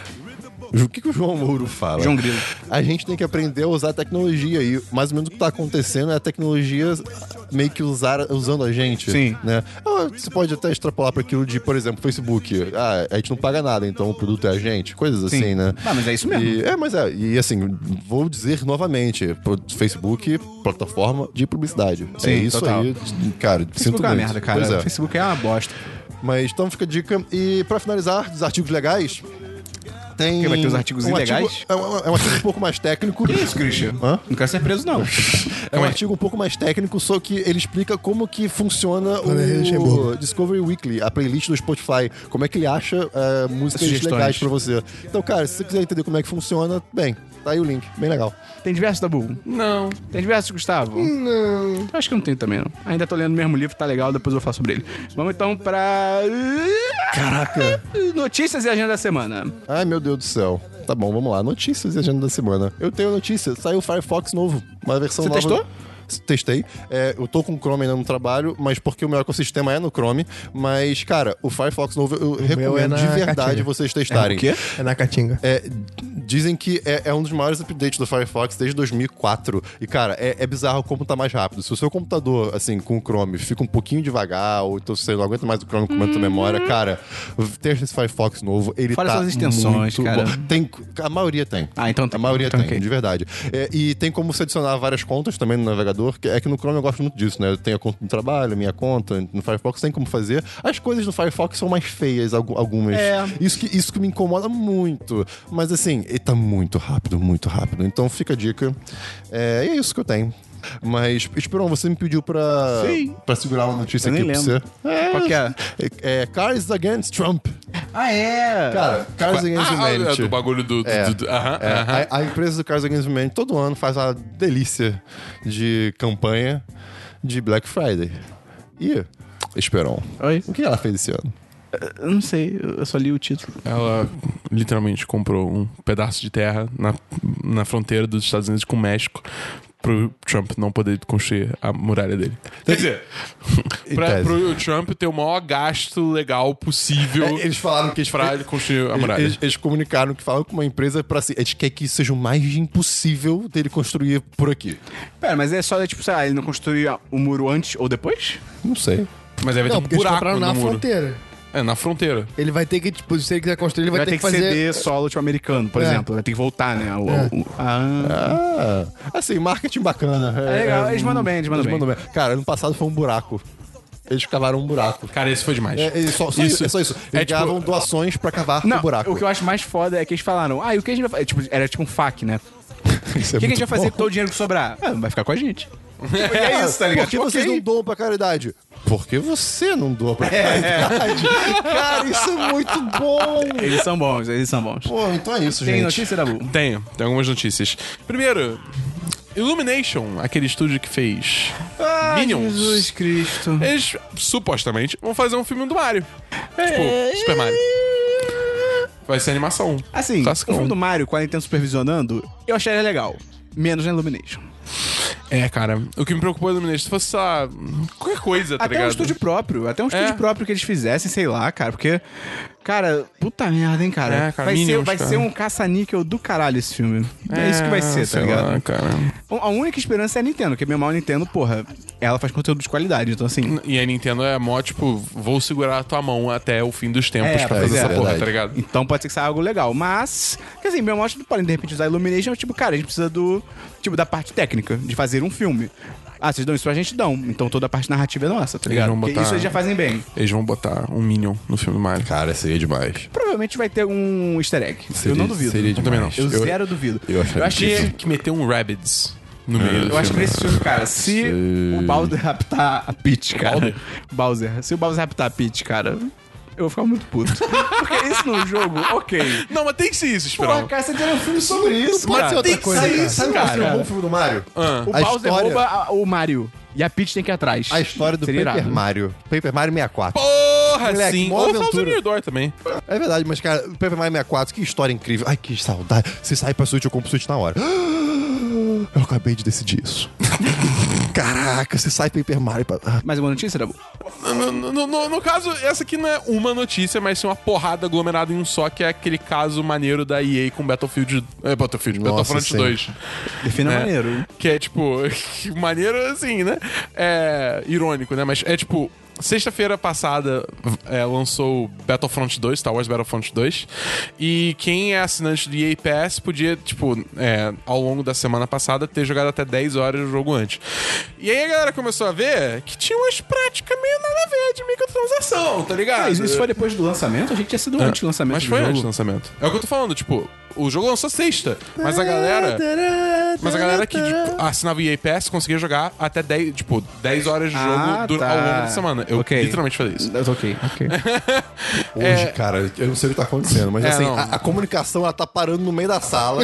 [SPEAKER 4] O que, que o João Mouro fala?
[SPEAKER 1] João Grilo.
[SPEAKER 4] A gente tem que aprender a usar a tecnologia e mais ou menos o que tá acontecendo é a tecnologia meio que usar, usando a gente.
[SPEAKER 1] Sim.
[SPEAKER 4] Né? Ah, Você pode até extrapolar para aquilo de, por exemplo, Facebook. Ah, a gente não paga nada, então o produto é a gente. Coisas
[SPEAKER 1] Sim.
[SPEAKER 4] assim, né?
[SPEAKER 1] Ah, mas é isso mesmo.
[SPEAKER 4] E- é, mas é. E assim, vou dizer novamente, pô, Facebook, plataforma de publicidade.
[SPEAKER 1] Sim,
[SPEAKER 4] é isso
[SPEAKER 1] total.
[SPEAKER 4] aí, cara. sinto
[SPEAKER 1] Facebook é uma
[SPEAKER 4] muito.
[SPEAKER 1] merda, cara.
[SPEAKER 4] Pois é.
[SPEAKER 1] Facebook é uma bosta.
[SPEAKER 4] Mas então fica a dica. E pra finalizar, dos artigos legais, tem.
[SPEAKER 1] Que vai ter os artigos
[SPEAKER 4] um
[SPEAKER 1] ilegais?
[SPEAKER 4] artigo- é, um, é um artigo um pouco mais técnico.
[SPEAKER 1] Que isso, Christian?
[SPEAKER 4] Hã?
[SPEAKER 1] Não quero ser preso, [LAUGHS] não.
[SPEAKER 4] É um artigo um pouco mais técnico, só que ele explica como que funciona
[SPEAKER 3] Vanderlei
[SPEAKER 4] o
[SPEAKER 3] Luxemburgo.
[SPEAKER 4] Discovery Weekly, a playlist do Spotify. Como é que ele acha é, músicas
[SPEAKER 1] Sugestões.
[SPEAKER 4] legais pra você. Então, cara, se você quiser entender como é que funciona, bem, tá aí o link. Bem legal.
[SPEAKER 1] Tem diversos, Dabu?
[SPEAKER 2] Não.
[SPEAKER 1] Tem diversos, Gustavo? Não. Acho que não tem também, não. Ainda tô lendo o mesmo livro, tá legal, depois eu falo sobre ele. Vamos então pra.
[SPEAKER 4] Caraca.
[SPEAKER 1] Notícias e agenda da semana.
[SPEAKER 4] Ai, meu Deus do céu. Tá bom, vamos lá. Notícias e agenda da semana. Eu tenho notícia. Saiu o Firefox novo. Uma versão
[SPEAKER 1] Você
[SPEAKER 4] nova.
[SPEAKER 1] testou?
[SPEAKER 4] Testei. É, eu tô com o Chrome ainda no trabalho, mas porque o meu ecossistema é no Chrome. Mas, cara, o Firefox novo eu recomendo
[SPEAKER 3] é na
[SPEAKER 4] de verdade
[SPEAKER 3] caixinha.
[SPEAKER 4] vocês testarem.
[SPEAKER 1] o quê?
[SPEAKER 3] É na Caatinga.
[SPEAKER 4] É, dizem que é, é um dos maiores updates do Firefox desde 2004. E, cara, é, é bizarro como tá mais rápido. Se o seu computador, assim, com o Chrome, fica um pouquinho devagar, ou então você não aguenta mais o Chrome com muita memória, cara, ter esse Firefox novo, ele
[SPEAKER 1] Fora
[SPEAKER 4] tá
[SPEAKER 1] suas extensões,
[SPEAKER 4] muito
[SPEAKER 1] cara.
[SPEAKER 4] bom. Tem, a maioria tem.
[SPEAKER 1] Ah, então tá.
[SPEAKER 4] A maioria
[SPEAKER 1] Então,
[SPEAKER 4] tem,
[SPEAKER 1] ok.
[SPEAKER 4] de verdade. É, e tem como você adicionar várias contas também no navegador, que é que no Chrome eu gosto muito disso, né? Eu tenho a conta do trabalho, minha conta, no Firefox tem como fazer. As coisas no Firefox são mais feias, algu- algumas.
[SPEAKER 1] É.
[SPEAKER 4] Isso que, isso que me incomoda muito. Mas assim, ele tá muito rápido, muito rápido. Então fica a dica. É, e é isso que eu tenho. Mas, Esperon, você me pediu pra,
[SPEAKER 1] Sim.
[SPEAKER 4] pra segurar uma notícia
[SPEAKER 1] Eu
[SPEAKER 4] aqui
[SPEAKER 1] nem
[SPEAKER 4] pra você.
[SPEAKER 1] lembro. Qual que é?
[SPEAKER 4] É, é Cars Against Trump.
[SPEAKER 1] Ah, é!
[SPEAKER 4] Cara, Cars Against
[SPEAKER 2] Ah, ah,
[SPEAKER 4] Humanity.
[SPEAKER 2] do bagulho do. do-
[SPEAKER 4] É.
[SPEAKER 2] do- do- Aham,
[SPEAKER 4] É,
[SPEAKER 2] aham.
[SPEAKER 4] a, a empresa do Cars Against Humanity todo ano faz uma delícia de campanha de Black Friday. E, Esperon,
[SPEAKER 1] Oi?
[SPEAKER 4] o que ela fez esse ano?
[SPEAKER 1] Eu não sei, eu só li o título.
[SPEAKER 2] Ela literalmente comprou um pedaço de terra na, na fronteira dos Estados Unidos com o México pro Trump não poder construir a muralha dele. Quer dizer, pra,
[SPEAKER 4] tese.
[SPEAKER 2] pro Trump ter o maior gasto legal possível
[SPEAKER 4] É, eles falaram que eles
[SPEAKER 2] pra ele construir a
[SPEAKER 4] Eles-
[SPEAKER 2] Tá, muralha.
[SPEAKER 4] Eles, eles comunicaram que falam com uma empresa pra se. A gente quer que isso seja o mais impossível dele construir por aqui.
[SPEAKER 1] Pera, mas é só, tipo, sei lá, ele não construiu o muro antes ou depois?
[SPEAKER 4] Não sei.
[SPEAKER 2] Mas aí vai ter
[SPEAKER 3] Não,
[SPEAKER 2] um
[SPEAKER 3] porque eles
[SPEAKER 2] buraco
[SPEAKER 3] compraram
[SPEAKER 2] no
[SPEAKER 3] na
[SPEAKER 2] muro.
[SPEAKER 3] fronteira.
[SPEAKER 2] É, na fronteira.
[SPEAKER 3] Ele vai ter que, tipo, se ele quiser construir, ele vai,
[SPEAKER 1] Vai, ter que
[SPEAKER 3] fazer.
[SPEAKER 1] ceder solo tipo americano, por
[SPEAKER 3] É.
[SPEAKER 1] exemplo. Vai ter que voltar, né? O,
[SPEAKER 3] É.
[SPEAKER 1] o- ah.
[SPEAKER 4] Ah, assim, marketing bacana.
[SPEAKER 1] É legal, eles mandam bem, eles mandam bem.
[SPEAKER 4] Cara, ano passado foi um buraco. Eles cavaram um buraco.
[SPEAKER 2] Cara, esse foi demais.
[SPEAKER 4] É, é só, só
[SPEAKER 2] Isso.
[SPEAKER 4] isso. É só isso. Eles
[SPEAKER 2] É tipo-
[SPEAKER 4] ganhavam doações pra cavar
[SPEAKER 1] Não,
[SPEAKER 4] o buraco.
[SPEAKER 1] o que eu acho mais foda é que eles falaram, ah, e o que a gente vai fazer? Tipo, era tipo um fac, né?
[SPEAKER 4] Isso é
[SPEAKER 1] O que, que a
[SPEAKER 4] muito
[SPEAKER 1] gente vai fazer
[SPEAKER 4] bom.
[SPEAKER 1] com todo o dinheiro que sobrar? Ah, vai ficar com a gente. E [LAUGHS] é isso, tá ligado?
[SPEAKER 4] Por que vocês
[SPEAKER 1] Ok.
[SPEAKER 4] não doam pra caridade? Porque você não
[SPEAKER 1] [LAUGHS]
[SPEAKER 4] doa pra
[SPEAKER 1] É.
[SPEAKER 4] caridade. Cara, isso é muito
[SPEAKER 1] [LAUGHS]
[SPEAKER 4] bom.
[SPEAKER 1] Eles são bons, eles são bons.
[SPEAKER 4] Pô, então é isso,
[SPEAKER 1] Tem
[SPEAKER 4] gente.
[SPEAKER 1] notícia da Bu?
[SPEAKER 2] Tenho, tem algumas notícias. Primeiro, Illumination, aquele estúdio que fez Minions.
[SPEAKER 1] Jesus Cristo.
[SPEAKER 2] Eles supostamente vão fazer um filme do Mario. Tipo, Super Mario. Vai ser animação.
[SPEAKER 1] Assim,
[SPEAKER 2] Classicão.
[SPEAKER 1] o filme do Mario, com a Nintendo supervisionando, eu acharia legal. Menos na Illumination.
[SPEAKER 2] É, cara. O que me preocupou é do Illumination se fosse só qualquer coisa, tá
[SPEAKER 1] até
[SPEAKER 2] ligado?
[SPEAKER 1] um estúdio próprio. Até um estúdio
[SPEAKER 2] É.
[SPEAKER 1] próprio que eles fizessem, sei lá, cara. Porque, cara, puta merda, hein, cara.
[SPEAKER 2] É, cara,
[SPEAKER 1] vai ser,
[SPEAKER 2] Minions,
[SPEAKER 1] vai
[SPEAKER 2] cara.
[SPEAKER 1] ser um caça-níquel do caralho esse filme. É, isso que vai ser, tá
[SPEAKER 2] sei
[SPEAKER 1] ligado?
[SPEAKER 2] lá, cara.
[SPEAKER 1] A única esperança é a Nintendo, porque bem ou mal a Nintendo, porra, ela faz conteúdo de qualidade. Então, assim,
[SPEAKER 2] E a Nintendo é mó, tipo, vou segurar a tua mão até o fim dos tempos
[SPEAKER 1] É,
[SPEAKER 2] pra
[SPEAKER 1] pois
[SPEAKER 2] fazer
[SPEAKER 1] é.
[SPEAKER 2] essa porra,
[SPEAKER 4] Verdade.
[SPEAKER 2] tá ligado?
[SPEAKER 1] Então pode ser que saia algo legal. Mas, quer dizer, meu mostra podem de repente usar Illumination, mas, tipo, cara, a gente precisa do. Tipo, da parte técnica, de fazer um filme. Ah, vocês dão isso pra gente? Dão. Então toda a parte narrativa é nossa, tá
[SPEAKER 2] Eles
[SPEAKER 1] ligado?
[SPEAKER 2] vão
[SPEAKER 1] Porque
[SPEAKER 2] botar-
[SPEAKER 1] isso eles já fazem bem.
[SPEAKER 2] Eles vão botar um Minion no filme do Mario.
[SPEAKER 4] Cara, seria demais.
[SPEAKER 1] Provavelmente vai ter um easter egg. eu
[SPEAKER 4] Seria-
[SPEAKER 1] não duvido.
[SPEAKER 4] Seria
[SPEAKER 2] Eu também
[SPEAKER 4] demais.
[SPEAKER 1] Eu, zero duvido.
[SPEAKER 4] eu acharia
[SPEAKER 2] Tinha que É. meter um Rabbids no meio. do
[SPEAKER 1] Eu acho que
[SPEAKER 2] filme.
[SPEAKER 1] nesse filme, cara, se
[SPEAKER 4] Sei.
[SPEAKER 1] o Bowser raptar a Peach, cara.
[SPEAKER 2] Balder?
[SPEAKER 1] Bowser. Se o Bowser raptar a Peach, cara, eu vou ficar muito puto. [LAUGHS] Porque isso no jogo, ok.
[SPEAKER 2] Não, mas tem que ser isso,
[SPEAKER 1] Porra,
[SPEAKER 2] Esperão.
[SPEAKER 1] cara, você tem um filme sobre isso,
[SPEAKER 3] Pode
[SPEAKER 1] cara.
[SPEAKER 3] ser outra
[SPEAKER 1] Tem que
[SPEAKER 3] coisa,
[SPEAKER 1] sair
[SPEAKER 3] cara.
[SPEAKER 1] isso,
[SPEAKER 4] Sabe qual
[SPEAKER 1] cara.
[SPEAKER 4] seria um bom filme do Mario?
[SPEAKER 2] Ah.
[SPEAKER 1] O
[SPEAKER 4] A
[SPEAKER 1] Bowser
[SPEAKER 4] história-
[SPEAKER 1] rouba a- o Mario. E a Peach tem que ir atrás.
[SPEAKER 4] A história do
[SPEAKER 1] Seria
[SPEAKER 4] Paper
[SPEAKER 1] irado.
[SPEAKER 4] Mario. Paper Mario 64.
[SPEAKER 2] Porra,
[SPEAKER 4] Moleque,
[SPEAKER 2] sim.
[SPEAKER 4] mó
[SPEAKER 2] Ou
[SPEAKER 4] aventura.
[SPEAKER 2] Thousand Year Door também.
[SPEAKER 4] É verdade, mas cara, Paper Mario 64, que história incrível. Ai, que saudade. Se sair pra Switch, eu compro Switch na hora. [GASPS] Eu acabei de decidir isso. [LAUGHS] Caraca, se sai Paper Mario pra... Ah,
[SPEAKER 1] Mais uma notícia, Dabu?
[SPEAKER 2] No, no- no- no caso, essa aqui não é uma notícia, mas sim uma porrada aglomerada em um só, que é aquele caso maneiro da EA com Battlefield. É, Battlefield,
[SPEAKER 4] Nossa,
[SPEAKER 2] Battlefront
[SPEAKER 4] sim.
[SPEAKER 2] 2.
[SPEAKER 1] Defina
[SPEAKER 2] né?
[SPEAKER 1] maneiro.
[SPEAKER 2] Que é tipo. [LAUGHS] que maneiro assim, né? É. Irônico, né? Mas é tipo. Sexta-feira passada é, lançou o Battlefront 2, Star Wars Battlefront 2. E quem é assinante do EA Pass podia, tipo, é, ao longo da semana passada, ter jogado até 10 horas o jogo antes. E aí a galera começou a ver que tinha umas práticas meio nada a ver de microtransação, tá ligado?
[SPEAKER 1] Ah, isso, isso foi depois do lançamento? A gente tinha sido É. antes do lançamento
[SPEAKER 2] Mas
[SPEAKER 1] do
[SPEAKER 2] foi
[SPEAKER 1] jogo.
[SPEAKER 2] antes do lançamento. É o que eu tô falando, tipo, o jogo lançou sexta, mas a galera. Mas a galera que tipo, assinava o EA Pass conseguia jogar até 10, tipo, 10 horas de jogo
[SPEAKER 1] Ah,
[SPEAKER 2] dur-
[SPEAKER 1] tá.
[SPEAKER 2] ao longo da semana. Eu
[SPEAKER 1] Ok.
[SPEAKER 2] literalmente falei isso.
[SPEAKER 1] Mas Ok, ok. É.
[SPEAKER 4] Hoje, cara, eu não sei o que tá acontecendo, mas
[SPEAKER 2] É,
[SPEAKER 4] assim,
[SPEAKER 2] não.
[SPEAKER 4] a, a comunicação ela tá parando no meio da
[SPEAKER 1] [LAUGHS]
[SPEAKER 4] sala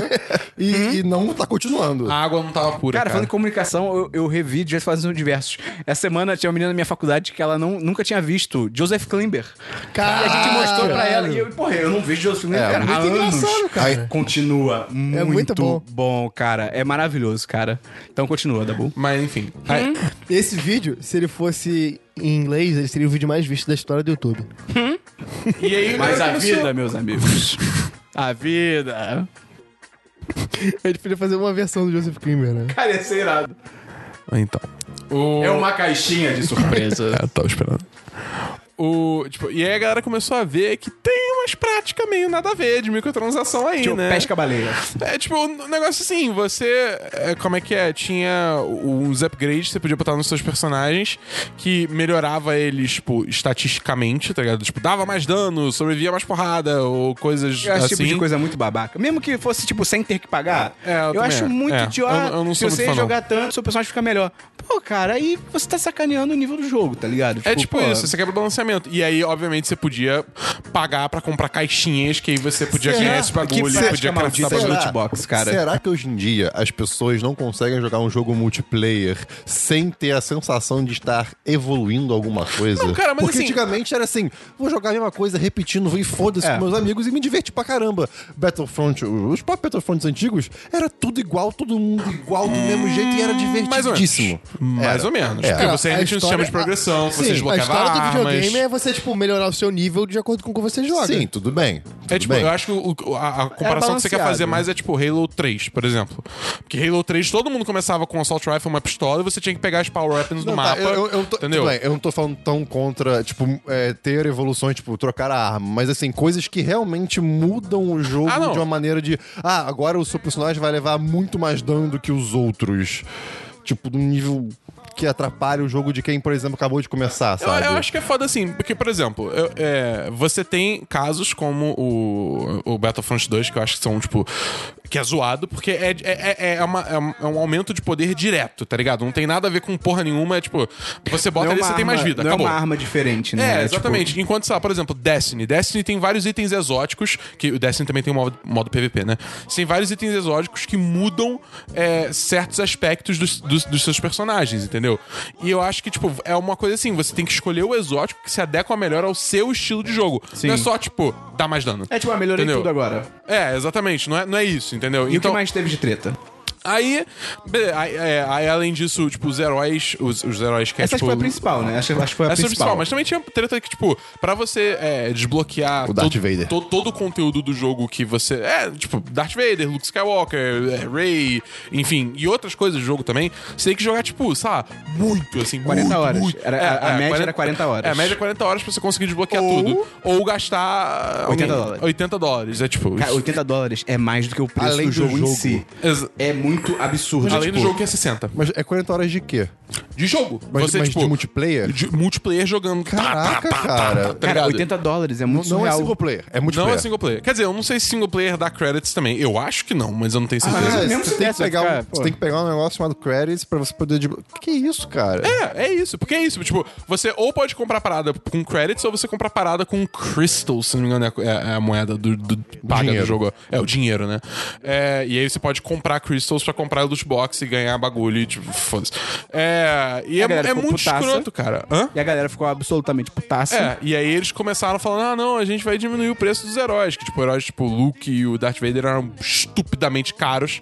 [SPEAKER 4] e, e não tá continuando.
[SPEAKER 2] A água não tava pura,
[SPEAKER 1] Cara,
[SPEAKER 2] cara.
[SPEAKER 1] falando em comunicação, eu, eu revi dias fazendo diversos. Essa semana tinha uma menina na minha faculdade que ela não, nunca tinha visto, Joseph Klimber.
[SPEAKER 3] Caralho.
[SPEAKER 1] E a gente mostrou pra ela. E eu, porra, eu não vejo Joseph Klimber
[SPEAKER 4] É,
[SPEAKER 1] cara, há
[SPEAKER 4] muito
[SPEAKER 1] anos.
[SPEAKER 3] engraçado, cara.
[SPEAKER 1] Aí, Continua. Muito,
[SPEAKER 3] muito
[SPEAKER 1] bom.
[SPEAKER 3] bom.
[SPEAKER 1] cara. É maravilhoso, cara. Então continua, Dabu.
[SPEAKER 2] Mas enfim. Aí-
[SPEAKER 3] Esse vídeo, se ele fosse em inglês, ele seria o vídeo mais visto da história do YouTube. [LAUGHS]
[SPEAKER 2] e aí,
[SPEAKER 1] Mas a
[SPEAKER 2] galera começou-
[SPEAKER 1] vida, meus amigos. né, [LAUGHS] A vida.
[SPEAKER 3] Ele podia fazer uma versão do Joseph Kramer, né?
[SPEAKER 1] Cara, ia ser irado.
[SPEAKER 2] Ah, Então. O-
[SPEAKER 1] É uma caixinha de surpresa.
[SPEAKER 2] É, eu tava esperando. O, tipo, e aí a galera começou a ver que tem umas práticas meio nada a ver de microtransação aí,
[SPEAKER 1] Tipo,
[SPEAKER 2] né?
[SPEAKER 1] pesca-baleia.
[SPEAKER 2] É tipo, um negócio assim, você. é, como é que é? Tinha uns upgrades que você podia botar nos seus personagens que melhorava eles, tipo, estatisticamente, tá ligado? Tipo, dava mais dano, sobrevivia mais porrada, ou coisas
[SPEAKER 3] É,
[SPEAKER 1] Eu acho
[SPEAKER 2] assim.
[SPEAKER 1] esse tipo de coisa muito babaca. Mesmo que fosse, tipo, sem ter que pagar,
[SPEAKER 2] É, eu
[SPEAKER 1] eu,
[SPEAKER 2] também
[SPEAKER 1] acho
[SPEAKER 2] acho.
[SPEAKER 1] muito
[SPEAKER 2] É,
[SPEAKER 1] idiota.
[SPEAKER 2] eu- eu não
[SPEAKER 1] se
[SPEAKER 2] sou muito
[SPEAKER 1] você
[SPEAKER 2] fã, não.
[SPEAKER 1] jogar tanto, seu personagem fica melhor. Pô, cara, aí você tá sacaneando o nível do jogo, tá ligado?
[SPEAKER 2] É tipo
[SPEAKER 1] pô,
[SPEAKER 2] isso, você quebra o balanceamento. E aí, obviamente, você podia pagar pra comprar caixinhas, que aí você podia
[SPEAKER 4] Será?
[SPEAKER 2] ganhar esse
[SPEAKER 1] Que
[SPEAKER 2] bagulho,
[SPEAKER 1] prática
[SPEAKER 2] podia
[SPEAKER 1] maldita
[SPEAKER 2] craftar bagulho.
[SPEAKER 1] loot box, cara.
[SPEAKER 4] Será que hoje em dia as pessoas não conseguem jogar um jogo multiplayer sem ter a sensação de estar evoluindo alguma coisa?
[SPEAKER 2] Não, cara, mas
[SPEAKER 4] Porque
[SPEAKER 2] assim-
[SPEAKER 4] antigamente era assim, vou jogar a mesma coisa repetindo, e foda-se
[SPEAKER 1] É.
[SPEAKER 4] com meus amigos e me divertir pra caramba. Battlefront, os próprios Battlefronts antigos, era tudo igual, todo mundo igual, do mesmo jeito, e era
[SPEAKER 2] Mais ou menos.
[SPEAKER 4] divertidíssimo.
[SPEAKER 2] tipo, Mais
[SPEAKER 4] Era.
[SPEAKER 2] ou menos.
[SPEAKER 4] Era.
[SPEAKER 2] Porque você
[SPEAKER 3] É. A
[SPEAKER 2] ainda tinha um sistema
[SPEAKER 3] história-
[SPEAKER 2] de progressão, que você
[SPEAKER 3] Sim, a
[SPEAKER 2] desbloqueava
[SPEAKER 3] história do
[SPEAKER 2] armas.
[SPEAKER 3] videogame é você, tipo, melhorar o seu nível de acordo com o que você joga.
[SPEAKER 4] Sim, tudo bem.
[SPEAKER 2] É
[SPEAKER 4] tudo
[SPEAKER 2] tipo,
[SPEAKER 4] bem.
[SPEAKER 2] eu acho que o- o- a, a comparação que você quer
[SPEAKER 1] É balanceado,
[SPEAKER 2] fazer
[SPEAKER 1] né?
[SPEAKER 2] mais é tipo Halo 3, por exemplo. Porque Halo 3 todo mundo começava com um assault rifle, uma pistola, e você tinha que pegar as power weapons do
[SPEAKER 4] Não, tá,
[SPEAKER 2] mapa.
[SPEAKER 4] eu, eu- eu tô,
[SPEAKER 2] entendeu?
[SPEAKER 4] tudo bem, eu não tô falando tão contra, tipo, é, ter evoluções, tipo, trocar a arma, mas assim, coisas que realmente mudam o jogo
[SPEAKER 2] Ah, não.
[SPEAKER 4] de uma maneira de. Ah, agora o seu personagem vai levar muito mais dano do que os outros. Tipo, num nível que atrapalha o jogo de quem, por exemplo, acabou de começar,
[SPEAKER 2] Eu,
[SPEAKER 4] sabe?
[SPEAKER 2] eu acho que é foda assim, porque, por exemplo, eu- é, você tem casos como o, o Battlefront 2, que eu acho que são, tipo, que é zoado, porque é, é, é, é uma- é um- é um aumento de poder direto, tá ligado? Não tem nada a ver com porra nenhuma, é tipo, você bota
[SPEAKER 1] Não é
[SPEAKER 2] ali,
[SPEAKER 1] uma
[SPEAKER 2] você tem mais
[SPEAKER 1] arma-
[SPEAKER 2] vida,
[SPEAKER 1] Não
[SPEAKER 2] acabou.
[SPEAKER 1] é uma arma diferente, né?
[SPEAKER 2] É,
[SPEAKER 1] tipo,
[SPEAKER 2] exatamente. Enquanto, sei lá, por exemplo, Destiny. Destiny tem vários itens exóticos, que o Destiny também tem um modo, modo PVP, né? Tem vários itens exóticos que mudam é, certos aspectos dos, dos- dos seus personagens, entendeu? E eu acho que, tipo, é uma coisa assim, você tem que escolher o exótico que se adequa melhor ao seu estilo de jogo.
[SPEAKER 1] Sim.
[SPEAKER 2] Não é só, tipo, dar mais dano.
[SPEAKER 1] é tipo, ah, melhorei
[SPEAKER 2] Entendeu?
[SPEAKER 1] tudo agora.
[SPEAKER 2] É, exatamente. Não é, não é isso, entendeu?
[SPEAKER 1] E o que mais teve de treta?
[SPEAKER 2] É aí, be- aí, é, aí, além disso, tipo, os heróis, os, os heróis que é,
[SPEAKER 1] Essa acho
[SPEAKER 2] tipo...
[SPEAKER 1] que foi a principal, né? Acho, acho que foi a
[SPEAKER 2] Essa é
[SPEAKER 1] principal.
[SPEAKER 2] a principal, mas também tinha treta que, tipo, pra você é, desbloquear
[SPEAKER 4] O Darth Vader.
[SPEAKER 2] to- todo o conteúdo do jogo que você. É, tipo, Darth Vader, Luke Skywalker, é, Rey, enfim, e outras coisas do jogo também, você tem que jogar, tipo, sei lá, muito, assim,
[SPEAKER 1] 40
[SPEAKER 2] muito,
[SPEAKER 1] horas.
[SPEAKER 2] muito.
[SPEAKER 1] Era- a- a média era 40 horas.
[SPEAKER 2] É, a média é 40 horas pra você conseguir desbloquear
[SPEAKER 1] Ou-
[SPEAKER 2] tudo. Ou gastar.
[SPEAKER 1] 80
[SPEAKER 2] algum-
[SPEAKER 1] dólares.
[SPEAKER 2] 80 dólares, é tipo.
[SPEAKER 1] Cara, 80 dólares é mais do que o preço
[SPEAKER 4] Além
[SPEAKER 1] do,
[SPEAKER 4] do
[SPEAKER 1] jogo,
[SPEAKER 4] jogo.
[SPEAKER 1] em si.
[SPEAKER 2] Exa-
[SPEAKER 1] É muito absurdo.
[SPEAKER 2] Além
[SPEAKER 1] tipo,
[SPEAKER 2] do jogo que é 60.
[SPEAKER 4] Mas é 40 horas de quê?
[SPEAKER 2] De jogo.
[SPEAKER 4] Mas,
[SPEAKER 2] você,
[SPEAKER 4] mas
[SPEAKER 2] tipo.
[SPEAKER 4] de multiplayer?
[SPEAKER 2] de multiplayer jogando. Tá,
[SPEAKER 4] Caraca,
[SPEAKER 2] tá, tá, tá, tá
[SPEAKER 4] cara.
[SPEAKER 1] Cara,
[SPEAKER 2] ligado?
[SPEAKER 1] 80 dólares é muito
[SPEAKER 4] Não é
[SPEAKER 1] surreal.
[SPEAKER 4] single player, é
[SPEAKER 2] Não
[SPEAKER 4] multiplayer.
[SPEAKER 2] é single player. Quer dizer, eu não sei se single player dá credits também. Eu acho que não, mas eu não tenho
[SPEAKER 4] Ah,
[SPEAKER 2] certeza.
[SPEAKER 1] é. mesmo se
[SPEAKER 4] você, tem que
[SPEAKER 1] desse, vai
[SPEAKER 4] pegar um,
[SPEAKER 1] ficar,
[SPEAKER 4] você
[SPEAKER 1] pô.
[SPEAKER 4] tem que pegar um negócio chamado credits pra você poder... desblo- Que isso, cara?
[SPEAKER 2] é, é isso. Porque é isso. Tipo, você ou pode comprar parada com credits ou você compra parada com crystal, se não me engano, é a, é a moeda do, do paga
[SPEAKER 4] dinheiro.
[SPEAKER 2] do jogo. É o dinheiro, né? É, e aí você pode comprar crystals pra comprar loot box e ganhar bagulho e tipo, foda-se. É, e é,
[SPEAKER 1] A galera
[SPEAKER 2] é
[SPEAKER 1] ficou
[SPEAKER 2] muito
[SPEAKER 1] putaça.
[SPEAKER 2] escroto, cara. Hã?
[SPEAKER 1] E a galera ficou absolutamente putaça.
[SPEAKER 2] É, e aí eles começaram falando: ah, não, a gente vai diminuir o preço dos heróis. Que, tipo, heróis tipo o Luke e o Darth Vader eram estupidamente caros.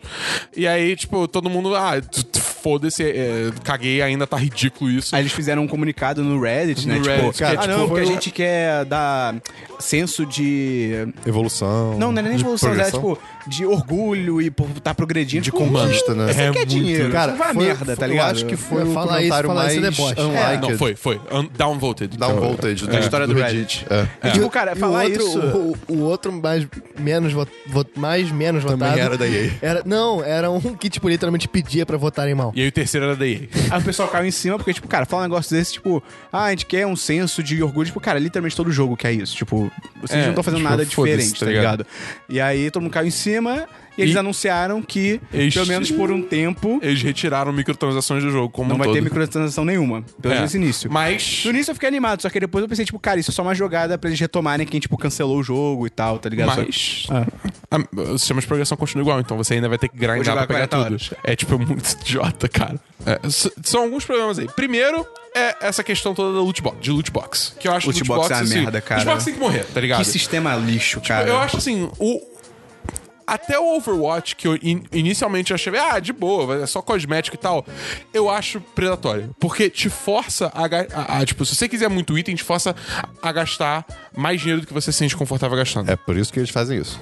[SPEAKER 2] E aí, tipo, todo mundo, ah, t- t- foda-se, é, caguei, ainda tá ridículo isso.
[SPEAKER 1] Aí eles fizeram um comunicado no Reddit, né?
[SPEAKER 2] No
[SPEAKER 1] tipo,
[SPEAKER 2] Reddit,
[SPEAKER 1] cara,
[SPEAKER 4] que é,
[SPEAKER 1] ah,
[SPEAKER 4] tipo,
[SPEAKER 1] não, porque a
[SPEAKER 4] foi o-
[SPEAKER 1] gente quer dar senso de.
[SPEAKER 4] Evolução...
[SPEAKER 1] Não, não é nem
[SPEAKER 4] de
[SPEAKER 1] evolução, é
[SPEAKER 4] progressão.
[SPEAKER 1] tipo, de orgulho e por tá progredindo.
[SPEAKER 4] De
[SPEAKER 1] Tipo,
[SPEAKER 4] conquista, né?
[SPEAKER 1] Você
[SPEAKER 2] É
[SPEAKER 1] quer
[SPEAKER 2] muito,
[SPEAKER 1] dinheiro,
[SPEAKER 4] Cara,
[SPEAKER 1] cara. Vai a
[SPEAKER 4] foi-
[SPEAKER 1] merda, tá
[SPEAKER 4] eu
[SPEAKER 1] ligado? É.
[SPEAKER 4] acho que foi
[SPEAKER 3] Eu
[SPEAKER 4] o
[SPEAKER 3] fala isso,
[SPEAKER 4] comentário
[SPEAKER 3] fala isso,
[SPEAKER 4] mais
[SPEAKER 3] deboche.
[SPEAKER 4] unliked.
[SPEAKER 2] Ah, não, foi, foi. Un- downvoted.
[SPEAKER 4] Downvoted da
[SPEAKER 2] É.
[SPEAKER 4] um história do
[SPEAKER 1] né? Do
[SPEAKER 4] Reddit. Então, É.
[SPEAKER 1] E, tipo, cara,
[SPEAKER 3] E
[SPEAKER 1] falar
[SPEAKER 3] o outro,
[SPEAKER 1] isso.
[SPEAKER 3] O, o outro mais menos, vo- vo- mais menos
[SPEAKER 4] Também
[SPEAKER 3] votado.
[SPEAKER 4] era da EA.
[SPEAKER 3] Era, não, era um que, tipo, literalmente pedia pra votarem mal.
[SPEAKER 2] E aí o terceiro era da EA.
[SPEAKER 1] Aí o pessoal caiu em cima, porque, tipo, cara, fala um negócio desse, tipo, ah, a gente quer um senso de orgulho. Tipo, cara, literalmente todo jogo quer isso. Tipo, vocês
[SPEAKER 2] É,
[SPEAKER 1] não estão fazendo
[SPEAKER 2] tipo,
[SPEAKER 1] nada
[SPEAKER 2] foda-se,
[SPEAKER 1] diferente,
[SPEAKER 2] tá
[SPEAKER 1] tá ligado? E aí todo mundo caiu em cima e eles
[SPEAKER 2] E-
[SPEAKER 1] anunciaram que,
[SPEAKER 2] Eles-
[SPEAKER 1] pelo menos por um tempo,
[SPEAKER 2] Eles retiraram microtransações do jogo, como
[SPEAKER 1] não
[SPEAKER 2] um
[SPEAKER 1] vai
[SPEAKER 2] todo.
[SPEAKER 1] ter microtransação nenhuma. Pelo
[SPEAKER 2] É.
[SPEAKER 1] menos nesse início.
[SPEAKER 2] Mas.
[SPEAKER 1] No início eu fiquei animado, só que depois eu pensei, tipo, cara, isso é só uma jogada pra eles retomarem quem, tipo, cancelou o jogo e tal, tá ligado? Só que-
[SPEAKER 2] Mas. Ah, o sistema de progressão continua igual, então você ainda vai ter que
[SPEAKER 1] Vou
[SPEAKER 2] grindar
[SPEAKER 1] jogar
[SPEAKER 2] pra pegar
[SPEAKER 1] 40
[SPEAKER 2] tudo.
[SPEAKER 1] horas.
[SPEAKER 2] É tipo [LAUGHS] muito idiota, cara. É, s- são alguns problemas aí. Primeiro. É essa questão toda da loot box, de loot box. Que eu acho
[SPEAKER 1] Loot
[SPEAKER 2] que
[SPEAKER 1] box é uma merda, cara.
[SPEAKER 2] Loot box tem que morrer, tá ligado?
[SPEAKER 1] Que sistema lixo, cara.
[SPEAKER 2] Eu acho assim, o. Até o Overwatch, que eu in- inicialmente eu achei, ah, de boa, é só cosmético e tal, eu acho predatório. Porque te força a, ga- a- a- Tipo, se você quiser muito item, te força a gastar mais dinheiro do que você se sente confortável gastando.
[SPEAKER 4] É por isso que eles fazem isso.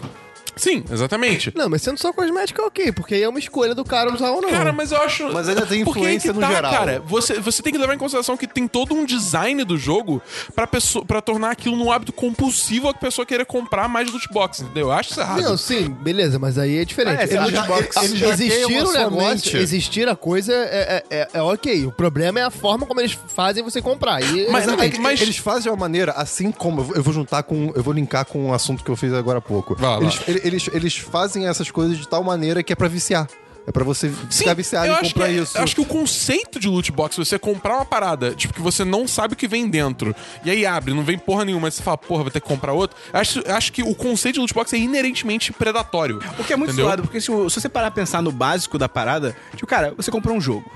[SPEAKER 2] Sim, exatamente.
[SPEAKER 3] Não, mas sendo só cosmético é ok, porque aí é uma escolha do cara usar ou não.
[SPEAKER 2] Cara, mas eu acho.
[SPEAKER 4] Mas ainda tem
[SPEAKER 2] Porque aí
[SPEAKER 4] influência
[SPEAKER 2] que tá,
[SPEAKER 4] no geral.
[SPEAKER 2] Cara, você, você tem que levar em consideração que tem todo um design do jogo pra, pessoa, pra tornar aquilo num hábito compulsivo a pessoa querer comprar mais loot box, entendeu? Eu acho isso errado.
[SPEAKER 3] Não, sim, beleza, mas aí é diferente.
[SPEAKER 1] Ah, é, você
[SPEAKER 3] Eles-
[SPEAKER 1] já-
[SPEAKER 3] eles-
[SPEAKER 4] eles já
[SPEAKER 3] existir
[SPEAKER 4] ganham
[SPEAKER 3] o
[SPEAKER 4] a sua
[SPEAKER 3] negócio,
[SPEAKER 4] mente.
[SPEAKER 3] existir a coisa é, é- é- é ok. O problema é a forma como eles fazem você comprar. E- é
[SPEAKER 2] Mas-
[SPEAKER 3] exatamente.
[SPEAKER 2] mas- mas-
[SPEAKER 4] É, Eles fazem de uma maneira, assim como. eu vou- Eu vou juntar com. Eu vou linkar com um assunto que eu fiz agora há pouco.
[SPEAKER 2] Vai lá.
[SPEAKER 4] Eles, ele- eles, eles fazem essas coisas de tal maneira que é pra viciar. É pra você ficar viciado
[SPEAKER 2] eu
[SPEAKER 4] em
[SPEAKER 2] acho
[SPEAKER 4] comprar
[SPEAKER 1] é,
[SPEAKER 2] que, é,
[SPEAKER 4] isso.
[SPEAKER 2] eu acho que o conceito de loot box, você comprar uma parada, tipo, que você não sabe o que vem dentro, e aí abre, não vem porra nenhuma, aí você fala, porra, vou ter que comprar outro. Eu Acho, eu acho que o conceito de loot box é inerentemente predatório.
[SPEAKER 1] O que é muito
[SPEAKER 2] entendeu?
[SPEAKER 1] zoado, porque se, o- se você parar a pensar no básico da parada, tipo, cara, você comprou um jogo.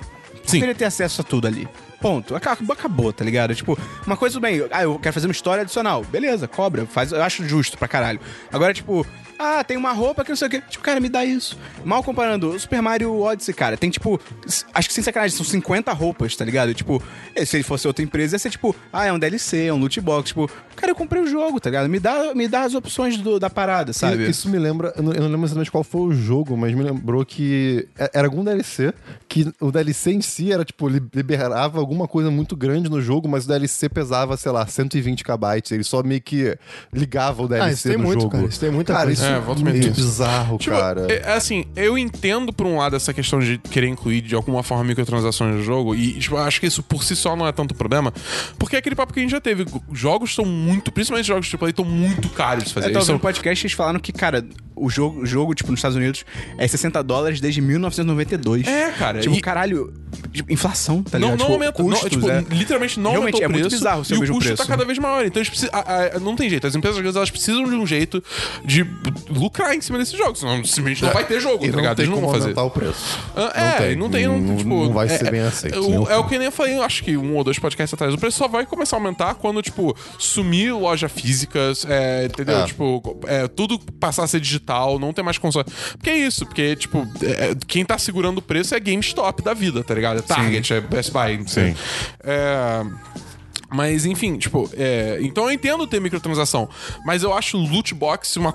[SPEAKER 2] Sim.
[SPEAKER 1] Você queria ter acesso a tudo ali. Ponto. Acabou, acabou, tá ligado? Tipo, uma coisa tudo bem. Ah, eu quero fazer uma história adicional. Beleza, cobra. Faz, eu acho justo pra caralho. Agora, tipo, ah, tem uma roupa que não sei o quê. Tipo, cara, me dá isso. Mal comparando, o Super Mario Odyssey, cara, tem tipo. s- Acho que sem sacanagem, são 50 roupas, tá ligado? Tipo, eh, se ele fosse outra empresa, ia ser tipo, ah, é um DLC, é um loot box. Tipo, cara, eu comprei o jogo, tá ligado? Me dá, me dá as opções do- da parada, sabe?
[SPEAKER 4] E Isso me lembra, eu não, eu não lembro exatamente qual foi o jogo, mas me lembrou que é- era algum DLC, que o DLC em si era tipo, li- liberava alguma coisa muito grande no jogo, mas o DLC pesava, sei lá, 120 KB, ele só meio que ligava o DLC
[SPEAKER 3] isso tem
[SPEAKER 4] no
[SPEAKER 3] muito,
[SPEAKER 4] jogo.
[SPEAKER 3] cara, isso tem muita
[SPEAKER 4] Cara,
[SPEAKER 3] coisa.
[SPEAKER 4] isso
[SPEAKER 2] É, volta e meia
[SPEAKER 4] meio
[SPEAKER 2] tem isso.
[SPEAKER 4] bizarro,
[SPEAKER 2] Tipo,
[SPEAKER 4] cara.
[SPEAKER 2] é- é assim, eu entendo por um lado essa questão de querer incluir de alguma forma microtransações no jogo, e tipo, acho que isso por si só não é tanto problema, porque é aquele papo que a gente já teve. Jogos estão muito, principalmente jogos AAA, estão muito caros de fazer.
[SPEAKER 1] Eu tava
[SPEAKER 2] Isso é
[SPEAKER 1] ouvindo um podcast e eles falaram que, cara, o jogo, o jogo, tipo, nos Estados Unidos é 60 dólares desde 1992.
[SPEAKER 2] É, cara,
[SPEAKER 1] Tipo,
[SPEAKER 2] e-
[SPEAKER 1] caralho, tipo, inflação, tá
[SPEAKER 2] não,
[SPEAKER 1] ligado?
[SPEAKER 2] não
[SPEAKER 1] Tipo,
[SPEAKER 2] aumenta. não,
[SPEAKER 1] custos,
[SPEAKER 2] tipo,
[SPEAKER 1] é.
[SPEAKER 2] Literalmente não
[SPEAKER 1] Realmente,
[SPEAKER 2] aumentou
[SPEAKER 1] é
[SPEAKER 2] o preço.
[SPEAKER 1] muito bizarro ser o
[SPEAKER 2] e o
[SPEAKER 1] mesmo
[SPEAKER 2] custo tá
[SPEAKER 1] preço.
[SPEAKER 2] cada vez maior. Então eles precisam. a- a- não tem jeito. As empresas às vezes, elas precisam de um jeito de lucrar em cima desses jogos. Senão simplesmente não vai ter jogo,
[SPEAKER 4] e
[SPEAKER 2] tá ligado?
[SPEAKER 4] não tem
[SPEAKER 2] Eles não
[SPEAKER 4] como
[SPEAKER 2] vão fazer.
[SPEAKER 4] aumentar o preço.
[SPEAKER 2] Ah, é, não tem, não, tipo,
[SPEAKER 4] não vai ser
[SPEAKER 2] é-
[SPEAKER 4] bem
[SPEAKER 2] é-
[SPEAKER 4] aceito.
[SPEAKER 2] o-
[SPEAKER 4] né?
[SPEAKER 2] é o que nem eu falei, eu acho que um ou dois podcasts atrás. O preço só vai começar a aumentar quando, tipo, sumir loja física, é, entendeu?
[SPEAKER 4] É.
[SPEAKER 2] Tipo, é, tudo passar a ser digital, não ter mais console. Porque é isso, porque, tipo, é, é, quem tá segurando o preço é GameStop da vida, tá ligado? É Target, é Best Buy, não sei.
[SPEAKER 4] Sim.
[SPEAKER 2] É. Mas enfim, tipo, é, então eu entendo ter microtransação, mas eu acho loot box uma.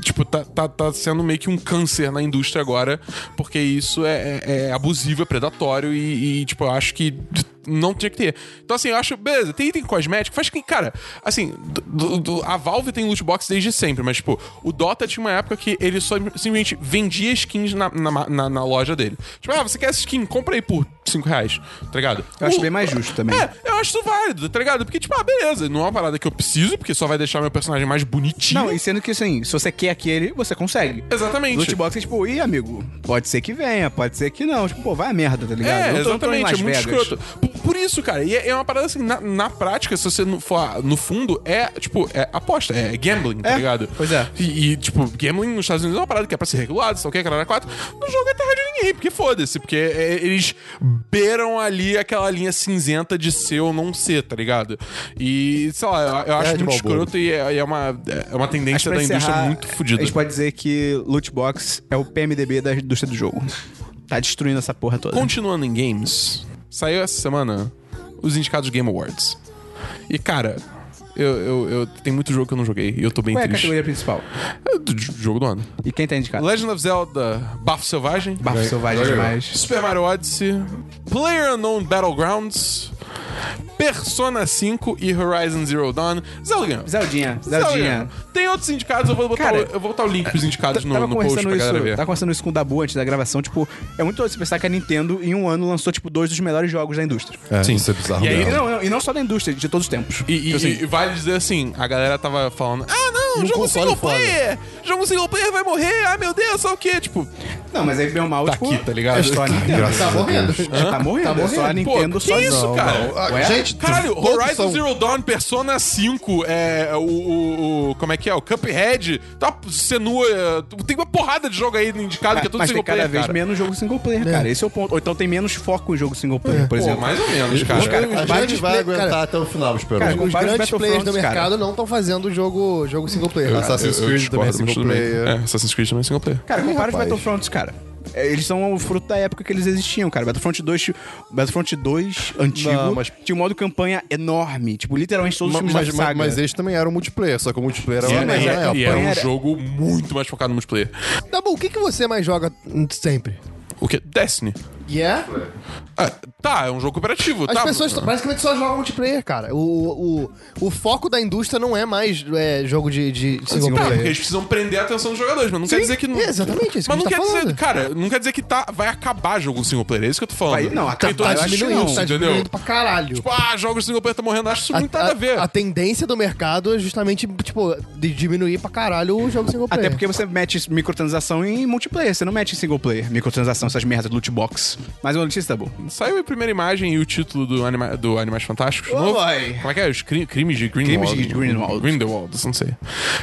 [SPEAKER 2] Tipo, tá, tá, tá sendo meio que um câncer na indústria agora, porque isso é, é- é abusivo, é predatório e, e, tipo, eu acho que não tinha que ter. Então, assim, eu acho, beleza, tem item cosmético, faz que, cara, assim, do- do- do- a Valve tem loot box desde sempre, mas, tipo, o Dota tinha uma época que ele só simplesmente vendia skins na, na, ma- na- na loja dele. Tipo, ah, você quer essa skin? Compra aí por 5 reais, tá ligado?
[SPEAKER 1] Eu acho
[SPEAKER 2] O-
[SPEAKER 1] bem mais justo também.
[SPEAKER 2] é, eu acho isso válido, tá ligado? Porque, tipo, ah, beleza, não é uma parada que eu preciso, porque só vai deixar meu personagem mais bonitinho.
[SPEAKER 1] Não, e sendo que assim, se você quer aquele, você consegue.
[SPEAKER 2] Exatamente.
[SPEAKER 1] Loot box é tipo, ih, amigo, pode ser que venha, pode ser que não. Tipo, pô, vai a merda, tá ligado?
[SPEAKER 2] É,
[SPEAKER 1] Eu tô- eu tô em
[SPEAKER 2] exatamente,
[SPEAKER 1] Las
[SPEAKER 2] é muito
[SPEAKER 1] Vegas.
[SPEAKER 2] escroto. Por, por isso, cara, e é, é uma parada assim, na, na prática, se você não for, ah, no fundo, é, tipo, é aposta, é gambling, tá
[SPEAKER 1] É,
[SPEAKER 2] ligado?
[SPEAKER 1] pois é.
[SPEAKER 2] E, e, tipo, gambling nos Estados Unidos é uma parada que é pra ser regulado, só que é caralho 4. No jogo é terra de ninguém, porque foda-se, porque é, eles beiram ali aquela linha cinzenta de ser ou não ser, tá ligado? E, sei lá,
[SPEAKER 1] É
[SPEAKER 2] eu, eu acho
[SPEAKER 4] Terra de
[SPEAKER 2] muito
[SPEAKER 4] Malboro.
[SPEAKER 2] escroto e é, e é uma, é uma
[SPEAKER 1] Acho que
[SPEAKER 2] tendência
[SPEAKER 1] pra
[SPEAKER 2] da indústria
[SPEAKER 1] encerrar,
[SPEAKER 2] muito fodida.
[SPEAKER 1] A gente pode dizer que loot box é o PMDB da indústria do jogo. Tá destruindo essa porra toda.
[SPEAKER 2] Continuando em games, saiu essa semana os indicados Game Awards. E, cara, eu, eu, eu- tem muito jogo que eu não joguei e eu tô bem
[SPEAKER 1] Qual é a
[SPEAKER 2] triste.
[SPEAKER 1] categoria principal?
[SPEAKER 2] É do j- jogo do ano.
[SPEAKER 1] E quem tá indicado?
[SPEAKER 2] Legend of Zelda, Bafo Selvagem.
[SPEAKER 1] Bafo selvagem
[SPEAKER 4] Ganhou.
[SPEAKER 1] demais.
[SPEAKER 2] Super Mario Odyssey, PlayerUnknown Battlegrounds, Persona 5 e Horizon Zero Dawn. Zelda ganhou.
[SPEAKER 1] Zeldinha,
[SPEAKER 2] Zelda
[SPEAKER 1] Zeldinha.
[SPEAKER 2] ganhou. Tem outros indicados, eu vou botar,
[SPEAKER 1] Cara,
[SPEAKER 2] o, eu vou botar o link pros indicados no,
[SPEAKER 1] tava
[SPEAKER 2] no post
[SPEAKER 1] conversando
[SPEAKER 2] pra
[SPEAKER 1] isso,
[SPEAKER 2] galera ver.
[SPEAKER 1] tava conversando isso com o Dabu antes da gravação, tipo, é muito doido você pensar que a Nintendo em um ano lançou tipo dois dos melhores jogos da indústria.
[SPEAKER 4] É,
[SPEAKER 2] Sim.
[SPEAKER 4] Isso é bizarro.
[SPEAKER 2] E aí,
[SPEAKER 1] E
[SPEAKER 4] mesmo.
[SPEAKER 1] não, não, e não só da indústria, de todos os tempos.
[SPEAKER 2] E, e-
[SPEAKER 1] Assim,
[SPEAKER 2] e vale dizer assim, a galera tava falando, ah não,
[SPEAKER 4] um
[SPEAKER 2] jogo
[SPEAKER 4] console
[SPEAKER 2] single player, jogo single player vai morrer, ah meu Deus, só o quê? Tipo,
[SPEAKER 1] Não, mas aí bem mal,
[SPEAKER 2] Tá
[SPEAKER 1] tipo,
[SPEAKER 2] aqui, tá ligado?
[SPEAKER 1] É só a Nintendo.
[SPEAKER 4] Graças
[SPEAKER 3] Tá
[SPEAKER 4] a
[SPEAKER 3] morrendo.
[SPEAKER 4] Deus.
[SPEAKER 1] Já tá morrendo,
[SPEAKER 3] Tá
[SPEAKER 1] é só a
[SPEAKER 3] morrendo.
[SPEAKER 2] pô,
[SPEAKER 1] Nintendo É,
[SPEAKER 2] que
[SPEAKER 1] só
[SPEAKER 2] isso, cara?
[SPEAKER 4] Ah,
[SPEAKER 1] Ué?
[SPEAKER 4] Gente,
[SPEAKER 2] Caralho,
[SPEAKER 4] todos
[SPEAKER 2] Horizon
[SPEAKER 4] são-
[SPEAKER 2] Zero Dawn, Persona 5, é, o, o- o- Como é que é? O Cuphead, tá, Senua. é, Tem uma porrada de jogo aí indicado que é tudo
[SPEAKER 1] mas tem
[SPEAKER 2] single
[SPEAKER 1] cada
[SPEAKER 2] player.
[SPEAKER 1] vez
[SPEAKER 2] cara.
[SPEAKER 1] menos jogo single player, cara. Esse é o ponto. Ou então tem menos foco em jogo single player, por
[SPEAKER 2] É. Pô,
[SPEAKER 1] exemplo.
[SPEAKER 2] mais ou menos,
[SPEAKER 4] Os
[SPEAKER 2] cara.
[SPEAKER 4] caras-
[SPEAKER 3] Os
[SPEAKER 4] a gente
[SPEAKER 3] grandes
[SPEAKER 4] vai
[SPEAKER 3] play-
[SPEAKER 4] aguentar
[SPEAKER 3] cara-
[SPEAKER 4] até o final, esperando.
[SPEAKER 1] Cara,
[SPEAKER 3] Os
[SPEAKER 1] Vários
[SPEAKER 3] grandes players do
[SPEAKER 1] Battlefronts, cara.
[SPEAKER 3] mercado não estão fazendo jogo, jogo single player.
[SPEAKER 4] Assassin's
[SPEAKER 2] Eu- eu
[SPEAKER 4] Creed
[SPEAKER 2] discordo,
[SPEAKER 4] também é
[SPEAKER 2] mas
[SPEAKER 4] single
[SPEAKER 2] tudo bem.
[SPEAKER 4] player.
[SPEAKER 2] É, Assassin's Creed também é single player.
[SPEAKER 1] Cara, compara os
[SPEAKER 4] rapaz.
[SPEAKER 1] Battlefronts, cara. É, Eles são o fruto da época que eles existiam, cara. Battlefront 2, Battlefront 2 antigo,
[SPEAKER 4] Não, mas-
[SPEAKER 1] tinha um modo campanha enorme. Tipo, literalmente todos os
[SPEAKER 4] Ma-
[SPEAKER 1] filmes
[SPEAKER 4] mas,
[SPEAKER 1] da
[SPEAKER 4] mas,
[SPEAKER 1] saga.
[SPEAKER 4] mas é eles também eram multiplayer, só que o multiplayer era
[SPEAKER 1] Sim,
[SPEAKER 4] uma
[SPEAKER 1] mas
[SPEAKER 4] merda
[SPEAKER 1] é-
[SPEAKER 4] na
[SPEAKER 2] e
[SPEAKER 4] época.
[SPEAKER 2] era um
[SPEAKER 1] Era-
[SPEAKER 2] jogo muito mais focado no multiplayer.
[SPEAKER 3] Tá bom, o que, que você mais joga sempre?
[SPEAKER 2] O que? Destiny.
[SPEAKER 3] Yeah?
[SPEAKER 2] Ah, tá, é um jogo cooperativo.
[SPEAKER 3] As
[SPEAKER 2] tá,
[SPEAKER 3] pessoas t- basicamente só jogam multiplayer, cara. O, o, o foco da indústria não é mais é, jogo de, de single
[SPEAKER 2] Tá, porque
[SPEAKER 3] player.
[SPEAKER 2] eles precisam prender a atenção dos jogadores, mas não quer dizer que não.
[SPEAKER 3] é exatamente
[SPEAKER 2] mas
[SPEAKER 3] isso que a
[SPEAKER 2] não
[SPEAKER 3] gente
[SPEAKER 2] quer
[SPEAKER 3] tá
[SPEAKER 2] dizer,
[SPEAKER 3] falando.
[SPEAKER 2] cara, não quer dizer que tá, vai acabar jogo single player, é isso que eu tô falando.
[SPEAKER 1] Vai- não,
[SPEAKER 2] Tem
[SPEAKER 1] acabar,
[SPEAKER 2] todos
[SPEAKER 1] eu
[SPEAKER 2] esses
[SPEAKER 1] acho que
[SPEAKER 2] tipos,
[SPEAKER 1] não.
[SPEAKER 3] tá
[SPEAKER 2] entendeu?
[SPEAKER 3] diminuindo pra caralho.
[SPEAKER 2] Tipo, ah, jogos single player tá morrendo, acho isso muito nada a ver.
[SPEAKER 3] a tendência do mercado é justamente, tipo, de diminuir pra caralho o jogo single player.
[SPEAKER 1] Até porque você mete microtransação em multiplayer, você não mete em single player. Microtransação, essas merdas, loot box. Mais uma notícia, tá bom?
[SPEAKER 2] Saiu a primeira imagem e o título do, Anima- do Animais Fantásticos.
[SPEAKER 1] Oh,
[SPEAKER 2] novo.
[SPEAKER 1] boy.
[SPEAKER 2] Como é que é? Os cri- crimes de Grindelwald.
[SPEAKER 1] Crimes de Grindelwald.
[SPEAKER 2] Grindelwald, isso eu não sei.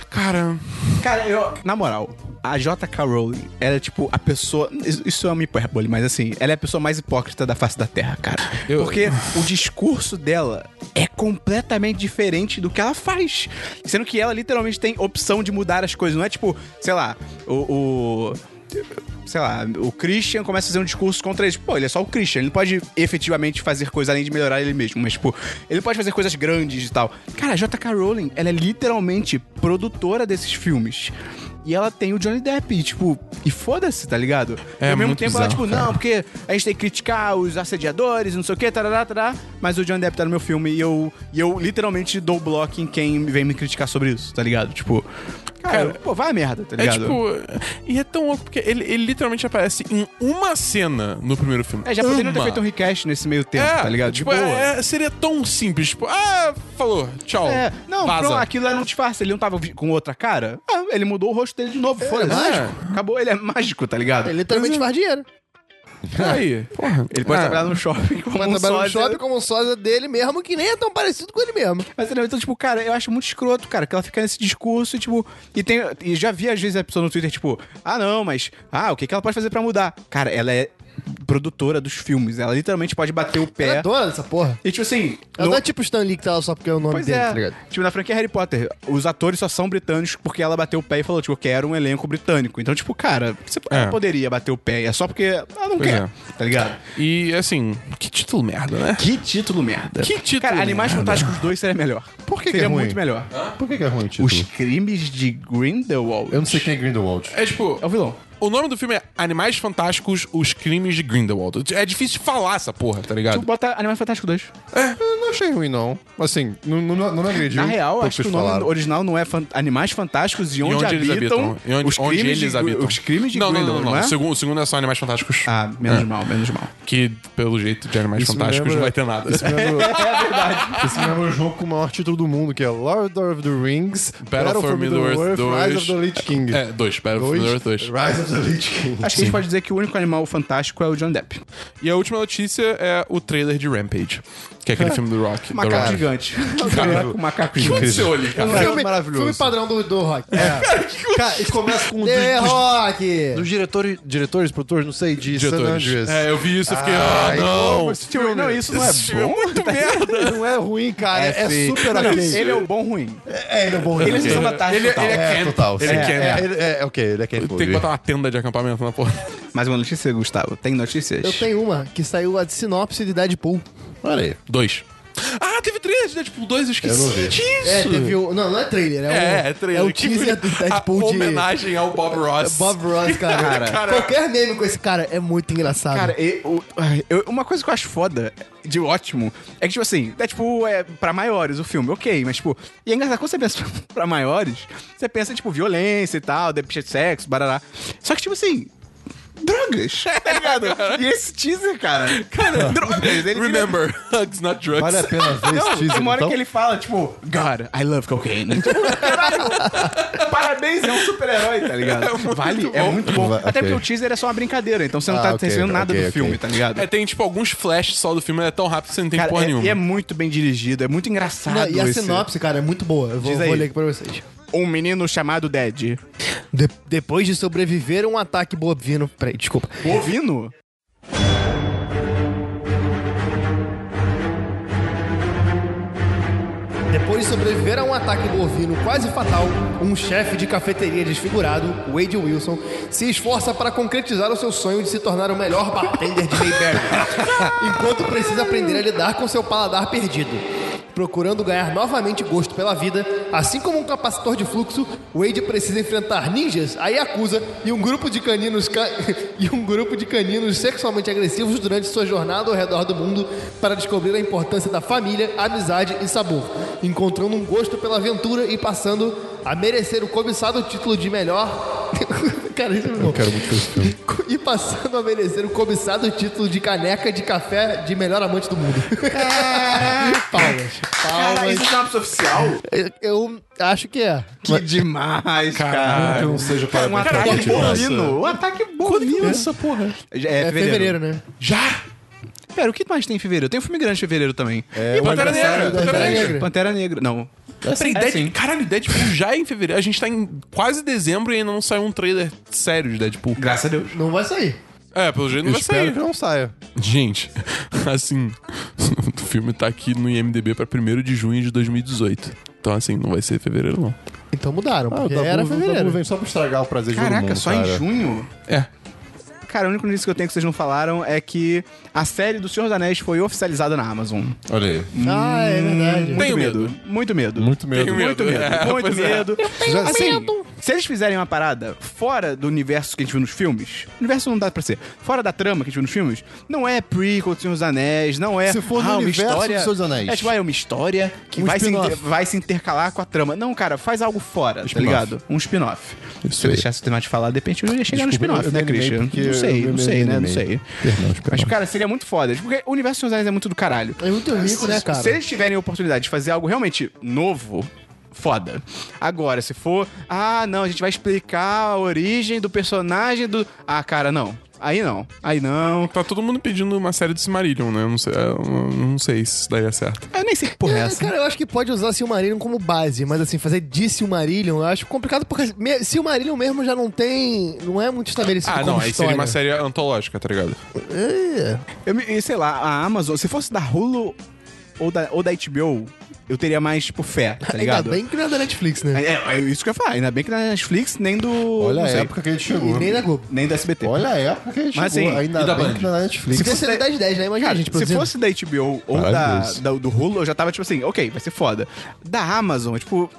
[SPEAKER 2] Cara,
[SPEAKER 1] Cara, eu. Na moral, a JK Rowling, ela é tipo a pessoa. isso- Isso é uma hipérbole, mas assim, ela é a pessoa mais hipócrita da face da Terra, cara.
[SPEAKER 2] Eu-
[SPEAKER 1] Porque o discurso dela é completamente diferente do que ela faz. Sendo que ela literalmente tem opção de mudar as coisas. Não é tipo, sei lá, o. o- Sei lá, o Christian começa a fazer um discurso contra ele. Pô, ele é só o Christian, ele não pode efetivamente fazer coisa além de melhorar ele mesmo, mas, tipo, ele pode fazer coisas grandes e tal. Cara, a J.K. Rowling, ela é literalmente produtora desses filmes. E ela tem o Johnny Depp, e, tipo, e foda-se, tá ligado?
[SPEAKER 2] É,
[SPEAKER 1] e ao mesmo
[SPEAKER 2] muito
[SPEAKER 1] tempo ela,
[SPEAKER 2] bizarro,
[SPEAKER 1] tipo,
[SPEAKER 2] cara.
[SPEAKER 1] não, porque a gente tem que criticar os assediadores, não sei o quê, tarará, tarará, mas o Johnny Depp tá no meu filme e eu, e eu literalmente dou bloco em quem vem me criticar sobre isso, tá ligado? Tipo, cara,
[SPEAKER 2] Cara,
[SPEAKER 1] pô, vai a merda, tá
[SPEAKER 2] É
[SPEAKER 1] ligado?
[SPEAKER 2] tipo. E é tão louco porque ele, ele literalmente aparece em uma cena no primeiro filme.
[SPEAKER 1] É, já poderia ter
[SPEAKER 2] Uma.
[SPEAKER 1] feito um request nesse meio tempo,
[SPEAKER 2] É,
[SPEAKER 1] tá ligado?
[SPEAKER 2] Tipo,
[SPEAKER 1] de boa.
[SPEAKER 2] é- é- seria tão simples. Tipo, ah, falou, tchau.
[SPEAKER 1] É, não,
[SPEAKER 2] vaza.
[SPEAKER 1] pronto, aquilo era um disfarce. Ele não tava vi- com outra cara. Ah, ele mudou o rosto dele de novo. foda-se.
[SPEAKER 2] mágico.
[SPEAKER 1] Acabou, ele é mágico, tá ligado?
[SPEAKER 3] Ele literalmente faz dinheiro.
[SPEAKER 2] [LAUGHS] Aí, porra.
[SPEAKER 1] Ele pode
[SPEAKER 2] Ah,
[SPEAKER 1] trabalhar no shopping como
[SPEAKER 3] Mas
[SPEAKER 1] um
[SPEAKER 3] trabalha no
[SPEAKER 1] sósia.
[SPEAKER 3] shopping como um sósia dele mesmo, que nem é tão parecido com ele mesmo.
[SPEAKER 1] Mas entendeu? então, tipo, cara, eu acho muito escroto, cara, que ela fica nesse discurso e, tipo, e tem. E já vi às vezes a pessoa no Twitter, tipo, ah, não, mas. Ah, o que, que ela pode fazer pra mudar? Cara, ela é produtora dos filmes. Ela literalmente pode bater o
[SPEAKER 3] Ela
[SPEAKER 1] pé.
[SPEAKER 3] é dona dessa porra.
[SPEAKER 1] E tipo assim.
[SPEAKER 3] Ela
[SPEAKER 1] no-
[SPEAKER 3] não é tipo o Stan Lee que tá lá só porque é o nome
[SPEAKER 1] Pois
[SPEAKER 3] dele,
[SPEAKER 1] é.
[SPEAKER 3] tá ligado?
[SPEAKER 1] Tipo, na franquia Harry Potter, os atores só são britânicos porque ela bateu o pé e falou, tipo, eu quero um elenco britânico. Então, tipo, cara, você
[SPEAKER 2] É.
[SPEAKER 1] poderia bater o pé. É só porque ela não
[SPEAKER 2] Pois
[SPEAKER 1] quer,
[SPEAKER 2] é.
[SPEAKER 1] tá ligado?
[SPEAKER 2] E assim, que título merda, né?
[SPEAKER 1] Que título merda.
[SPEAKER 2] Que título
[SPEAKER 1] Cara, Animais
[SPEAKER 2] merda.
[SPEAKER 1] Fantásticos 2 seria melhor.
[SPEAKER 4] Por que que
[SPEAKER 1] Seria
[SPEAKER 4] é ruim?
[SPEAKER 1] muito melhor.
[SPEAKER 4] Por que, que é ruim o título?
[SPEAKER 1] Os crimes de Grindelwald.
[SPEAKER 4] Eu não sei quem é Grindelwald.
[SPEAKER 2] É tipo,
[SPEAKER 1] É o vilão.
[SPEAKER 2] o nome do filme é Animais Fantásticos, Os Crimes de Grindelwald. É difícil de falar essa porra, tá
[SPEAKER 1] Tu
[SPEAKER 2] ligado?
[SPEAKER 1] bota Animais Fantásticos 2.
[SPEAKER 4] Eu não achei ruim, não. Assim, não, não, não me agrediu.
[SPEAKER 1] Na real,
[SPEAKER 4] pelo
[SPEAKER 1] acho que o
[SPEAKER 4] vocês
[SPEAKER 1] nome [LAUGHS]
[SPEAKER 4] falaram.
[SPEAKER 1] original não é Fan- Animais Fantásticos e Onde,
[SPEAKER 2] e onde eles
[SPEAKER 1] habitam,
[SPEAKER 2] habitam? E onde,
[SPEAKER 1] os
[SPEAKER 2] onde
[SPEAKER 1] crimes
[SPEAKER 2] eles
[SPEAKER 1] de,
[SPEAKER 2] habitam?
[SPEAKER 1] Os crimes de
[SPEAKER 2] não, não, não,
[SPEAKER 1] Grindelwald,
[SPEAKER 2] não, É.
[SPEAKER 1] é?
[SPEAKER 2] O segundo, o segundo é só Animais Fantásticos.
[SPEAKER 1] Ah, menos mal, menos mal.
[SPEAKER 2] Que, pelo jeito, de Animais
[SPEAKER 4] Isso me
[SPEAKER 2] Fantásticos
[SPEAKER 4] lembra-
[SPEAKER 2] não vai ter nada.
[SPEAKER 4] Isso me lembra... é verdade. Isso me lembra é o jogo com o maior título do mundo, que é Lord of the Rings, Battle, for Middle-earth, Rise of the Lich King.
[SPEAKER 2] É, dois. Battlefield
[SPEAKER 4] Dois,
[SPEAKER 2] Earth 2.
[SPEAKER 4] Rise of the Lich King.
[SPEAKER 1] Acho que a gente pode dizer que o único animal fantástico é o John Depp.
[SPEAKER 2] E a última notícia é o trailer de Rampage, que é aquele filme do Rock. é
[SPEAKER 1] Macaco
[SPEAKER 2] do Rock.
[SPEAKER 1] gigante. Macaco, macaco gigante.
[SPEAKER 2] aconteceu ali, cara?
[SPEAKER 4] Filme-
[SPEAKER 3] Filme
[SPEAKER 4] maravilhoso.
[SPEAKER 3] padrão do, do rock. [LAUGHS]
[SPEAKER 4] Cara, e começa com um dos,
[SPEAKER 3] The
[SPEAKER 4] dos,
[SPEAKER 3] Rock!
[SPEAKER 4] dos diretores, diretores, produtores, não sei, de San
[SPEAKER 2] Diretores.
[SPEAKER 4] Andreas.
[SPEAKER 2] É, eu vi isso, eu fiquei, ah, não.
[SPEAKER 4] Esse filme-
[SPEAKER 1] Não, isso não [LAUGHS] é
[SPEAKER 2] Esse filme é
[SPEAKER 1] bom.
[SPEAKER 2] muito merda.
[SPEAKER 4] Não é ruim, cara. É,
[SPEAKER 1] feio.
[SPEAKER 4] super
[SPEAKER 1] Não,
[SPEAKER 4] ok.
[SPEAKER 1] Ele é o bom ruim.
[SPEAKER 4] É, ele é bom.
[SPEAKER 1] Ele é
[SPEAKER 4] ok.
[SPEAKER 1] sessão da tarde.
[SPEAKER 2] Ele, ele
[SPEAKER 1] total.
[SPEAKER 2] é camp.
[SPEAKER 4] total.
[SPEAKER 2] Ele
[SPEAKER 4] sim.
[SPEAKER 2] é camp.
[SPEAKER 4] É, ele é, ok, ele é quem
[SPEAKER 2] Tem que botar uma tenda de acampamento na porra. [LAUGHS]
[SPEAKER 1] Mais uma notícia, Gustavo. Tem notícias?
[SPEAKER 3] Eu tenho uma que saiu a sinopse de Deadpool.
[SPEAKER 4] Olha aí.
[SPEAKER 2] Dois. Ah, teve
[SPEAKER 1] né?
[SPEAKER 2] trailer de
[SPEAKER 1] Tipo,
[SPEAKER 2] Deadpool 2, eu esqueci
[SPEAKER 4] Eu não vi.
[SPEAKER 2] disso.
[SPEAKER 3] É, teve um. Não, não é trailer, é, um.
[SPEAKER 2] É, é trailer.
[SPEAKER 1] [LAUGHS]
[SPEAKER 3] É o
[SPEAKER 2] Que
[SPEAKER 3] teaser do
[SPEAKER 2] a
[SPEAKER 1] Ah,
[SPEAKER 3] Deadpool de.
[SPEAKER 2] homenagem ao Bob Ross.
[SPEAKER 3] Bob Ross,
[SPEAKER 1] [LAUGHS]
[SPEAKER 3] cara. é
[SPEAKER 2] Cara.
[SPEAKER 3] Qualquer meme com esse cara é muito engraçado.
[SPEAKER 1] Cara, e- o- ai, eu- uma coisa que eu acho foda, de ótimo, é que, tipo assim, é tipo, é pra maiores o filme, ok, mas, tipo, e é engraçado, quando você pensa [LAUGHS] pra maiores, você pensa, tipo, violência e tal, de sexo, barará. Só que, tipo assim, drogas, tá
[SPEAKER 3] [LAUGHS]
[SPEAKER 1] ligado? e esse teaser, cara, cara, drogas, ele vira-
[SPEAKER 2] Remember, [LAUGHS] hugs not drugs.
[SPEAKER 4] Vale a pena ver
[SPEAKER 1] Não,
[SPEAKER 4] esse teaser,
[SPEAKER 1] tem uma hora
[SPEAKER 4] então?
[SPEAKER 1] que ele fala, tipo, God, I love cocaine. Tipo, caralho, Parabéns, é um super-herói, tá ligado? vale, é muito bom.
[SPEAKER 4] Vai,
[SPEAKER 1] Até
[SPEAKER 4] ok.
[SPEAKER 1] porque o teaser é só uma brincadeira, então você não
[SPEAKER 4] Ah,
[SPEAKER 1] tá
[SPEAKER 4] ok,
[SPEAKER 1] recebendo nada
[SPEAKER 4] ok,
[SPEAKER 1] do
[SPEAKER 4] ok.
[SPEAKER 1] filme, tá ligado?
[SPEAKER 2] É, tem, tipo, alguns flashes só do filme, é tão rápido que você não tem
[SPEAKER 1] Cara,
[SPEAKER 2] porra
[SPEAKER 1] é,
[SPEAKER 2] nenhuma.
[SPEAKER 1] e é muito bem dirigido, é muito engraçado.
[SPEAKER 3] Não, e a
[SPEAKER 1] esse-
[SPEAKER 3] sinopse, cara, é muito boa. Eu vou,
[SPEAKER 1] Diz aí.
[SPEAKER 3] vou ler aqui pra vocês.
[SPEAKER 1] Um menino chamado Dead.
[SPEAKER 3] De- depois de sobreviver a um ataque bovino. Peraí, desculpa.
[SPEAKER 1] Bovino?
[SPEAKER 3] Depois de sobreviver a um ataque bovino quase fatal, um chefe de cafeteria desfigurado, Wade Wilson, se esforça para concretizar o seu sonho de se tornar o melhor bartender de Mayberry, [LAUGHS] enquanto precisa aprender a lidar com seu paladar perdido. Procurando ganhar novamente gosto pela vida, assim como um capacitor de fluxo, Wade precisa enfrentar ninjas, a Yakuza e um grupo de caninos ca- [LAUGHS] e um grupo de caninos sexualmente agressivos durante sua jornada ao redor do mundo para descobrir a importância da família, amizade e sabor, encontrando um gosto pela aventura e passando a merecer o cobiçado título de melhor. [LAUGHS] Cara, isso é bom.
[SPEAKER 4] Eu quero muito ver esse filme.
[SPEAKER 3] E passando a merecer o cobiçado título de caneca de café de melhor amante do mundo. [LAUGHS] Palmas. Palmas.
[SPEAKER 1] é sinopse oficial?
[SPEAKER 3] Eu, eu acho que é.
[SPEAKER 1] Que demais, cara.
[SPEAKER 4] que não seja para
[SPEAKER 1] um
[SPEAKER 4] mim, cara,
[SPEAKER 1] ataque
[SPEAKER 4] que massa.
[SPEAKER 1] bovino. Um ataque bovino. essa porra? É,
[SPEAKER 3] É fevereiro, né?
[SPEAKER 1] Já? Pera, o que mais tem em fevereiro? Tem um filme grande em fevereiro também.
[SPEAKER 4] É, o
[SPEAKER 2] Pantera
[SPEAKER 4] aniversário
[SPEAKER 2] Negra,
[SPEAKER 4] da
[SPEAKER 2] Pantera
[SPEAKER 4] Jade.
[SPEAKER 3] Negra.
[SPEAKER 1] Pantera Negra. Não.
[SPEAKER 2] Peraí,
[SPEAKER 1] É,
[SPEAKER 2] Dead...
[SPEAKER 1] sim.
[SPEAKER 2] Assim, caralho, Deadpool já é em fevereiro. A gente tá em quase dezembro e ainda não saiu um trailer sério de Deadpool.
[SPEAKER 1] Graças a Deus.
[SPEAKER 3] Não vai sair.
[SPEAKER 2] É, pelo jeito
[SPEAKER 4] Eu
[SPEAKER 2] não vai
[SPEAKER 4] espero
[SPEAKER 2] sair.
[SPEAKER 4] que não saia.
[SPEAKER 2] Gente, [LAUGHS] assim, o filme tá aqui no IMDB pra 1 de junho de 2018. Então, assim, não vai ser fevereiro, não.
[SPEAKER 3] Então mudaram,
[SPEAKER 4] Ah, o
[SPEAKER 3] porque
[SPEAKER 4] Dabu,
[SPEAKER 3] era
[SPEAKER 4] o Dabu
[SPEAKER 3] fevereiro.
[SPEAKER 4] vem só pra estragar o prazer de todo
[SPEAKER 1] Caraca,
[SPEAKER 4] mundo,
[SPEAKER 1] só
[SPEAKER 4] cara.
[SPEAKER 1] em junho?
[SPEAKER 2] É.
[SPEAKER 1] Cara, a única notícia que eu tenho que vocês não falaram é que a série do Senhor dos Anéis foi oficializada na Amazon.
[SPEAKER 4] Olha aí.
[SPEAKER 3] Ah, é verdade.
[SPEAKER 2] Tenho
[SPEAKER 1] Muito medo. Muito medo.
[SPEAKER 4] Muito medo.
[SPEAKER 2] Tenho [LAUGHS]
[SPEAKER 1] Muito medo,
[SPEAKER 2] É,
[SPEAKER 1] muito
[SPEAKER 2] pois é.
[SPEAKER 1] medo.
[SPEAKER 4] Já-
[SPEAKER 1] assim, Se eles fizerem uma parada fora do universo que a gente viu nos filmes, universo não dá pra ser, fora da trama que a gente viu nos filmes, não é prequel do Senhor dos Anéis, não é.
[SPEAKER 4] Se for no
[SPEAKER 1] uma
[SPEAKER 4] universo
[SPEAKER 1] história,
[SPEAKER 4] do Senhor dos Anéis.
[SPEAKER 1] É tipo, ah, é uma história que
[SPEAKER 4] Um
[SPEAKER 1] vai, se
[SPEAKER 4] spin-off.
[SPEAKER 1] inter- vai se intercalar com a trama. Não, cara, faz algo fora, tá
[SPEAKER 4] Spin-off.
[SPEAKER 1] ligado? Um spin-off. Se eu
[SPEAKER 4] aí.
[SPEAKER 1] deixasse o tema de falar, de repente eu ia chegar
[SPEAKER 4] Desculpa,
[SPEAKER 1] no
[SPEAKER 4] eu
[SPEAKER 1] spin-off, né,
[SPEAKER 4] me animei
[SPEAKER 1] Christian?
[SPEAKER 4] porque
[SPEAKER 1] Não sei,
[SPEAKER 4] eu
[SPEAKER 1] não
[SPEAKER 4] me
[SPEAKER 1] sei, né? Não
[SPEAKER 4] animei.
[SPEAKER 1] sei.
[SPEAKER 4] Perdão, spin-off.
[SPEAKER 1] Mas, cara, seria muito foda. Porque o universo dos Senhor dos Anéis é muito do caralho.
[SPEAKER 3] É muito rico, né, cara?
[SPEAKER 1] Se eles tiverem a oportunidade de fazer algo realmente novo, foda. Agora, se for, ah, não, a gente vai explicar a origem do personagem do. Ah, cara, não. Aí não. Aí não.
[SPEAKER 2] Tá todo mundo pedindo uma série de Silmarillion, né? Eu não sei, eu não sei se daria certo.
[SPEAKER 1] Eu nem sei que porra é
[SPEAKER 3] É,
[SPEAKER 1] essa.
[SPEAKER 3] Cara, eu acho que pode usar Silmarillion como base, mas assim, fazer de Silmarillion eu acho complicado porque me- Silmarillion mesmo já não tem. Não é muito estabelecido.
[SPEAKER 2] Ah,
[SPEAKER 3] como
[SPEAKER 2] não, aí
[SPEAKER 3] história.
[SPEAKER 2] seria uma série antológica, tá ligado?
[SPEAKER 1] Eu, me- sei lá, a Amazon, se fosse da Hulu ou da, ou da HBO, eu teria mais, tipo, fé, tá ligado?
[SPEAKER 3] Ainda bem que não é da Netflix, né?
[SPEAKER 1] É, é isso que eu ia falar. Ainda bem que na Netflix, nem do.
[SPEAKER 4] Olha
[SPEAKER 1] não
[SPEAKER 4] a
[SPEAKER 1] sei,
[SPEAKER 4] época que a gente
[SPEAKER 3] E
[SPEAKER 4] chegou.
[SPEAKER 1] é
[SPEAKER 3] nem da Globo.
[SPEAKER 1] Nem do SBT.
[SPEAKER 4] Olha a época que a gente
[SPEAKER 1] Mas,
[SPEAKER 4] chegou.
[SPEAKER 1] assim, e
[SPEAKER 4] Ainda
[SPEAKER 2] da
[SPEAKER 4] bem
[SPEAKER 2] Band?
[SPEAKER 4] que na Netflix.
[SPEAKER 3] Se fosse da 10 10, né?
[SPEAKER 4] Ah,
[SPEAKER 3] Imagina, a
[SPEAKER 1] Cara,
[SPEAKER 3] gente
[SPEAKER 1] se
[SPEAKER 3] produzindo.
[SPEAKER 1] fosse da HBO ou da,
[SPEAKER 4] Maravilhoso.
[SPEAKER 1] da- do Hulu, eu já tava, tipo assim, ok, vai ser foda. Da Amazon, é, tipo...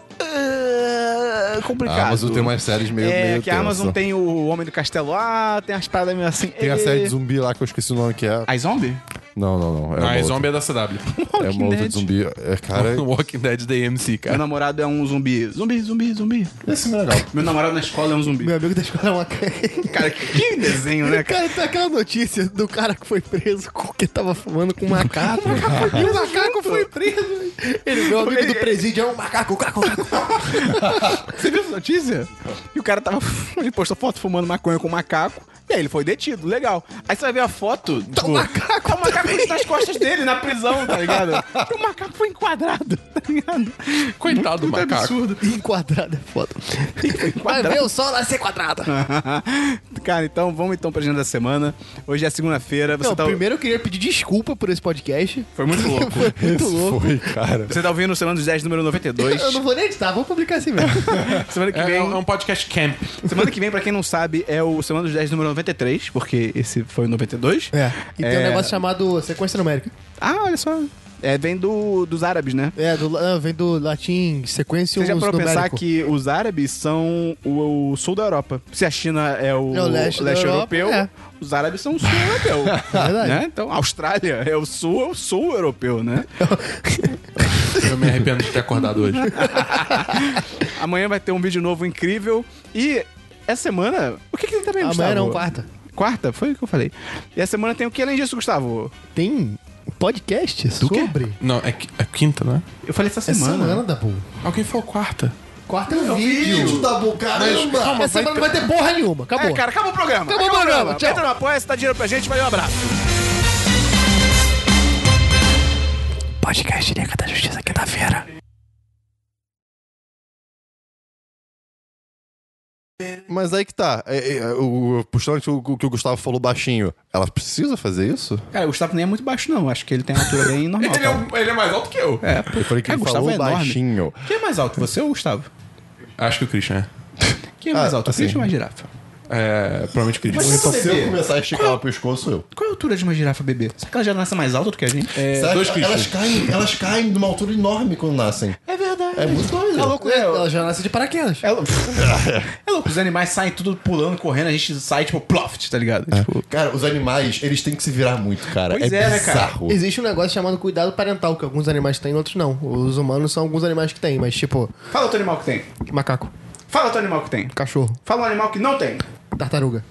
[SPEAKER 1] ah, complicado.
[SPEAKER 4] A Amazon tem umas séries meio-
[SPEAKER 1] É,
[SPEAKER 4] meio
[SPEAKER 1] que a Amazon
[SPEAKER 4] tensa.
[SPEAKER 1] tem o Homem do Castelo lá, tem as paradas meio assim...
[SPEAKER 4] Tem a
[SPEAKER 1] eh.
[SPEAKER 4] série de zumbi lá que eu esqueci o nome que é.
[SPEAKER 1] A Zombie?
[SPEAKER 4] Não, não, não. É uma
[SPEAKER 2] ah,
[SPEAKER 4] outra.
[SPEAKER 2] Zombie é da CW.
[SPEAKER 4] É uma outra de zumbi. É,
[SPEAKER 1] [LAUGHS]
[SPEAKER 4] cara,
[SPEAKER 2] [LAUGHS] Walking Dead da AMC,
[SPEAKER 1] Meu
[SPEAKER 2] cara.
[SPEAKER 1] namorado é um zumbi. Zumbi, zumbi, zumbi.
[SPEAKER 4] esse filme é legal.
[SPEAKER 1] Meu namorado na escola é um zumbi.
[SPEAKER 3] Meu amigo da escola é uma cara.
[SPEAKER 1] Cara, que desenho, né, cara?
[SPEAKER 3] Cara, tem aquela notícia do cara que foi preso porque tava fumando com um macaco.
[SPEAKER 1] [LAUGHS]
[SPEAKER 3] e o macaco foi preso. Ele, meu amigo do presídio é um macaco, caco, caco.
[SPEAKER 1] Você viu essa notícia? E o cara tava... Ele postou foto fumando maconha com um macaco. E aí ele foi detido, legal. Aí você vai ver a foto... Tá
[SPEAKER 3] um macaco
[SPEAKER 1] Tá o macaco nas costas dele, na prisão, tá ligado? E [LAUGHS] o macaco foi enquadrado, tá ligado?
[SPEAKER 2] Coitado do
[SPEAKER 1] Muito
[SPEAKER 2] macaco.
[SPEAKER 1] absurdo.
[SPEAKER 3] E enquadrado é foda. Vai ver o sol nascer quadrado.
[SPEAKER 1] [LAUGHS] Ah, Cara, então vamos então pra agenda da semana. Hoje é segunda-feira, você
[SPEAKER 3] Não,
[SPEAKER 1] tá...
[SPEAKER 3] primeiro eu queria pedir desculpa por esse podcast.
[SPEAKER 1] Foi muito louco.
[SPEAKER 3] Foi muito
[SPEAKER 4] [LAUGHS]
[SPEAKER 3] louco.
[SPEAKER 4] Foi, cara.
[SPEAKER 1] Você tá ouvindo o Semana dos 10, número 92.
[SPEAKER 3] Eu não vou nem editar, vou publicar assim mesmo.
[SPEAKER 1] Semana que
[SPEAKER 2] É,
[SPEAKER 1] vem...
[SPEAKER 2] é um podcast camp.
[SPEAKER 1] Semana que vem, pra quem não sabe, é o Semana dos 10, número 93, porque esse foi o 92.
[SPEAKER 3] É. E tem
[SPEAKER 1] [LAUGHS]
[SPEAKER 3] um
[SPEAKER 1] É.
[SPEAKER 3] negócio chamado sequência numérica.
[SPEAKER 1] Ah, olha só. É, vem do, dos árabes, né?
[SPEAKER 3] É, do, ah, vem do latim sequência
[SPEAKER 1] Você já parou pra pensar
[SPEAKER 3] numérico.
[SPEAKER 1] que os árabes são o, o sul da Europa. Se a China é o,
[SPEAKER 3] É o leste da Europa,
[SPEAKER 1] europeu,
[SPEAKER 3] é.
[SPEAKER 1] os árabes são o sul
[SPEAKER 3] [LAUGHS]
[SPEAKER 1] europeu.
[SPEAKER 3] verdade.
[SPEAKER 1] né? Então, a Austrália é o sul, é o sul europeu,
[SPEAKER 3] [LAUGHS]
[SPEAKER 1] né?
[SPEAKER 2] Eu me arrependo de ter acordado hoje.
[SPEAKER 1] Amanhã vai ter um vídeo novo incrível. E essa semana... O que que ele também, [LAUGHS] Gustavo?
[SPEAKER 3] Amanhã não, quarta.
[SPEAKER 1] Quarta? Foi o que eu falei. E essa semana tem o que além disso, Gustavo?
[SPEAKER 3] Tem podcast
[SPEAKER 1] quê?
[SPEAKER 3] sobre...
[SPEAKER 2] [LAUGHS] Não, é, qui- é quinta, né?
[SPEAKER 1] Eu falei essa
[SPEAKER 3] É
[SPEAKER 1] semana.
[SPEAKER 3] semana, da Dabu.
[SPEAKER 2] Alguém falou quarta.
[SPEAKER 3] Quarta é um vídeo.
[SPEAKER 4] Dabu, caramba.
[SPEAKER 3] Essa semana não vai ter porra nenhuma. Acabou.
[SPEAKER 1] É, cara, acabou o programa.
[SPEAKER 3] tá Acabou o programa, tchau.
[SPEAKER 1] Entra no apoia, se dá dinheiro pra gente, valeu, um abraço.
[SPEAKER 3] Podcast Direca da Justiça, quinta-feira.
[SPEAKER 1] ah,
[SPEAKER 4] Mas aí que tá. É, é, o, o- puxando o que o que o Gustavo falou baixinho. Ela precisa fazer isso?
[SPEAKER 1] Cara, o Gustavo nem é muito baixo, não. Acho que ele tem uma altura bem normal.
[SPEAKER 2] Ele é, um- ele é mais alto que eu.
[SPEAKER 4] Eu falei que
[SPEAKER 1] Cara, Gustavo
[SPEAKER 4] ele falou
[SPEAKER 1] é enorme.
[SPEAKER 4] baixinho.
[SPEAKER 1] Quem é mais alto, você ou o Gustavo?
[SPEAKER 2] Acho que o Christian é.
[SPEAKER 1] Quem é mais
[SPEAKER 4] Ah,
[SPEAKER 1] alto,
[SPEAKER 4] assim.
[SPEAKER 1] o Christian ou a girafa?
[SPEAKER 2] É, provavelmente o Christian.
[SPEAKER 1] Mas-
[SPEAKER 4] Então, Se eu começar a esticar ela pro pescoço, eu.
[SPEAKER 1] Qual é a altura de uma girafa bebê? Será que ela já nasce mais alta do que a gente? É,
[SPEAKER 4] Será
[SPEAKER 2] dois
[SPEAKER 4] que elas
[SPEAKER 2] Christian.
[SPEAKER 4] caem, elas caem de uma altura enorme quando nascem.
[SPEAKER 1] verdade.
[SPEAKER 4] É muito doido.
[SPEAKER 3] Tá louco, né? Ela já nasce de paraquedas.
[SPEAKER 1] É, louco. [LAUGHS] é louco, os animais saem tudo pulando, correndo, a gente sai tipo ploft, tá ligado? Tipo,
[SPEAKER 4] Cara, os animais, eles têm que se virar muito, cara.
[SPEAKER 1] Pois
[SPEAKER 4] é,
[SPEAKER 1] é, né, cara?
[SPEAKER 4] bizarro.
[SPEAKER 3] Existe um negócio chamado cuidado parental, que alguns animais têm, outros não. Os humanos são alguns animais que têm, mas tipo,
[SPEAKER 1] fala outro animal que tem.
[SPEAKER 3] macaco,
[SPEAKER 1] Fala outro animal que tem.
[SPEAKER 3] cachorro,
[SPEAKER 1] Fala um animal que não tem.
[SPEAKER 3] tartaruga.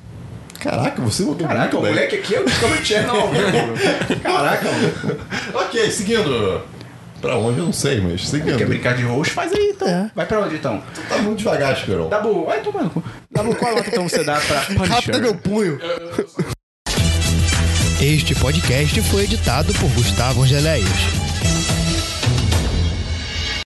[SPEAKER 4] Caraca, você mudou
[SPEAKER 1] Caraca, o
[SPEAKER 4] muito, velho.
[SPEAKER 1] moleque aqui é o Discovery Channel. ao [LAUGHS] vivo. Caraca, mano.
[SPEAKER 4] [LAUGHS] Ok, seguindo. Pra onde eu não sei, mas seguindo.
[SPEAKER 1] Quer brincar de roxo? Faz aí então.
[SPEAKER 3] É.
[SPEAKER 1] Vai pra onde então?
[SPEAKER 4] Tá muito devagar, Esperon.
[SPEAKER 1] Dabu, vai tomando. Dabu, qual nota então você dá pra
[SPEAKER 3] Rápido é
[SPEAKER 1] Punisher?
[SPEAKER 3] meu punho. Este podcast foi editado por Gustavo Angeléias.